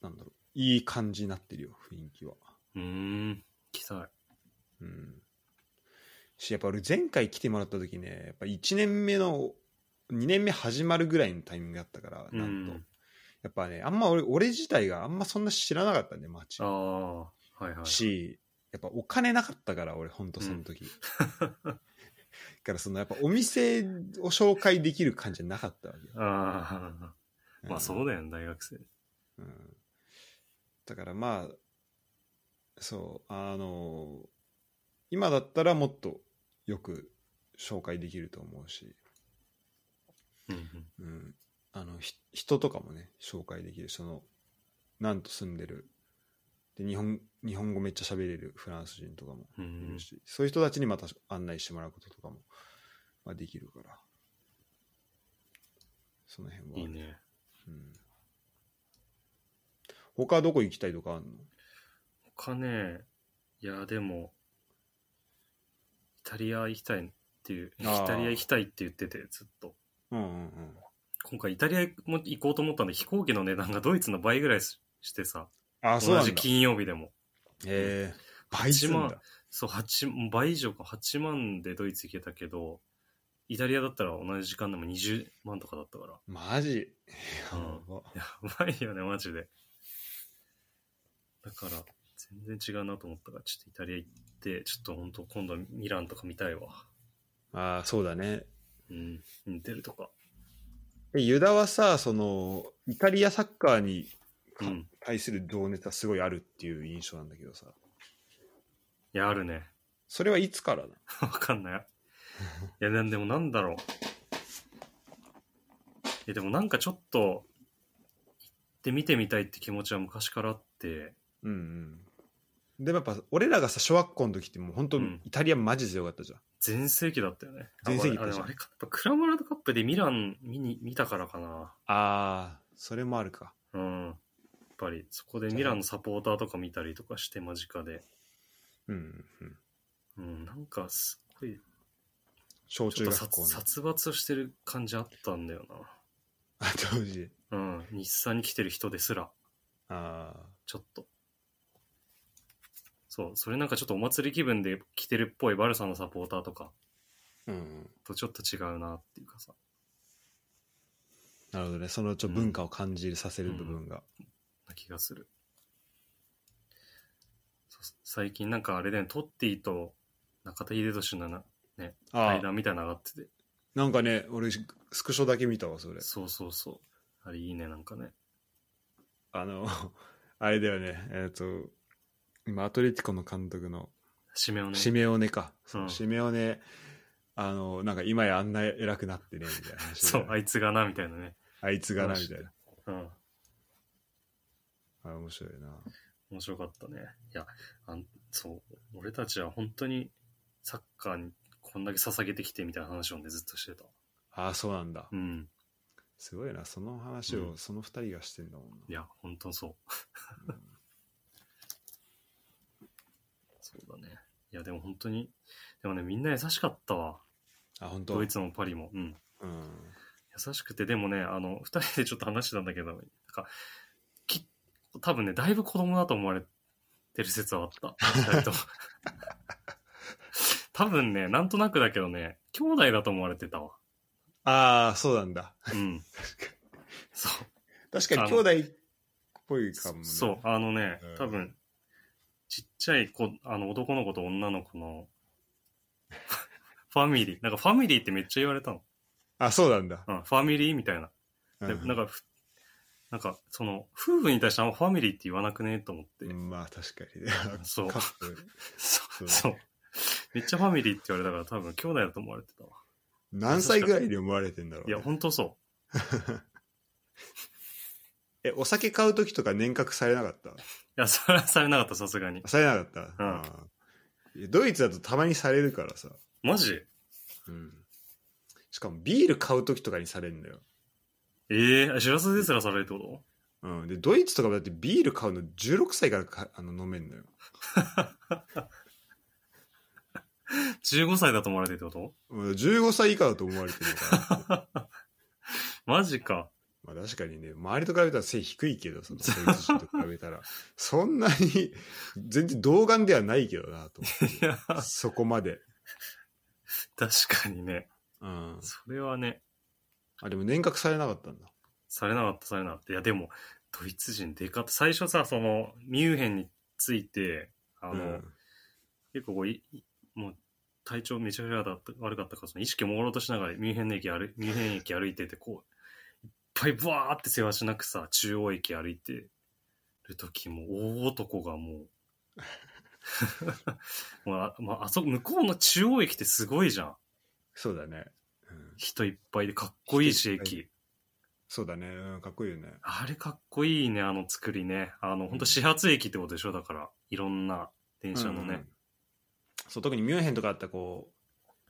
[SPEAKER 2] あなんだろういい感じになってるよ雰囲気は。
[SPEAKER 1] うーん。きさ
[SPEAKER 2] うん、しやっぱ俺前回来てもらった時ねやっぱ1年目の2年目始まるぐらいのタイミングだったから
[SPEAKER 1] い。う
[SPEAKER 2] なんと、
[SPEAKER 1] ん。
[SPEAKER 2] やっぱねあんま俺俺自体があんまそんな知らなかったね街
[SPEAKER 1] ああ。はいはい。
[SPEAKER 2] し、やっぱお金なかったから、俺、ほんとその時。 [laughs] だから、その、やっぱお店を紹介できる感じじゃなかったわけよ。
[SPEAKER 1] ああ。 [laughs] まあそうだ
[SPEAKER 2] だ、
[SPEAKER 1] よね、大学生。
[SPEAKER 2] うんだから、まあ、そう、あの、今だったらもっとよく紹介できると思うし、
[SPEAKER 1] うんうん。
[SPEAKER 2] うん。あの、ひ人とかもね、紹介できる。その、なんと住んでる。で、日本、日本語めっちゃ喋れるフランス人とかも。
[SPEAKER 1] う
[SPEAKER 2] い
[SPEAKER 1] ん
[SPEAKER 2] るし、そういう人たちにまた案内してもらうこととかも、まあ、できるからその辺は
[SPEAKER 1] うん、いいね。
[SPEAKER 2] うん、他はどこ行きたいとかあんの
[SPEAKER 1] 他ね、いや、でも、イタリア行きたいっていう、イ
[SPEAKER 2] あー
[SPEAKER 1] タリア行きたいって言ってて、ずっと。
[SPEAKER 2] うんうんうん
[SPEAKER 1] 今回イタリアも行こうと思ったんで、飛行機の値段がドイツの倍ぐらいししてさ、
[SPEAKER 2] あそう
[SPEAKER 1] 同
[SPEAKER 2] なんだ
[SPEAKER 1] じ金曜日でも。
[SPEAKER 2] へえ倍す
[SPEAKER 1] 8
[SPEAKER 2] んだ
[SPEAKER 1] 万そう、八倍以上か、8万でドイツ行けたけど、イタリアだったら同じ時間でも20万とかだったから。
[SPEAKER 2] マジ
[SPEAKER 1] う
[SPEAKER 2] や
[SPEAKER 1] ん
[SPEAKER 2] ば
[SPEAKER 1] やばいよね、マジで。だから、全然違うなと思ったから、ちょっとイタリア行って、ちょっと本当今度ミランとか見たいわ。
[SPEAKER 2] あーそうだね
[SPEAKER 1] うん。似てるとか。
[SPEAKER 2] えユダはさそのイタリアサッカーにか
[SPEAKER 1] うん
[SPEAKER 2] 対する情熱はすごいあるっていう印象なんだけどさ
[SPEAKER 1] いや、あるね。 [laughs]
[SPEAKER 2] それはいつからだ
[SPEAKER 1] わかんない。いや、なんでもなんだろう。いや、でもなんかちょっと、行って見てみたいって気持ちは昔からあって、
[SPEAKER 2] うんうんでもやっぱ俺らがさ小学校の時ってもう本当
[SPEAKER 1] うん
[SPEAKER 2] イタリアマジで強かったじゃん、
[SPEAKER 1] 全盛期だったよね。
[SPEAKER 2] 全盛期だ
[SPEAKER 1] あ
[SPEAKER 2] った
[SPEAKER 1] で
[SPEAKER 2] じゃん
[SPEAKER 1] もあれか。やっぱクラブワールドカップでミラン見に、見たからかな。
[SPEAKER 2] ああそれもあるか
[SPEAKER 1] うん。やっぱり、そこでミランのサポーターとか見たりとかして、間近で。
[SPEAKER 2] うんうん
[SPEAKER 1] うん、なんかすっごい、
[SPEAKER 2] 小
[SPEAKER 1] ち
[SPEAKER 2] 中
[SPEAKER 1] ょっと
[SPEAKER 2] 学校
[SPEAKER 1] 殺
[SPEAKER 2] の
[SPEAKER 1] 殺伐してる感じあったんだよ
[SPEAKER 2] あ当時
[SPEAKER 1] な。うん。日産に来てる人ですら、
[SPEAKER 2] あ
[SPEAKER 1] ちょっと。そう、それなんかちょっとお祭り気分で来てるっぽいバルサのサポーターとか
[SPEAKER 2] あうん
[SPEAKER 1] とちょっと違うなっていうかさ、
[SPEAKER 2] なるほどねそのちょ
[SPEAKER 1] うん
[SPEAKER 2] 文化を感じさせる部分が、
[SPEAKER 1] な気がする。そう最近なんかあれだよね、トッティと中田秀俊のな
[SPEAKER 2] あ
[SPEAKER 1] 対
[SPEAKER 2] あ
[SPEAKER 1] 談みたいなの上がってて、
[SPEAKER 2] なんかね俺スクショだけ見たわそれ
[SPEAKER 1] そうそうそう。あれいいね、なんかね。
[SPEAKER 2] あの [laughs] あれだよねえっ、と今アトレティコの監督の
[SPEAKER 1] 締めをね。
[SPEAKER 2] シメオネか、
[SPEAKER 1] うん
[SPEAKER 2] シメオネあのなんか今やあんな偉くなってねみたいな話で
[SPEAKER 1] そう、あいつがな、みたいなね。
[SPEAKER 2] あいつがなみたいな
[SPEAKER 1] うん。
[SPEAKER 2] あ面白いな
[SPEAKER 1] 面白かったね。いや、あんそう、俺たちは本当にサッカーにこんだけ捧げてきてみたいな話をね、ずっとしてた。
[SPEAKER 2] ああそうなんだ、
[SPEAKER 1] うん。
[SPEAKER 2] すごいなその話
[SPEAKER 1] う
[SPEAKER 2] をその二人がしてんだもんな、
[SPEAKER 1] いや、本当そう。 [laughs] そうだね。いや、でも本当に、でもね、みんな優しかったわ。
[SPEAKER 2] あ本当
[SPEAKER 1] ドイツもパリも。うん。
[SPEAKER 2] うん
[SPEAKER 1] 優しくて、でもね、あの、二人でちょっと話してたんだけど、なんか、き多分ね、だいぶ子供だと思われてる説はあった。二
[SPEAKER 2] [laughs]
[SPEAKER 1] 人とも多分ね、なんとなくだけどね、兄弟だと思われてたわ。
[SPEAKER 3] ああ、そうなんだ。
[SPEAKER 1] うん。そう。
[SPEAKER 2] 確かに兄弟っぽいかもね。
[SPEAKER 1] そう、あのね
[SPEAKER 2] うん、
[SPEAKER 1] 多分、ちっちゃい子、あの、男の子と女の子
[SPEAKER 2] [laughs]
[SPEAKER 1] の、ファミリー。なんかファミリーってめっちゃ言われたの。
[SPEAKER 3] あそうなんだ。
[SPEAKER 1] うん、ファミリーみたいな。
[SPEAKER 3] う
[SPEAKER 1] でなんか、ふなんか、その、夫婦に対してあんまファミリーって言わなくねと思って。
[SPEAKER 3] う
[SPEAKER 2] まあ確かにね。
[SPEAKER 1] そう
[SPEAKER 2] カップル
[SPEAKER 1] [laughs] そうう。
[SPEAKER 2] ん
[SPEAKER 1] そう。めっちゃファミリーって言われたから多分兄弟だと思われてたわ。
[SPEAKER 2] 何歳ぐらいで思われてんだろう
[SPEAKER 1] い
[SPEAKER 2] ね、
[SPEAKER 1] や、ほんとそ
[SPEAKER 2] え、お酒買うときとか年賀来されなかった
[SPEAKER 1] う。いや、それはされなかった、さすがに。
[SPEAKER 2] されなかった、あードイツだとたまにされるからさ、
[SPEAKER 1] マジ
[SPEAKER 2] うん、しかもビール買う時とかにされるんだよ、
[SPEAKER 1] ええー、あ知らせですらされるってこ
[SPEAKER 2] うん、でドイツとかもだってビール買うの16歳からかあの飲めんのよ、
[SPEAKER 1] と ?15 歳だと思われてるってこと
[SPEAKER 2] うん、15歳以下だと思われてる
[SPEAKER 1] [laughs]
[SPEAKER 2] から
[SPEAKER 1] マジか。
[SPEAKER 2] まあ確かにね周りと比べたら背低いけどそのドイツ人と比べたらそんなに全然童顔ではないけどな
[SPEAKER 1] [laughs]
[SPEAKER 2] と
[SPEAKER 1] いや、
[SPEAKER 2] 思ってそこまで、
[SPEAKER 1] 確かにね。
[SPEAKER 2] うん、
[SPEAKER 1] それはね、
[SPEAKER 2] あでも年賀来されなかったんだ
[SPEAKER 1] されなかった、されなかった。いや、でも、ドイツ人でかって、最初さ、その、ミュンヘンについて、あの、
[SPEAKER 2] うん
[SPEAKER 1] 結構こうい、いもう、体調めちゃくちゃだった悪かったから、その意識朦朧としながらミュンヘン駅歩い、ミュンヘン駅歩いてて、こう、いっぱいブワーって世話しなくさ、中央駅歩いてる時も、大男がもう、もうあ、まあ、あそこ、向こうの中央駅ってすごいじゃん。
[SPEAKER 2] そうだね、うん、
[SPEAKER 1] 人いっぱいで、かっこいいし、
[SPEAKER 2] 人いっぱい
[SPEAKER 1] 駅。
[SPEAKER 2] そうだね、うん、かっこいいよね
[SPEAKER 1] あれかっこいいね、あの作りね。あの、本当始発駅ってことでしょだから、いろんな電車の
[SPEAKER 2] うんうん
[SPEAKER 1] ね。
[SPEAKER 2] そう特にミュンヘンとかあったらこ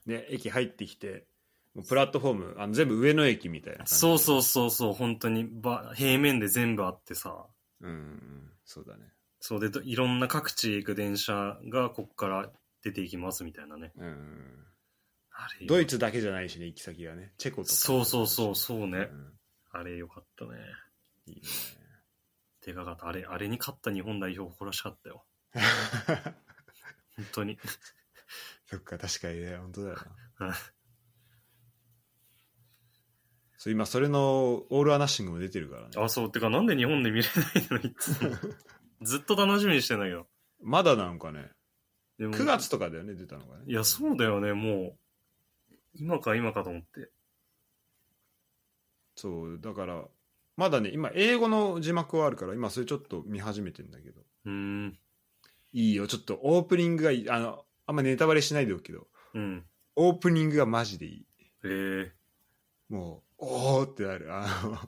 [SPEAKER 2] うね駅入ってきてもうプラットフォームあの全部上の駅みたいな感じ
[SPEAKER 1] そうそううそうそう、本当にば、平面で全部あってさ。
[SPEAKER 2] うん、うん、そうだね
[SPEAKER 1] そうで、どいろんな各地へ行く電車がこっから出ていきますみたいなね。
[SPEAKER 2] うんうんうん
[SPEAKER 1] あれ
[SPEAKER 2] ドイ
[SPEAKER 1] ツ
[SPEAKER 2] ツだけじゃないしね行き先がねチェコとか
[SPEAKER 1] そうそうそう、そうね。
[SPEAKER 2] ん
[SPEAKER 1] あれよかったね。
[SPEAKER 2] いいね
[SPEAKER 1] [laughs] でかかった。あれ、あれに勝った日本代表誇らしかったよ。本当
[SPEAKER 2] [laughs]
[SPEAKER 1] に。
[SPEAKER 2] そっか確かにね本当だよ
[SPEAKER 1] うん
[SPEAKER 2] なそう今それのオール・ア・ナッシングも出てるからね
[SPEAKER 1] あ、そう。てか、なんで日本で見れないのいつも。
[SPEAKER 2] [laughs]
[SPEAKER 1] ずっと楽しみにしてんだけど。
[SPEAKER 2] まだなんかね
[SPEAKER 1] でも
[SPEAKER 2] 9月とかだよね出たのがね
[SPEAKER 1] いや、そうだよね、もう、今か今かと思って。
[SPEAKER 2] そうだからまだね今英語の字幕はあるから今それちょっと見始めてんだけど
[SPEAKER 1] うーん。
[SPEAKER 2] いいよちょっとオープニングがいいあのあんまネタバレしないでおくけど
[SPEAKER 1] うん。
[SPEAKER 2] オープニングがマジでいい
[SPEAKER 1] えー、
[SPEAKER 2] もうおおってなるあの [laughs]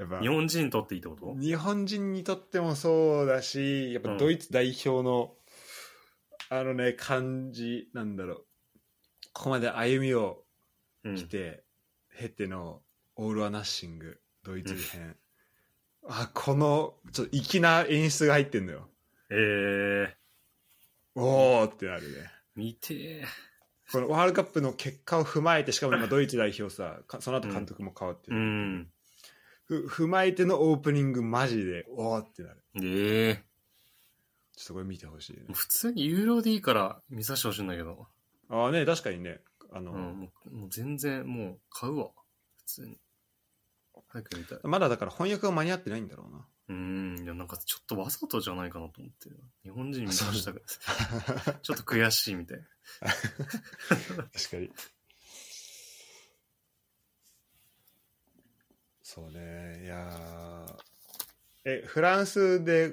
[SPEAKER 2] やっぱ
[SPEAKER 1] 日本人にとっていいってこと
[SPEAKER 2] 日本人にとってもそうだしやっぱドイツ代表の、あのね感じなんだろうここまで歩みを
[SPEAKER 1] うん。
[SPEAKER 2] 来て、経てのオール・ア・ナッシングドイツ編、あこのちょっと粋な演出が入ってんのよ
[SPEAKER 1] えー、
[SPEAKER 2] おーってなるね
[SPEAKER 1] 見てー
[SPEAKER 2] このワールドカップの結果を踏まえてしかも今ドイツ代表さかその後監督も変わって
[SPEAKER 1] う
[SPEAKER 2] る、
[SPEAKER 1] ん。
[SPEAKER 2] ふ踏まえてのオープニングマジでおーってなる
[SPEAKER 1] えー、
[SPEAKER 2] ちょっとこれ見てほしいね
[SPEAKER 1] 普通に有料でいいから見させてほしいんだけど。
[SPEAKER 2] ああね確かにねあ
[SPEAKER 1] う
[SPEAKER 2] の、
[SPEAKER 1] ん。もうもう全然、もう買うわ。普通に。早く見たい。
[SPEAKER 2] まだだから翻訳が間に合ってないんだろうな
[SPEAKER 1] うーん。いや、なんかちょっとわざとじゃないかなと思って。日本人見させたく
[SPEAKER 2] [laughs]
[SPEAKER 1] ちょっと悔しいみたい。
[SPEAKER 2] 確かにそうねいやーえフランスで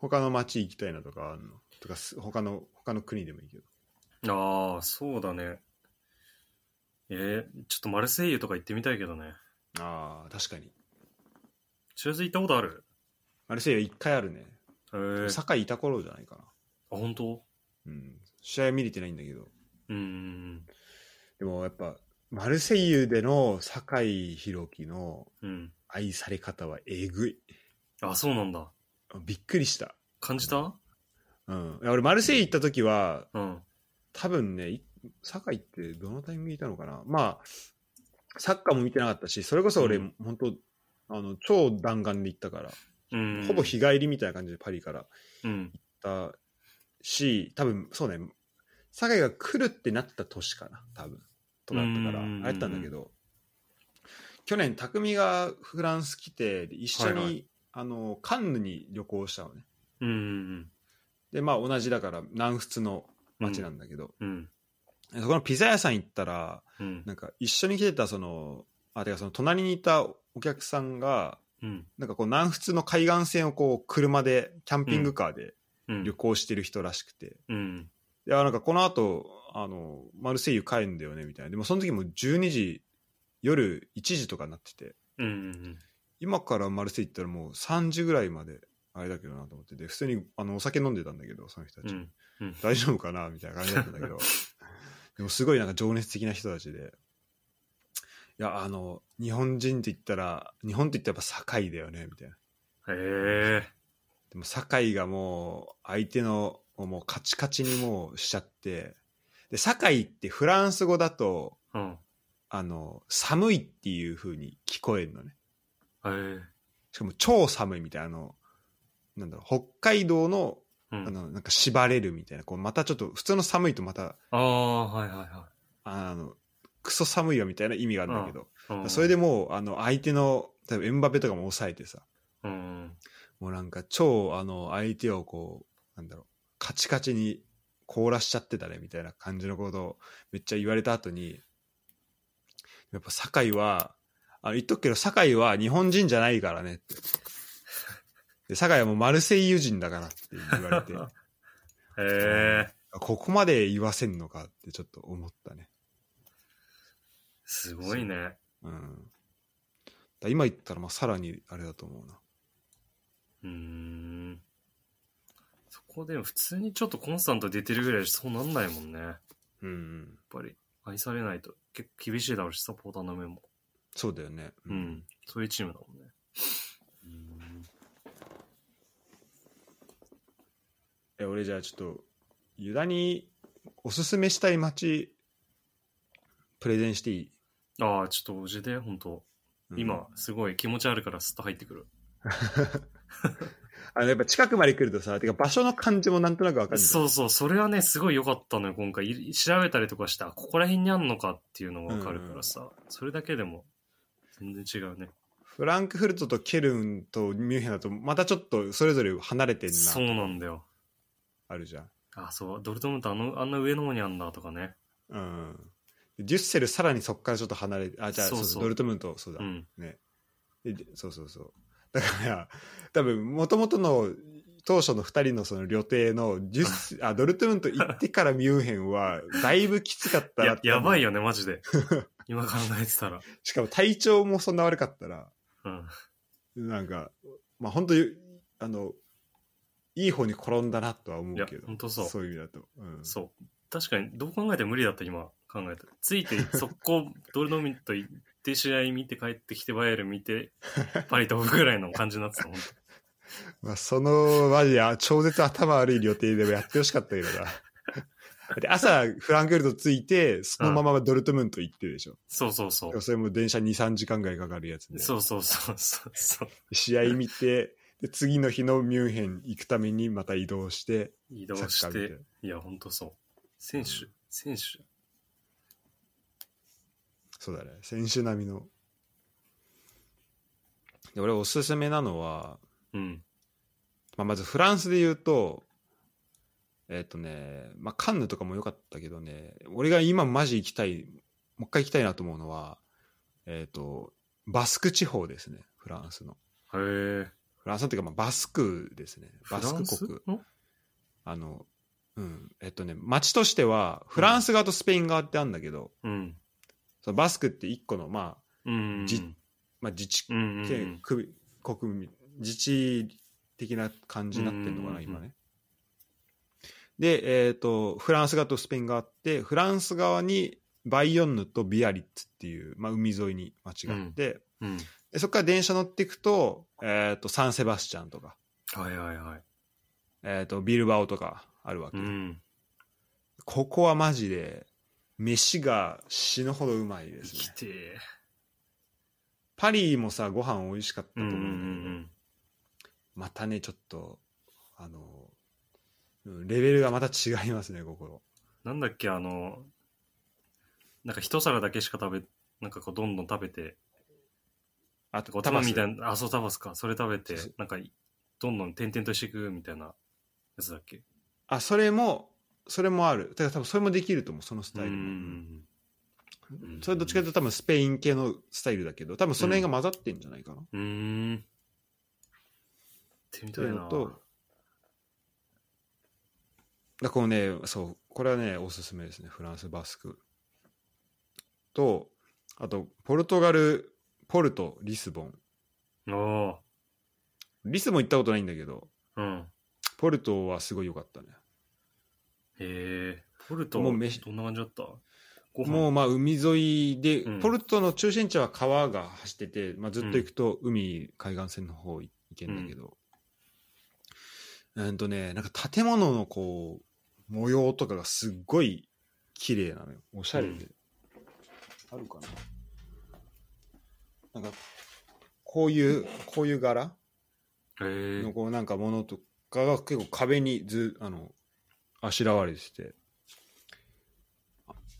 [SPEAKER 2] 他の町行きたいなとかあんのとかす他の他の国でもいいけど
[SPEAKER 1] ああ、そうだね。えー、ちょっとマルセイユとか行ってみたいけどね。
[SPEAKER 2] ああ確かに
[SPEAKER 1] チューズ行ったことある
[SPEAKER 2] マルセイユ一回あるね
[SPEAKER 1] へえあ、
[SPEAKER 2] 堺いた頃じゃないかな
[SPEAKER 1] 本当
[SPEAKER 2] うん試合見れてないんだけど
[SPEAKER 1] うんうん
[SPEAKER 2] でもやっぱマルセイユでの堺弘樹の
[SPEAKER 1] うん。うん。
[SPEAKER 2] 愛され方はえぐい
[SPEAKER 1] あ、そうなんだ。
[SPEAKER 2] びっくりした、
[SPEAKER 1] 感じた
[SPEAKER 2] うん、いや俺マルセイユ行った時は
[SPEAKER 1] うん。
[SPEAKER 2] 多分ね、い堺ってどのタイミングにいたのかな、まあ、サッカーも見てなかったし、それこそ俺、
[SPEAKER 1] うん
[SPEAKER 2] 本当、あの超弾丸で行ったから、
[SPEAKER 1] うん。
[SPEAKER 2] ほぼ日帰りみたいな感じでパリから
[SPEAKER 1] うん。
[SPEAKER 2] 行ったし、多分そうね、堺が来るってなった年かな、多分とかだったから
[SPEAKER 1] うんうんうんうん
[SPEAKER 2] あれやったんだけど去年匠がフランス来て一緒に、
[SPEAKER 1] はいは
[SPEAKER 2] あのカンヌに旅行したのね
[SPEAKER 1] うんうん
[SPEAKER 2] でまあ同じだから南仏の街なんだけど、
[SPEAKER 1] うん
[SPEAKER 2] そこのピザ屋さん行ったら
[SPEAKER 1] うん
[SPEAKER 2] なんか一緒に来てたそのあてかその隣にいたお客さんが
[SPEAKER 1] うん
[SPEAKER 2] なんかこう南仏の海岸線をこう車でキャンピングカーで
[SPEAKER 1] うん
[SPEAKER 2] 旅行してる人らしくて、
[SPEAKER 1] うん
[SPEAKER 2] いや、なんかこの後、あの、マルセイユ帰るんだよね、みたいな。でもその時も12時、夜1時とかになってて、
[SPEAKER 1] うんうん
[SPEAKER 2] 今からマルセイユ行ったらもう3時ぐらいまで、あれだけどなと思ってて、普通にあのお酒飲んでたんだけど、その人た
[SPEAKER 1] う
[SPEAKER 2] ち。
[SPEAKER 1] ん
[SPEAKER 2] 大丈夫かなみたいな感じだったんだけど、でもすごいなんか情熱的な人たちで、いや、あの、日本人って言ったら、日本って言ったらやっぱ堺だよね、みたいな。
[SPEAKER 1] へえ
[SPEAKER 2] でも酒井がもう相手のもうカチカチにもうしちゃってで酒井ってフランス語だと
[SPEAKER 1] うん
[SPEAKER 2] あの寒いっていう風に聞こえるのね
[SPEAKER 1] へえ
[SPEAKER 2] しかも超寒いみたいなあのなんだろう北海道の
[SPEAKER 1] う
[SPEAKER 2] あ
[SPEAKER 1] ん
[SPEAKER 2] のなんか縛れるみたいなこうまたちょっと普通の寒いとまた
[SPEAKER 1] ああはいはいは
[SPEAKER 2] あのクソ寒いよみたいな意味があるんだけど、
[SPEAKER 1] いうん
[SPEAKER 2] それでもうあの相手の例えばエンバペとかも抑えてさ
[SPEAKER 1] うん
[SPEAKER 2] もうなんか超あの相手をこうなんだろうカチカチに凍らしちゃってたねみたいな感じのことをめっちゃ言われた後にやっぱ酒井はあの言っとくけど酒井は日本人じゃないからねってで酒井はもうマルセイユ人だからって言われ
[SPEAKER 1] [laughs] へ
[SPEAKER 2] て
[SPEAKER 1] え
[SPEAKER 2] ここまで言わせんのかってちょっと思ったね
[SPEAKER 1] すごいね
[SPEAKER 2] うんだ今言ったらまあさらにあれだと思うな
[SPEAKER 1] うーんそこでも普通にちょっとコンスタントに出てるぐらいじゃそうなんないもんねやっ
[SPEAKER 2] うん、うん、
[SPEAKER 1] ぱり愛されないと結構厳しいだろうしサポーターの目も
[SPEAKER 2] そうだよね
[SPEAKER 1] うん、そういうチームだもんねうーん
[SPEAKER 2] え俺じゃあちょっとユダにおすすめしたい街プレゼンしていい、
[SPEAKER 1] ああちょっと教えて本当
[SPEAKER 2] うん
[SPEAKER 1] 今すごい気持ちあるからスッと入ってくる、
[SPEAKER 2] あのやっぱ近くまで来るとさてか場所の感じもなんとなくわかるんだよ
[SPEAKER 1] そうそうそれはねすごい良かったのよ今回い調べたりとかしてあここら辺にあんのかっていうのが分かるからさ、それだけでも全然違うね
[SPEAKER 2] フランクフルトとケルンとミュンヘンだとまたちょっとそれぞれ離れてん
[SPEAKER 1] そう
[SPEAKER 2] な
[SPEAKER 1] なんだよ
[SPEAKER 2] あるじゃん、
[SPEAKER 1] あそうドルトムントあのあんな上の方にあんだとかね
[SPEAKER 2] うん、でデュッセルさらにそこからちょっと離れてあじゃあ
[SPEAKER 1] そ
[SPEAKER 2] そうう
[SPEAKER 1] そ
[SPEAKER 2] そううドルトムントそうだ、
[SPEAKER 1] うん
[SPEAKER 2] ででそうそうそうだから多分もともとの当初の2人のその旅程のデ
[SPEAKER 1] [laughs]
[SPEAKER 2] ュッセあドルトムント行ってからミュンヘンはだいぶきつかったな
[SPEAKER 1] や
[SPEAKER 2] って
[SPEAKER 1] やばいよね、マジ [laughs] で。今考えてたら。
[SPEAKER 2] しかも体調もそんな悪かったら、
[SPEAKER 1] うん。
[SPEAKER 2] なんか、まあ本当に、あの、いい方に転んだなとは思うけ
[SPEAKER 1] いや
[SPEAKER 2] ど。
[SPEAKER 1] 本当そう
[SPEAKER 2] いう意味だと。うん。
[SPEAKER 1] そう。確かに、どう考えても無理だった、今考えたら。つ [laughs] いて、速攻、ドルドミント行って、試合見て帰ってきて、バイエルン見て、パリ飛ぶぐらいの感じになってた、本
[SPEAKER 2] まあその、マジで、あ超絶頭悪い旅程でもやってほしかったけどな。で朝、フランクフルト着いて、そのままドルトムント行ってるでしょ。
[SPEAKER 1] 当そうそう [laughs] そ
[SPEAKER 2] でもそれも電車2、3時間ぐらいかかるやつ
[SPEAKER 1] う。
[SPEAKER 2] で。
[SPEAKER 1] そうそうそうそうそう。
[SPEAKER 2] 試合見て、で次の日のミュンヘン行くためにまた移動して、
[SPEAKER 1] 移動し
[SPEAKER 2] サッカー見
[SPEAKER 1] て。いや、本当そう。選手、選手。
[SPEAKER 2] そうだね選手並みので俺おすすめなのは、
[SPEAKER 1] うん。
[SPEAKER 2] まあ、まずフランスで言うとえっ、とね、まあ、カンヌとかも良かったけどね俺が今マジ行きたいもう一回行きたいなと思うのはえっ、とバスク地方ですねフランスの
[SPEAKER 1] へえ。
[SPEAKER 2] フランスのっていうか、まあ、バスクですね
[SPEAKER 1] フ
[SPEAKER 2] バ
[SPEAKER 1] ラ
[SPEAKER 2] ス
[SPEAKER 1] ン
[SPEAKER 2] ク
[SPEAKER 1] ス
[SPEAKER 2] 国
[SPEAKER 1] の
[SPEAKER 2] あのうんえっ、とね町としてはフランス側とスペイン側ってあるんだけど、
[SPEAKER 1] うん。
[SPEAKER 2] そのバスクって一個の、まあ、
[SPEAKER 1] うん。
[SPEAKER 2] じまあ自治
[SPEAKER 1] うんうんう
[SPEAKER 2] 県
[SPEAKER 1] ん。
[SPEAKER 2] 区国民自治的な感じになってるのかな、
[SPEAKER 1] うんうんうん
[SPEAKER 2] 今ね。で、えっ、と、フランス側とスペイン側あって、フランス側にバイヨンヌとビアリッツっていう、まあ、海沿いに町があって、
[SPEAKER 1] うん。
[SPEAKER 2] でそこから電車乗っていくと、えっ、と、サンセバスチャンとか、
[SPEAKER 1] はいはいはい。
[SPEAKER 2] えっ、と、ビルバオとかあるわけ。
[SPEAKER 1] うん。
[SPEAKER 2] ここはマジで、飯が死ぬほどうまいで
[SPEAKER 1] 生
[SPEAKER 2] す
[SPEAKER 1] き
[SPEAKER 2] ね。
[SPEAKER 1] てえ。
[SPEAKER 2] パリもさ、ご飯美味しかったと
[SPEAKER 1] うん
[SPEAKER 2] 思
[SPEAKER 1] う
[SPEAKER 2] うん
[SPEAKER 1] う
[SPEAKER 2] んだけど、
[SPEAKER 1] ん。
[SPEAKER 2] またねちょっとあのうんレベルがまた違いますねここ
[SPEAKER 1] なんだっけ、あの、なんか一皿だけしか食べ、なんかこうどんどん食べて、
[SPEAKER 3] あ
[SPEAKER 1] お玉みた
[SPEAKER 3] ない
[SPEAKER 1] な、あ、そう、タバスか。それ食べて
[SPEAKER 2] そうそ、
[SPEAKER 1] なんか、どんどん転々としていくみたいなやつだっけ。
[SPEAKER 2] あそれもそれもあるだから多分それもできると思うそのスタイルも
[SPEAKER 1] ん。
[SPEAKER 2] それどっちかというと多分スペイン系のスタイルだけど多分その辺が混ざってんじゃないかな、
[SPEAKER 1] うーん。行ってみたい
[SPEAKER 2] っていう
[SPEAKER 1] な
[SPEAKER 2] の。とだからこのねそうこれはねおすすめですねフランスバスクとあとポルトガルポルトリスボン
[SPEAKER 1] お
[SPEAKER 2] リスボン行ったことないんだけど
[SPEAKER 1] ーうん。
[SPEAKER 2] ポルトはすごい良かったね
[SPEAKER 1] へえ。ポルト、
[SPEAKER 2] も
[SPEAKER 1] ど
[SPEAKER 2] うん
[SPEAKER 1] な
[SPEAKER 2] 飯
[SPEAKER 1] 感じだったご飯
[SPEAKER 2] もうまあ海沿いで、
[SPEAKER 1] うん
[SPEAKER 2] ポルトの中心地は川が走ってて、まあ、ずっと行くと海、海岸線の方行けんだけど、うんとねなんか建物のこう模様とかがすっごい綺麗なのよおしゃれで、あるかななんかこういうこういう柄
[SPEAKER 1] へえ
[SPEAKER 2] の。こうなんかものとかが結構壁にずあのあしらわれてて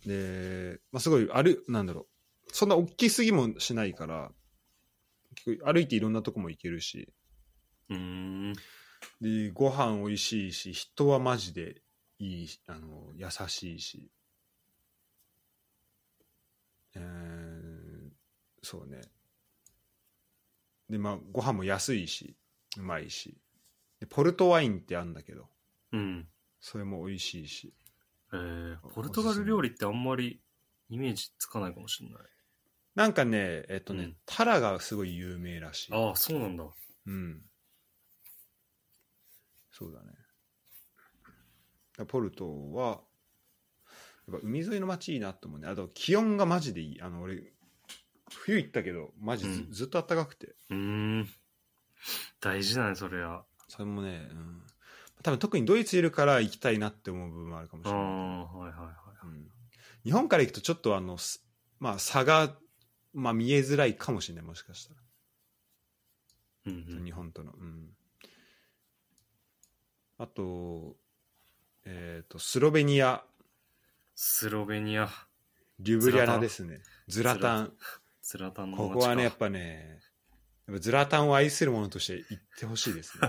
[SPEAKER 2] で、まあ、すごいあるなんだろうそんな大きすぎもしないから結構歩いていろんなとこも行けるし
[SPEAKER 1] うーん。
[SPEAKER 2] でご飯美味しいし人はマジでいいしあの優しいし、えーそうねでまあご飯も安いしうまいしでポルトワインってあるんだけど
[SPEAKER 1] うん。
[SPEAKER 2] それも美味しいし
[SPEAKER 1] えー、ポルトガル料理ってあんまりイメージつかないかもしれない。
[SPEAKER 2] なんかねえっとね、
[SPEAKER 1] うん
[SPEAKER 2] タラがすごい有名らしい
[SPEAKER 1] ああ、そうなんだ。
[SPEAKER 2] うんそうだねだポルトはやっぱ海沿いの街いいなと思うねあと気温がマジでいいあの俺冬行ったけどマジず,、
[SPEAKER 1] うん
[SPEAKER 2] ずっと暖かくて
[SPEAKER 1] うーん。大事だね、それは。
[SPEAKER 2] それもね、うん、多分特にドイツいるから行きたいなって思う部分もあるかもし
[SPEAKER 1] あ
[SPEAKER 2] れ
[SPEAKER 1] あ、
[SPEAKER 2] ない、
[SPEAKER 1] はいはいはい。
[SPEAKER 2] うん日本から行くとちょっとあの、すまあ、差が、まあ、見えづらいかもしれないもしかしたら、
[SPEAKER 1] うん
[SPEAKER 2] 日本との、うん、あと,、えー、とスロベニア
[SPEAKER 1] スロベニア、
[SPEAKER 2] リュブリアナですねズラタン
[SPEAKER 1] ズラタンの
[SPEAKER 2] こ
[SPEAKER 1] 街か
[SPEAKER 2] こはねやっぱねやっぱズラタンを愛する者として行ってほしいです [laughs] ね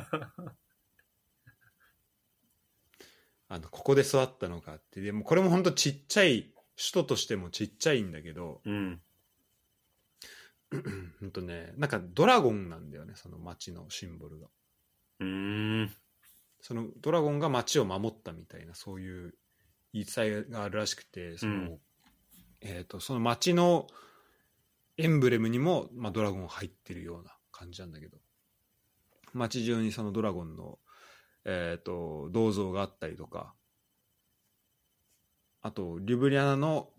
[SPEAKER 2] あのここで育ったのかってでもこれも本当ちっちゃい首都としてもちっちゃいんだけど [clears throat]
[SPEAKER 1] うん。
[SPEAKER 2] ほんとねなんかドラゴンなんだよねその町のシンボルが
[SPEAKER 1] うーん。
[SPEAKER 2] そのドラゴンが町を守ったみたいなそういう言い伝えがあるらしくてその,、
[SPEAKER 1] うん
[SPEAKER 2] えー、とその町のエンブレムにも、まあ、ドラゴン入ってるような感じなんだけど町中にそのドラゴンの、えー、と銅像があったりとかあとリュブリアナの、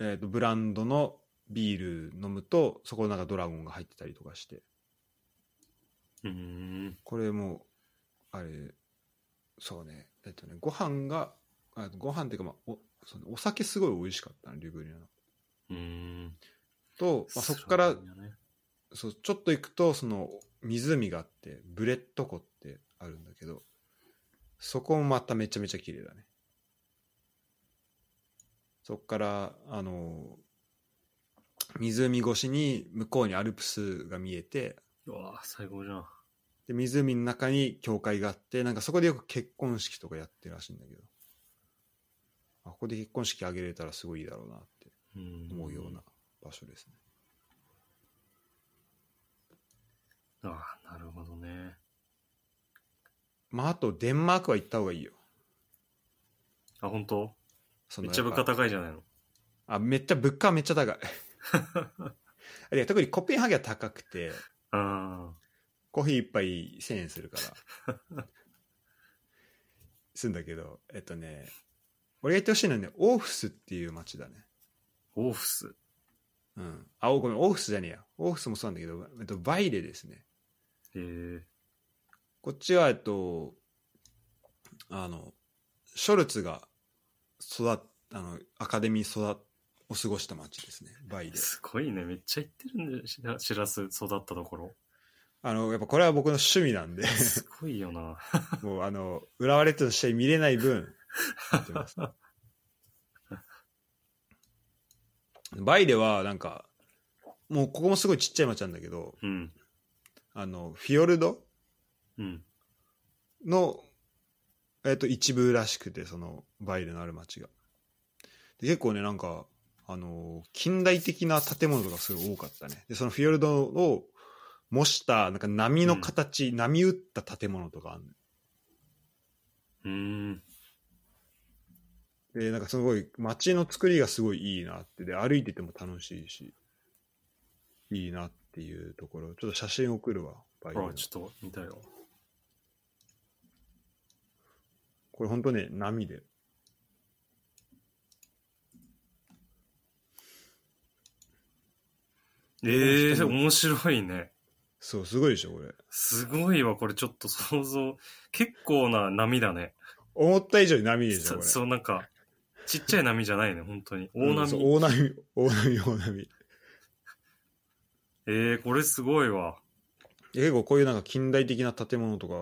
[SPEAKER 2] えー、とブランドのビール飲むとそこなんかドラゴンが入ってたりとかして
[SPEAKER 1] うーん。
[SPEAKER 2] これもあれそうねえっとねご飯があご飯っていうか、まあ、おそのお酒すごい美味しかったなリュブリアの
[SPEAKER 1] うーん。
[SPEAKER 2] と、まあ、そこから
[SPEAKER 1] スロベニアね
[SPEAKER 2] そうちょっと行くとその湖があってブレット湖ってあるんだけどそこもまためちゃめちゃ綺麗だねそこからあの湖越しに向こうにアルプスが見えて
[SPEAKER 1] うわあ最高じゃん。
[SPEAKER 2] で湖の中に教会があってなんかそこでよく結婚式とかやってるらしいんだけどあここで結婚式挙げれたらすごいいいだろうなって
[SPEAKER 1] うん
[SPEAKER 2] 思うような。場所ですね、
[SPEAKER 1] ああ、なるほどね。
[SPEAKER 2] まああとデンマークは行った方がいいよ
[SPEAKER 1] あ、本当
[SPEAKER 2] その
[SPEAKER 1] めっちゃ物価
[SPEAKER 2] やっぱ
[SPEAKER 1] 高いじゃないの。
[SPEAKER 2] あめっちゃ物価はめっちゃ高いあれ特にコペンハーゲンは高くて
[SPEAKER 1] あ
[SPEAKER 2] コーヒー一杯1000円するからすんだけどえっとね俺が言ってほしいのはねオーフスっていう街だね
[SPEAKER 1] あ、オーフス。
[SPEAKER 2] うん。あ、おごめん、オーフスじゃねえや。オーフスもそうなんだけど、えっと、バイレですね。
[SPEAKER 1] へえ。
[SPEAKER 2] こっちは、えっと、あの、ショルツが育っ、あの、アカデミー育っ、お過ごした町ですね。バイレ。
[SPEAKER 1] すごいね。めっちゃ行ってるんで、しらしらす育ったところ。
[SPEAKER 2] あの、やっぱこれは僕の趣味なんで、 [laughs]
[SPEAKER 1] すごいよな。 [laughs]
[SPEAKER 2] もうあの、浦和レッズの試合見れない分、見てます
[SPEAKER 3] うん
[SPEAKER 2] バイではなんかもうここもすごいちっちゃい町なんだけど
[SPEAKER 1] うん。
[SPEAKER 2] あのフィヨルド
[SPEAKER 1] うん。
[SPEAKER 2] の、えっと一部らしくてそのバイルのある町がで結構ねなんかあの近代的な建物とかすごい多かったねでそのフィヨルドを模したなんか波の形、波打った建物とかある
[SPEAKER 1] うーん。
[SPEAKER 2] でなんかすごい街の作りがすごいいいなってで歩いてても楽しいしいいなっていうところちょっと写真送るわバイルの
[SPEAKER 1] あ、ちょっと見たよ。
[SPEAKER 2] これ本当ね波で
[SPEAKER 1] ええー、面白いね。
[SPEAKER 2] そうすごいでしょこれ
[SPEAKER 1] すごいわ、これちょっと想像。結構な波だね。
[SPEAKER 2] 思った以上に波でしょこ
[SPEAKER 1] そ
[SPEAKER 2] れ
[SPEAKER 1] そう、なんか、ちっちゃい波じゃないね、本当に。大
[SPEAKER 2] うん
[SPEAKER 1] 波。
[SPEAKER 2] そう大波、大波、大波。
[SPEAKER 1] ええー、これすごいわ。
[SPEAKER 2] 結構こういうなんか近代的な建物とか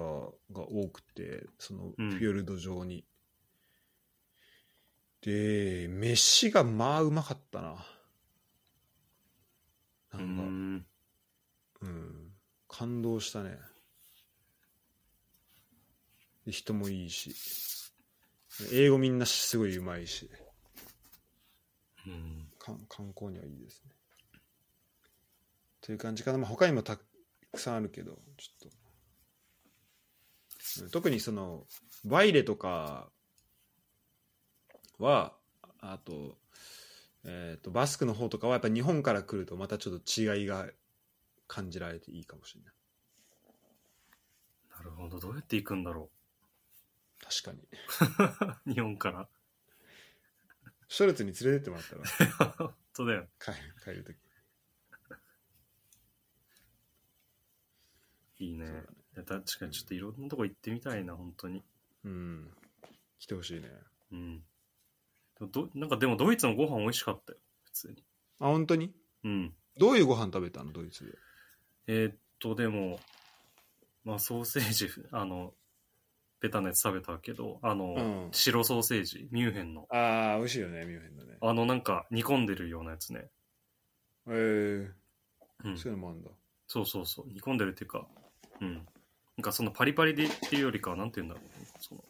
[SPEAKER 2] が多くて、その
[SPEAKER 1] う
[SPEAKER 2] フ
[SPEAKER 1] ん
[SPEAKER 2] ィヨルド上に。で、飯がまあうまかったな。
[SPEAKER 1] う
[SPEAKER 2] な
[SPEAKER 1] ー
[SPEAKER 2] んか、
[SPEAKER 1] ん。
[SPEAKER 2] うん、感動したね。で人もいいし。英語みんなすごいうまいし、
[SPEAKER 1] うん。
[SPEAKER 2] かん観光にはいいですね。という感じかな。まあ、他にもたくさんあるけど、ちょっと。うん特にその、バイレとかは、あと、えっ、と、バスクの方とかはやっぱ日本から来るとまたちょっと違いが感じられていいかもしれない。
[SPEAKER 1] なるほど。どうやって行くんだろ
[SPEAKER 2] 確か
[SPEAKER 1] う。 [laughs]
[SPEAKER 2] に。
[SPEAKER 1] 日本から。
[SPEAKER 2] ショルツに連れてってもらったら、
[SPEAKER 1] 本当だよ。
[SPEAKER 2] 帰 [laughs] る、帰るとき。
[SPEAKER 1] いいね。
[SPEAKER 2] そうだね
[SPEAKER 1] いや確かにちょっといろんなとこ行ってみたいな、本当に。
[SPEAKER 2] うん。来てほしいね。
[SPEAKER 1] うん。でもどなんかでもドイツのご飯美味しかったよ、普通に。
[SPEAKER 2] あ、本当に
[SPEAKER 1] うん。
[SPEAKER 2] どういうご飯食べたのドイツで。
[SPEAKER 1] えーっと、でも、まあソーセージ、 [laughs] あの、ベタなやつ食べたけど、あの、
[SPEAKER 2] うん
[SPEAKER 1] 白ソーセージ、ミュンヘンの。
[SPEAKER 2] ああ、美味しいよね、ミュンヘンだね。
[SPEAKER 1] あの、なんか煮込んでるようなやつね。
[SPEAKER 2] えー、
[SPEAKER 1] うん。
[SPEAKER 2] そういうのもあるんだ。
[SPEAKER 1] そうそうそう。煮込んでるっていうか、うん。なんかそのパリパリでっていうよりかは、なんて言うんだろう、その、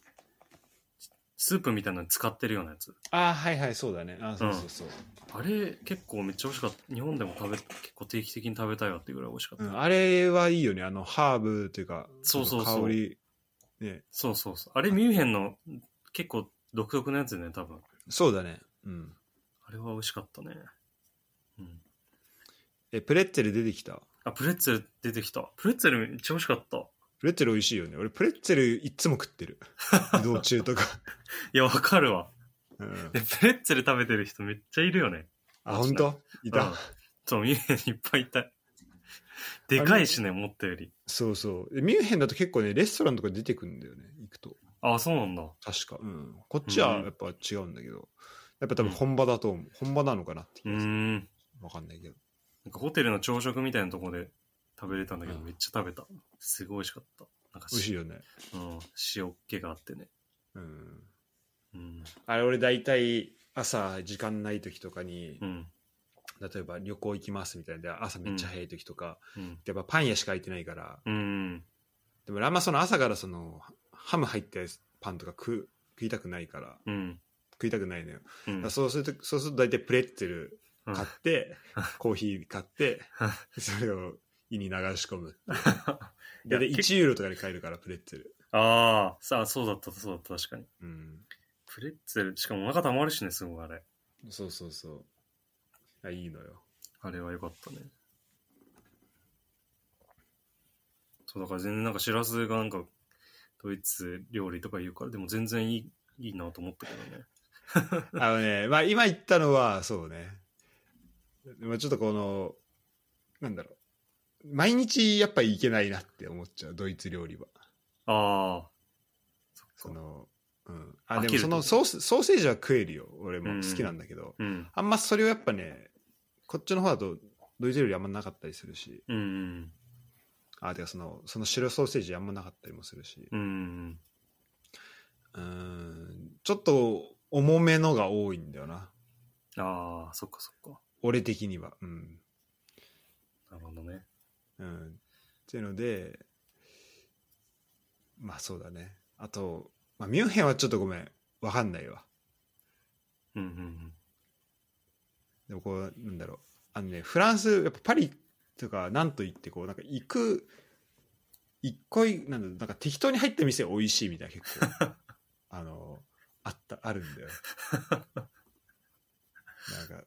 [SPEAKER 1] スープみたいなのに使ってるようなやつ。
[SPEAKER 2] ああ、はいはい、そうだね。あーそうそうそう。
[SPEAKER 1] あれ結構めっちゃ美味しかった。日本でも食べ、結構定期的に食べたいわっていうぐらい美味しかっ
[SPEAKER 2] う
[SPEAKER 1] た。
[SPEAKER 2] ん、あれはいいよね。あの、ハーブというか、
[SPEAKER 1] そうそうそう
[SPEAKER 2] 香り。ね、
[SPEAKER 1] そうそうそう。あれミュンヘンの結構独特なやつね、多分。
[SPEAKER 2] そうだね。うん。
[SPEAKER 1] あれは美味しかったね。うん。
[SPEAKER 2] え、プレッツェル出てきた
[SPEAKER 1] あ、プレッツェル出てきた。プレッツェルめっちゃ美味しかった。
[SPEAKER 2] プレッツェル美味しいよね。俺、プレッツェルいっつも食って
[SPEAKER 1] [laughs]
[SPEAKER 2] る。移動中とか。
[SPEAKER 1] いや、わかるわ。 [laughs]
[SPEAKER 2] うん
[SPEAKER 1] で、プレッツェル食べてる人めっちゃいるよね。
[SPEAKER 2] あ、本当いた、
[SPEAKER 1] うんそう、ミュンヘンにいっぱいいた。でかいしね、思ったより。
[SPEAKER 2] そうそう。でミュンヘンだと結構ね、レストランとか出てくるんだよね。行くと。
[SPEAKER 1] あ、そうなんだ。
[SPEAKER 2] 確か。うん。こっちはやっぱ違うんだけど。やっぱ多分本場だと思う。本場なのかなって気
[SPEAKER 1] うー
[SPEAKER 2] がする。
[SPEAKER 1] ん。なん
[SPEAKER 2] わかんないけど。
[SPEAKER 1] かホテルの朝食みたいなところで食べれたんだけど、
[SPEAKER 2] うん
[SPEAKER 1] めっちゃ食べた。すごい美味しかった。なんか
[SPEAKER 2] 美味しいよね。
[SPEAKER 1] うん、塩気があってね。
[SPEAKER 2] うん。
[SPEAKER 1] うん。
[SPEAKER 2] あれ俺大体朝時間ない時とかに、
[SPEAKER 1] うん。
[SPEAKER 2] 例えば旅行行きますみたいなで朝めっちゃ早い時とか、
[SPEAKER 1] うん。
[SPEAKER 2] やっぱパン屋しか空いてないから
[SPEAKER 1] うん。
[SPEAKER 2] でも俺あんまその朝からそのハム入ったパンとか食う食いたくないから
[SPEAKER 1] うん。
[SPEAKER 2] 食いたくないのよ、
[SPEAKER 1] う
[SPEAKER 2] だ
[SPEAKER 1] ん
[SPEAKER 2] から。そうするとそうすると大体プレッツェル
[SPEAKER 1] うん
[SPEAKER 2] 買って、コーヒー
[SPEAKER 1] [laughs]
[SPEAKER 2] 買って
[SPEAKER 1] うん
[SPEAKER 2] それを胃に流し込む
[SPEAKER 1] いや
[SPEAKER 2] 大体
[SPEAKER 1] 結
[SPEAKER 2] 1ユーロとかで買えるからプレッツェル
[SPEAKER 1] ああ、さあ、そうだった、そうだった、確かに。
[SPEAKER 2] うん
[SPEAKER 1] プレッツェル、しかもお腹たまるしね、すごいあれ。
[SPEAKER 2] そうそうそうあいいのよ
[SPEAKER 1] あれは良かったね。そう、だから全然なんかシラスがなんか、ドイツ料理とか言うから、でも全然いい、いいなと思ったけどね。
[SPEAKER 2] あのね、まあ今言ったのは、そうね。まあちょっとこの、なんだろう。毎日やっぱりいけないなって思っちゃう、ドイツ料理は。
[SPEAKER 1] ああ。
[SPEAKER 2] そ
[SPEAKER 1] っか。
[SPEAKER 2] の、うん。あ、
[SPEAKER 1] 飽
[SPEAKER 2] で
[SPEAKER 1] き
[SPEAKER 2] も
[SPEAKER 1] る
[SPEAKER 2] そ
[SPEAKER 1] と
[SPEAKER 2] のソース、ソーセージは食えるよ。俺
[SPEAKER 1] う
[SPEAKER 2] も
[SPEAKER 1] ん
[SPEAKER 2] 好きなんだけど。
[SPEAKER 1] うん。
[SPEAKER 2] あんまそれをやっぱね、こっちの方だとドイツ料理あんまなかったりするし。
[SPEAKER 1] うんうん。
[SPEAKER 2] あ、てかその、その白ソーセージあんまなかったりもするし。
[SPEAKER 1] うんうん。
[SPEAKER 2] うん。ちょっと重めのが多いんだよな。
[SPEAKER 1] ああ、そっかそっか。
[SPEAKER 2] 俺的には。うん。
[SPEAKER 1] なるほどね。
[SPEAKER 2] うん。っていうので、まあそうだね。あと、まあ、ミュンヘンはちょっとごめん。わかんないわ。
[SPEAKER 1] うんうん
[SPEAKER 2] でもこう、なんだろう。あのね、フランス、やっぱパリとか、なんと言ってこう、なんか行く、一個い、なんだろうなんか適当に入った店美味しいみたいな
[SPEAKER 1] [laughs]
[SPEAKER 2] 結構、あの、あった、あるんだよ。なんか、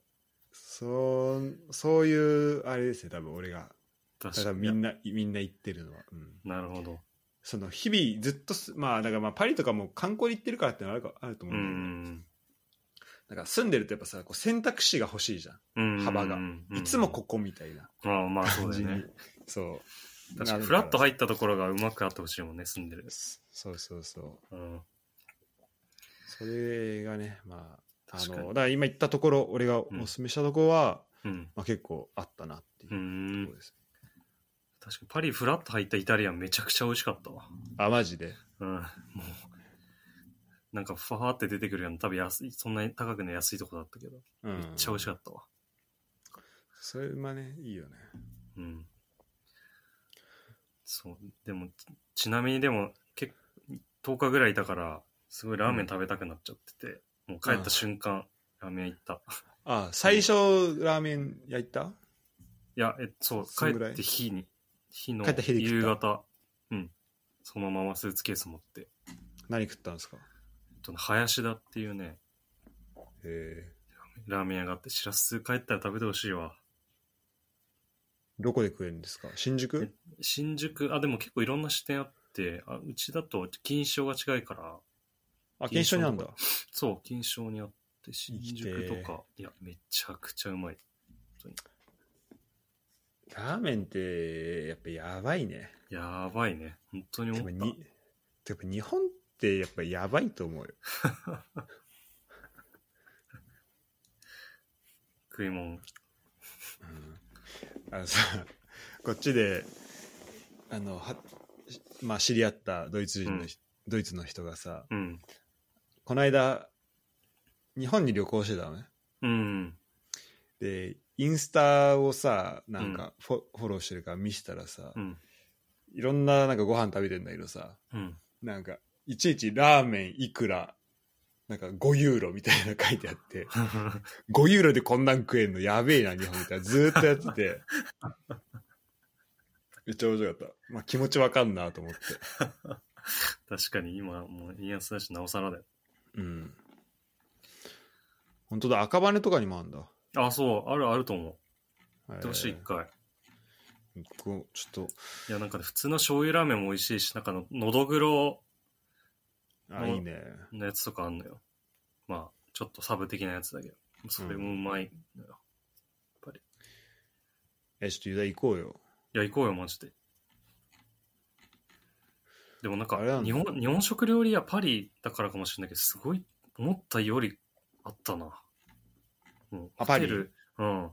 [SPEAKER 2] そう、そういう、あれですね、多分俺が。
[SPEAKER 1] うん。
[SPEAKER 2] 多
[SPEAKER 1] 確か
[SPEAKER 2] 分みん
[SPEAKER 1] に。
[SPEAKER 2] な、みんな行ってるのは。うん。
[SPEAKER 1] なるほど。
[SPEAKER 2] その日々ずっとすまあだからまあパリとかも観光に行ってるからってのはあるかあると
[SPEAKER 1] う
[SPEAKER 2] 思
[SPEAKER 1] ん
[SPEAKER 2] う
[SPEAKER 1] うん
[SPEAKER 2] だけ
[SPEAKER 1] ん
[SPEAKER 2] ど、だから住んでるとやっぱさこう選択肢が欲しいじゃん、
[SPEAKER 1] うん。
[SPEAKER 2] 幅が
[SPEAKER 1] うんうんうん
[SPEAKER 2] いつもここみたいな
[SPEAKER 1] ああまあそう
[SPEAKER 2] 感
[SPEAKER 1] だ
[SPEAKER 2] じ
[SPEAKER 1] よ
[SPEAKER 2] に、
[SPEAKER 1] ね。
[SPEAKER 2] そう
[SPEAKER 1] 確か
[SPEAKER 2] なるから
[SPEAKER 1] にフラッと入ったところがうまくあってほしいもんね、住んでる。
[SPEAKER 2] そうそうそう
[SPEAKER 1] うん。
[SPEAKER 2] それがねまああ
[SPEAKER 1] 確かに
[SPEAKER 2] のだから今言ったところ俺がおすすめしたところは、
[SPEAKER 1] うん。
[SPEAKER 2] まあ、結構あったなっていううとこ
[SPEAKER 1] ん
[SPEAKER 2] ろ。です、
[SPEAKER 1] 確かにパリフラッと入ったイタリアンめちゃくちゃ美味しかったわ。
[SPEAKER 2] あマジで
[SPEAKER 1] うん。もう、なんかファーって出てくるような、多分安い、そんなに高くない安いとこだったけど、
[SPEAKER 2] うん
[SPEAKER 1] めっちゃ美味しかったわ。
[SPEAKER 2] それまあねいいよね
[SPEAKER 1] うん。そう、でも、ちちなみにでも、結10日ぐらいいたから、すごいラーメン食べたくなっちゃってて、もう帰った瞬間、ラーメン屋行った。
[SPEAKER 2] あ最初ラーメン焼いた
[SPEAKER 1] いや、え、そう、
[SPEAKER 2] そん
[SPEAKER 1] 帰
[SPEAKER 2] ぐらい
[SPEAKER 1] って日に、日の
[SPEAKER 2] 帰った日で食った
[SPEAKER 1] 夕方、うん、そのままスーツケース持って、え
[SPEAKER 2] 何食ったんですか
[SPEAKER 1] っとね林田っていうね、
[SPEAKER 2] え
[SPEAKER 1] ラーメン屋があって、しらす帰ったら食べてほしいわ。
[SPEAKER 2] どこで食えるんですか新宿
[SPEAKER 1] 新宿、あ、でも結構いろんな支店あって、あうちだと金賞が違いから、
[SPEAKER 2] あ検証にあるんだ
[SPEAKER 1] そう、金賞にあって、新
[SPEAKER 2] きて
[SPEAKER 1] 宿とか、いや、めちゃくちゃうまい。
[SPEAKER 2] ラーメンってやっぱやばいね。
[SPEAKER 1] やばいね。本当に
[SPEAKER 2] て
[SPEAKER 1] 思
[SPEAKER 2] か
[SPEAKER 1] った。
[SPEAKER 2] にてか日本ってやっぱやばいと思うよ。
[SPEAKER 1] 食い物。
[SPEAKER 2] あのさ [laughs] こっちであのは、まあ、知り合ったドイツ人のひ、ドイツの人がさ
[SPEAKER 1] うん。
[SPEAKER 2] この間日本に旅行してたのね。
[SPEAKER 1] うん。
[SPEAKER 2] でインスタをさなんかフォ,、フォローしてるから見せたらさ、
[SPEAKER 1] うん。
[SPEAKER 2] いろんななんかご飯食べてんだけどさ
[SPEAKER 1] うん。 [laughs]
[SPEAKER 2] なんかいちいちラーメンいくらなんか5ユーロみたいなの書いてあって。5ユーロでこんなん食えんのやべえな、日本みたいな。ずーっとやっ
[SPEAKER 1] [laughs]
[SPEAKER 2] てて。めっちゃ面白かった。まあ気持ちわかんなと思って。
[SPEAKER 1] 確かに今、もう、家康だし、なおさらだよ。
[SPEAKER 2] うん。本当だ、赤羽とかにもあるんだ。
[SPEAKER 1] あ、そう、あるあると思う。
[SPEAKER 2] へー
[SPEAKER 1] どうしよう一回。
[SPEAKER 2] こうちょっと、
[SPEAKER 1] いや、なんかね、普通の醤油ラーメンも美味しいし、なんかの、のどぐろ
[SPEAKER 2] あ、いいね。
[SPEAKER 1] のやつとかあんのよ。まあ、ちょっとサブ的なやつだけど。それもうまいのよ。
[SPEAKER 2] え、ちょっとユダ行こうよ。
[SPEAKER 1] いや、行こうよ、マジで。でもなんか
[SPEAKER 2] あれなんだ
[SPEAKER 1] 日本、日本食料理屋パリだからかもしれないけど、すごい、思ったよりあったな。もう
[SPEAKER 2] あ
[SPEAKER 1] ホテル、うん。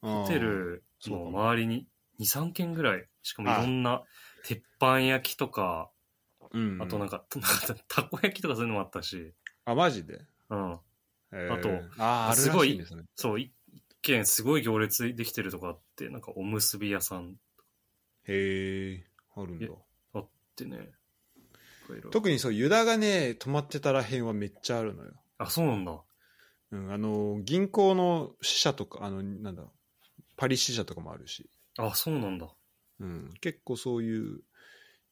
[SPEAKER 2] ホ
[SPEAKER 1] ホテ。ルの周りに2、3軒ぐらい、しかもい
[SPEAKER 2] あ
[SPEAKER 1] ろんな鉄板焼きとか、
[SPEAKER 2] うん。
[SPEAKER 1] あとなん
[SPEAKER 2] か。
[SPEAKER 1] か、 [laughs] なんかたこ焼きとかそういうのもあったし、
[SPEAKER 2] あ、マジで
[SPEAKER 1] うん。
[SPEAKER 2] あ
[SPEAKER 1] あと、
[SPEAKER 2] あー、あれらし
[SPEAKER 1] すごい
[SPEAKER 2] ねそれ
[SPEAKER 1] そう、い一軒すごい行列できてるとこあって、なんかおむすび屋さんっ
[SPEAKER 2] へえ、あるんだ
[SPEAKER 1] え。てね。いろいろ
[SPEAKER 2] 特にそう、ユダがね、泊まってたらへんはめっちゃあるのよ。
[SPEAKER 1] あ、そうなんだ。
[SPEAKER 2] うん、あの銀行の支社とかあのなんだパリ支社とかもあるし、
[SPEAKER 1] あ、そうなんだ。
[SPEAKER 2] うん、結構そういう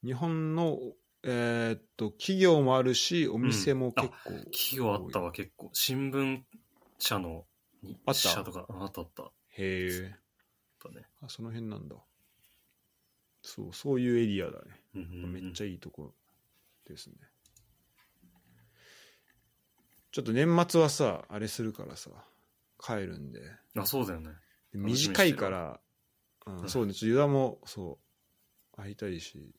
[SPEAKER 2] 日本の、えーっと企業もあるしお店も結構、
[SPEAKER 1] 企業あったわ、結構。新聞社の
[SPEAKER 2] あった
[SPEAKER 1] 社とか、ああったあった。あっ
[SPEAKER 2] へえ
[SPEAKER 1] たね。
[SPEAKER 2] あその辺なんだそうそういうエリアだね、
[SPEAKER 1] うんうんうん
[SPEAKER 2] めっちゃいいとこですねちょっと年末はさあれするからさ帰るんで
[SPEAKER 1] あ、そうだよね。
[SPEAKER 2] で短いから、
[SPEAKER 1] る
[SPEAKER 2] うんそうね、ちょっとユダも、そう、会いたいし、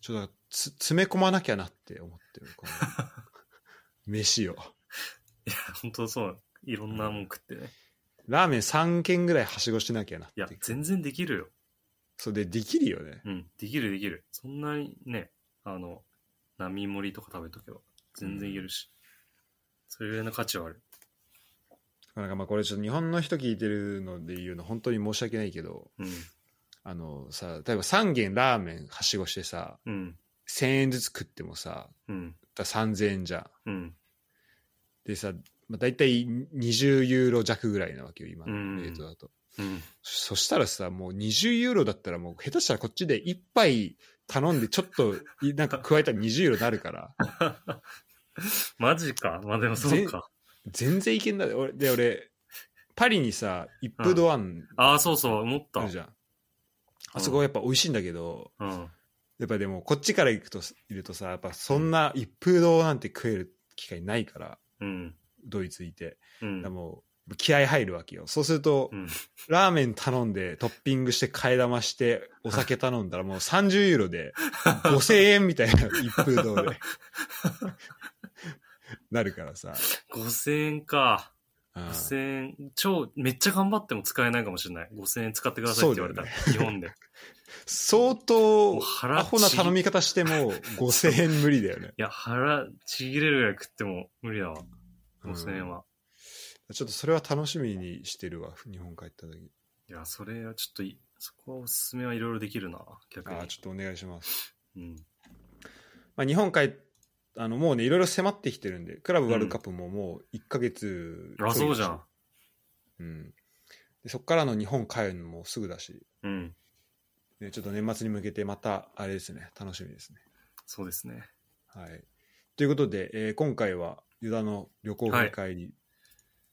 [SPEAKER 2] ちょっとだからつ詰め込まなきゃなって思ってる、この [laughs] 飯を。
[SPEAKER 1] 本当そう。いろんなもん食ってね。
[SPEAKER 2] ラーメン3軒ぐらいはしごしなきゃなっ
[SPEAKER 1] い
[SPEAKER 2] て。
[SPEAKER 1] や、全然できるよ。
[SPEAKER 2] そうで、できるよね。
[SPEAKER 1] うん、できるできる。そんなにね、あの、並盛りとか食べとけば、全然いけるし。それぐらいの価値はある。
[SPEAKER 2] なんかまあこれちょっと日本の人聞いてるので言うの本当に申し訳ないけど
[SPEAKER 1] うん。
[SPEAKER 2] あのさ例えば3軒ラーメンはしごしてさ
[SPEAKER 1] うん。
[SPEAKER 2] 1000円ずつ食ってもさ
[SPEAKER 1] うん。
[SPEAKER 2] だから3000円じゃん
[SPEAKER 1] うん。
[SPEAKER 2] でさ、まあ、大体20ユーロ弱ぐらいなわけよ今
[SPEAKER 1] うん
[SPEAKER 2] のレートだと、
[SPEAKER 1] うん。
[SPEAKER 2] そしたらさもう20ユーロだったらもう下手したらこっちで1杯頼んでちょっとい [laughs] なんか加えたら20ユーロになるから
[SPEAKER 1] マジか。まあでもそうか。
[SPEAKER 2] 全然いけんだで俺で俺パリにさ一風堂あん
[SPEAKER 1] ああ、そうそう、思った
[SPEAKER 2] ある。じゃん、あそこはやっぱ美味しいんだけど、
[SPEAKER 1] うん。
[SPEAKER 2] やっぱでもこっちから行くといるとさやっぱそんな一風堂なんて食える機会ないから
[SPEAKER 1] うん。
[SPEAKER 2] ドイツいて、
[SPEAKER 1] う
[SPEAKER 2] だ
[SPEAKER 1] ん
[SPEAKER 2] から。もう気合入るわけよそうすると、
[SPEAKER 1] うん
[SPEAKER 2] ラーメン頼んでトッピングして替え玉してお酒頼んだ
[SPEAKER 1] [laughs]
[SPEAKER 2] らもう30ユーロで5000円みたいな一風堂で
[SPEAKER 1] [laughs]
[SPEAKER 2] なるからさ、
[SPEAKER 1] 5000円か。
[SPEAKER 2] うん
[SPEAKER 1] 5000円。超、めっちゃ頑張っても使えないかもしれない。5000円使ってくださいって言われたら、日本
[SPEAKER 2] [laughs]
[SPEAKER 1] で。
[SPEAKER 2] 相
[SPEAKER 1] も
[SPEAKER 2] 当
[SPEAKER 1] う腹
[SPEAKER 2] アホな頼み方しても5000円無理だ
[SPEAKER 1] [laughs]
[SPEAKER 2] よね、
[SPEAKER 1] いや、腹ちぎれるぐらい食っても無理だわ。
[SPEAKER 2] うん
[SPEAKER 1] 5000円は。
[SPEAKER 2] ちょっとそれは楽しみにしてるわ日本帰った時
[SPEAKER 1] いや、それはちょっとい、そこはおすすめはいろいろできるな、逆に。
[SPEAKER 2] ああちょっとお願いします
[SPEAKER 1] うん。
[SPEAKER 2] まあ、日本海あのもうねいろいろ迫ってきてるんでクラブワールドカップももう1ヶ月
[SPEAKER 1] あ、そうじゃん。、
[SPEAKER 2] うん、でそっからの日本帰るのもすぐだし、
[SPEAKER 1] うん。
[SPEAKER 2] ね、ちょっと年末に向けてまたあれですね楽しみですね
[SPEAKER 1] そうですね。
[SPEAKER 2] はいということで、えー今回はユダの旅行振り返り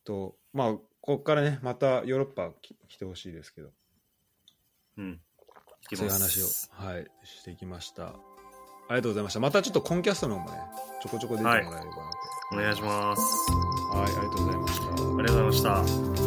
[SPEAKER 2] と、まあここからねまたヨーロッパき来てほしいですけど
[SPEAKER 1] うん。いきます
[SPEAKER 2] そういう話を、はい、してきましたありがとうございましたまたちょっとコンキャストの方もねちょこちょこ出てもらえればなと、
[SPEAKER 1] お願いします。
[SPEAKER 2] はいありがとうございました
[SPEAKER 1] ありがとうございました。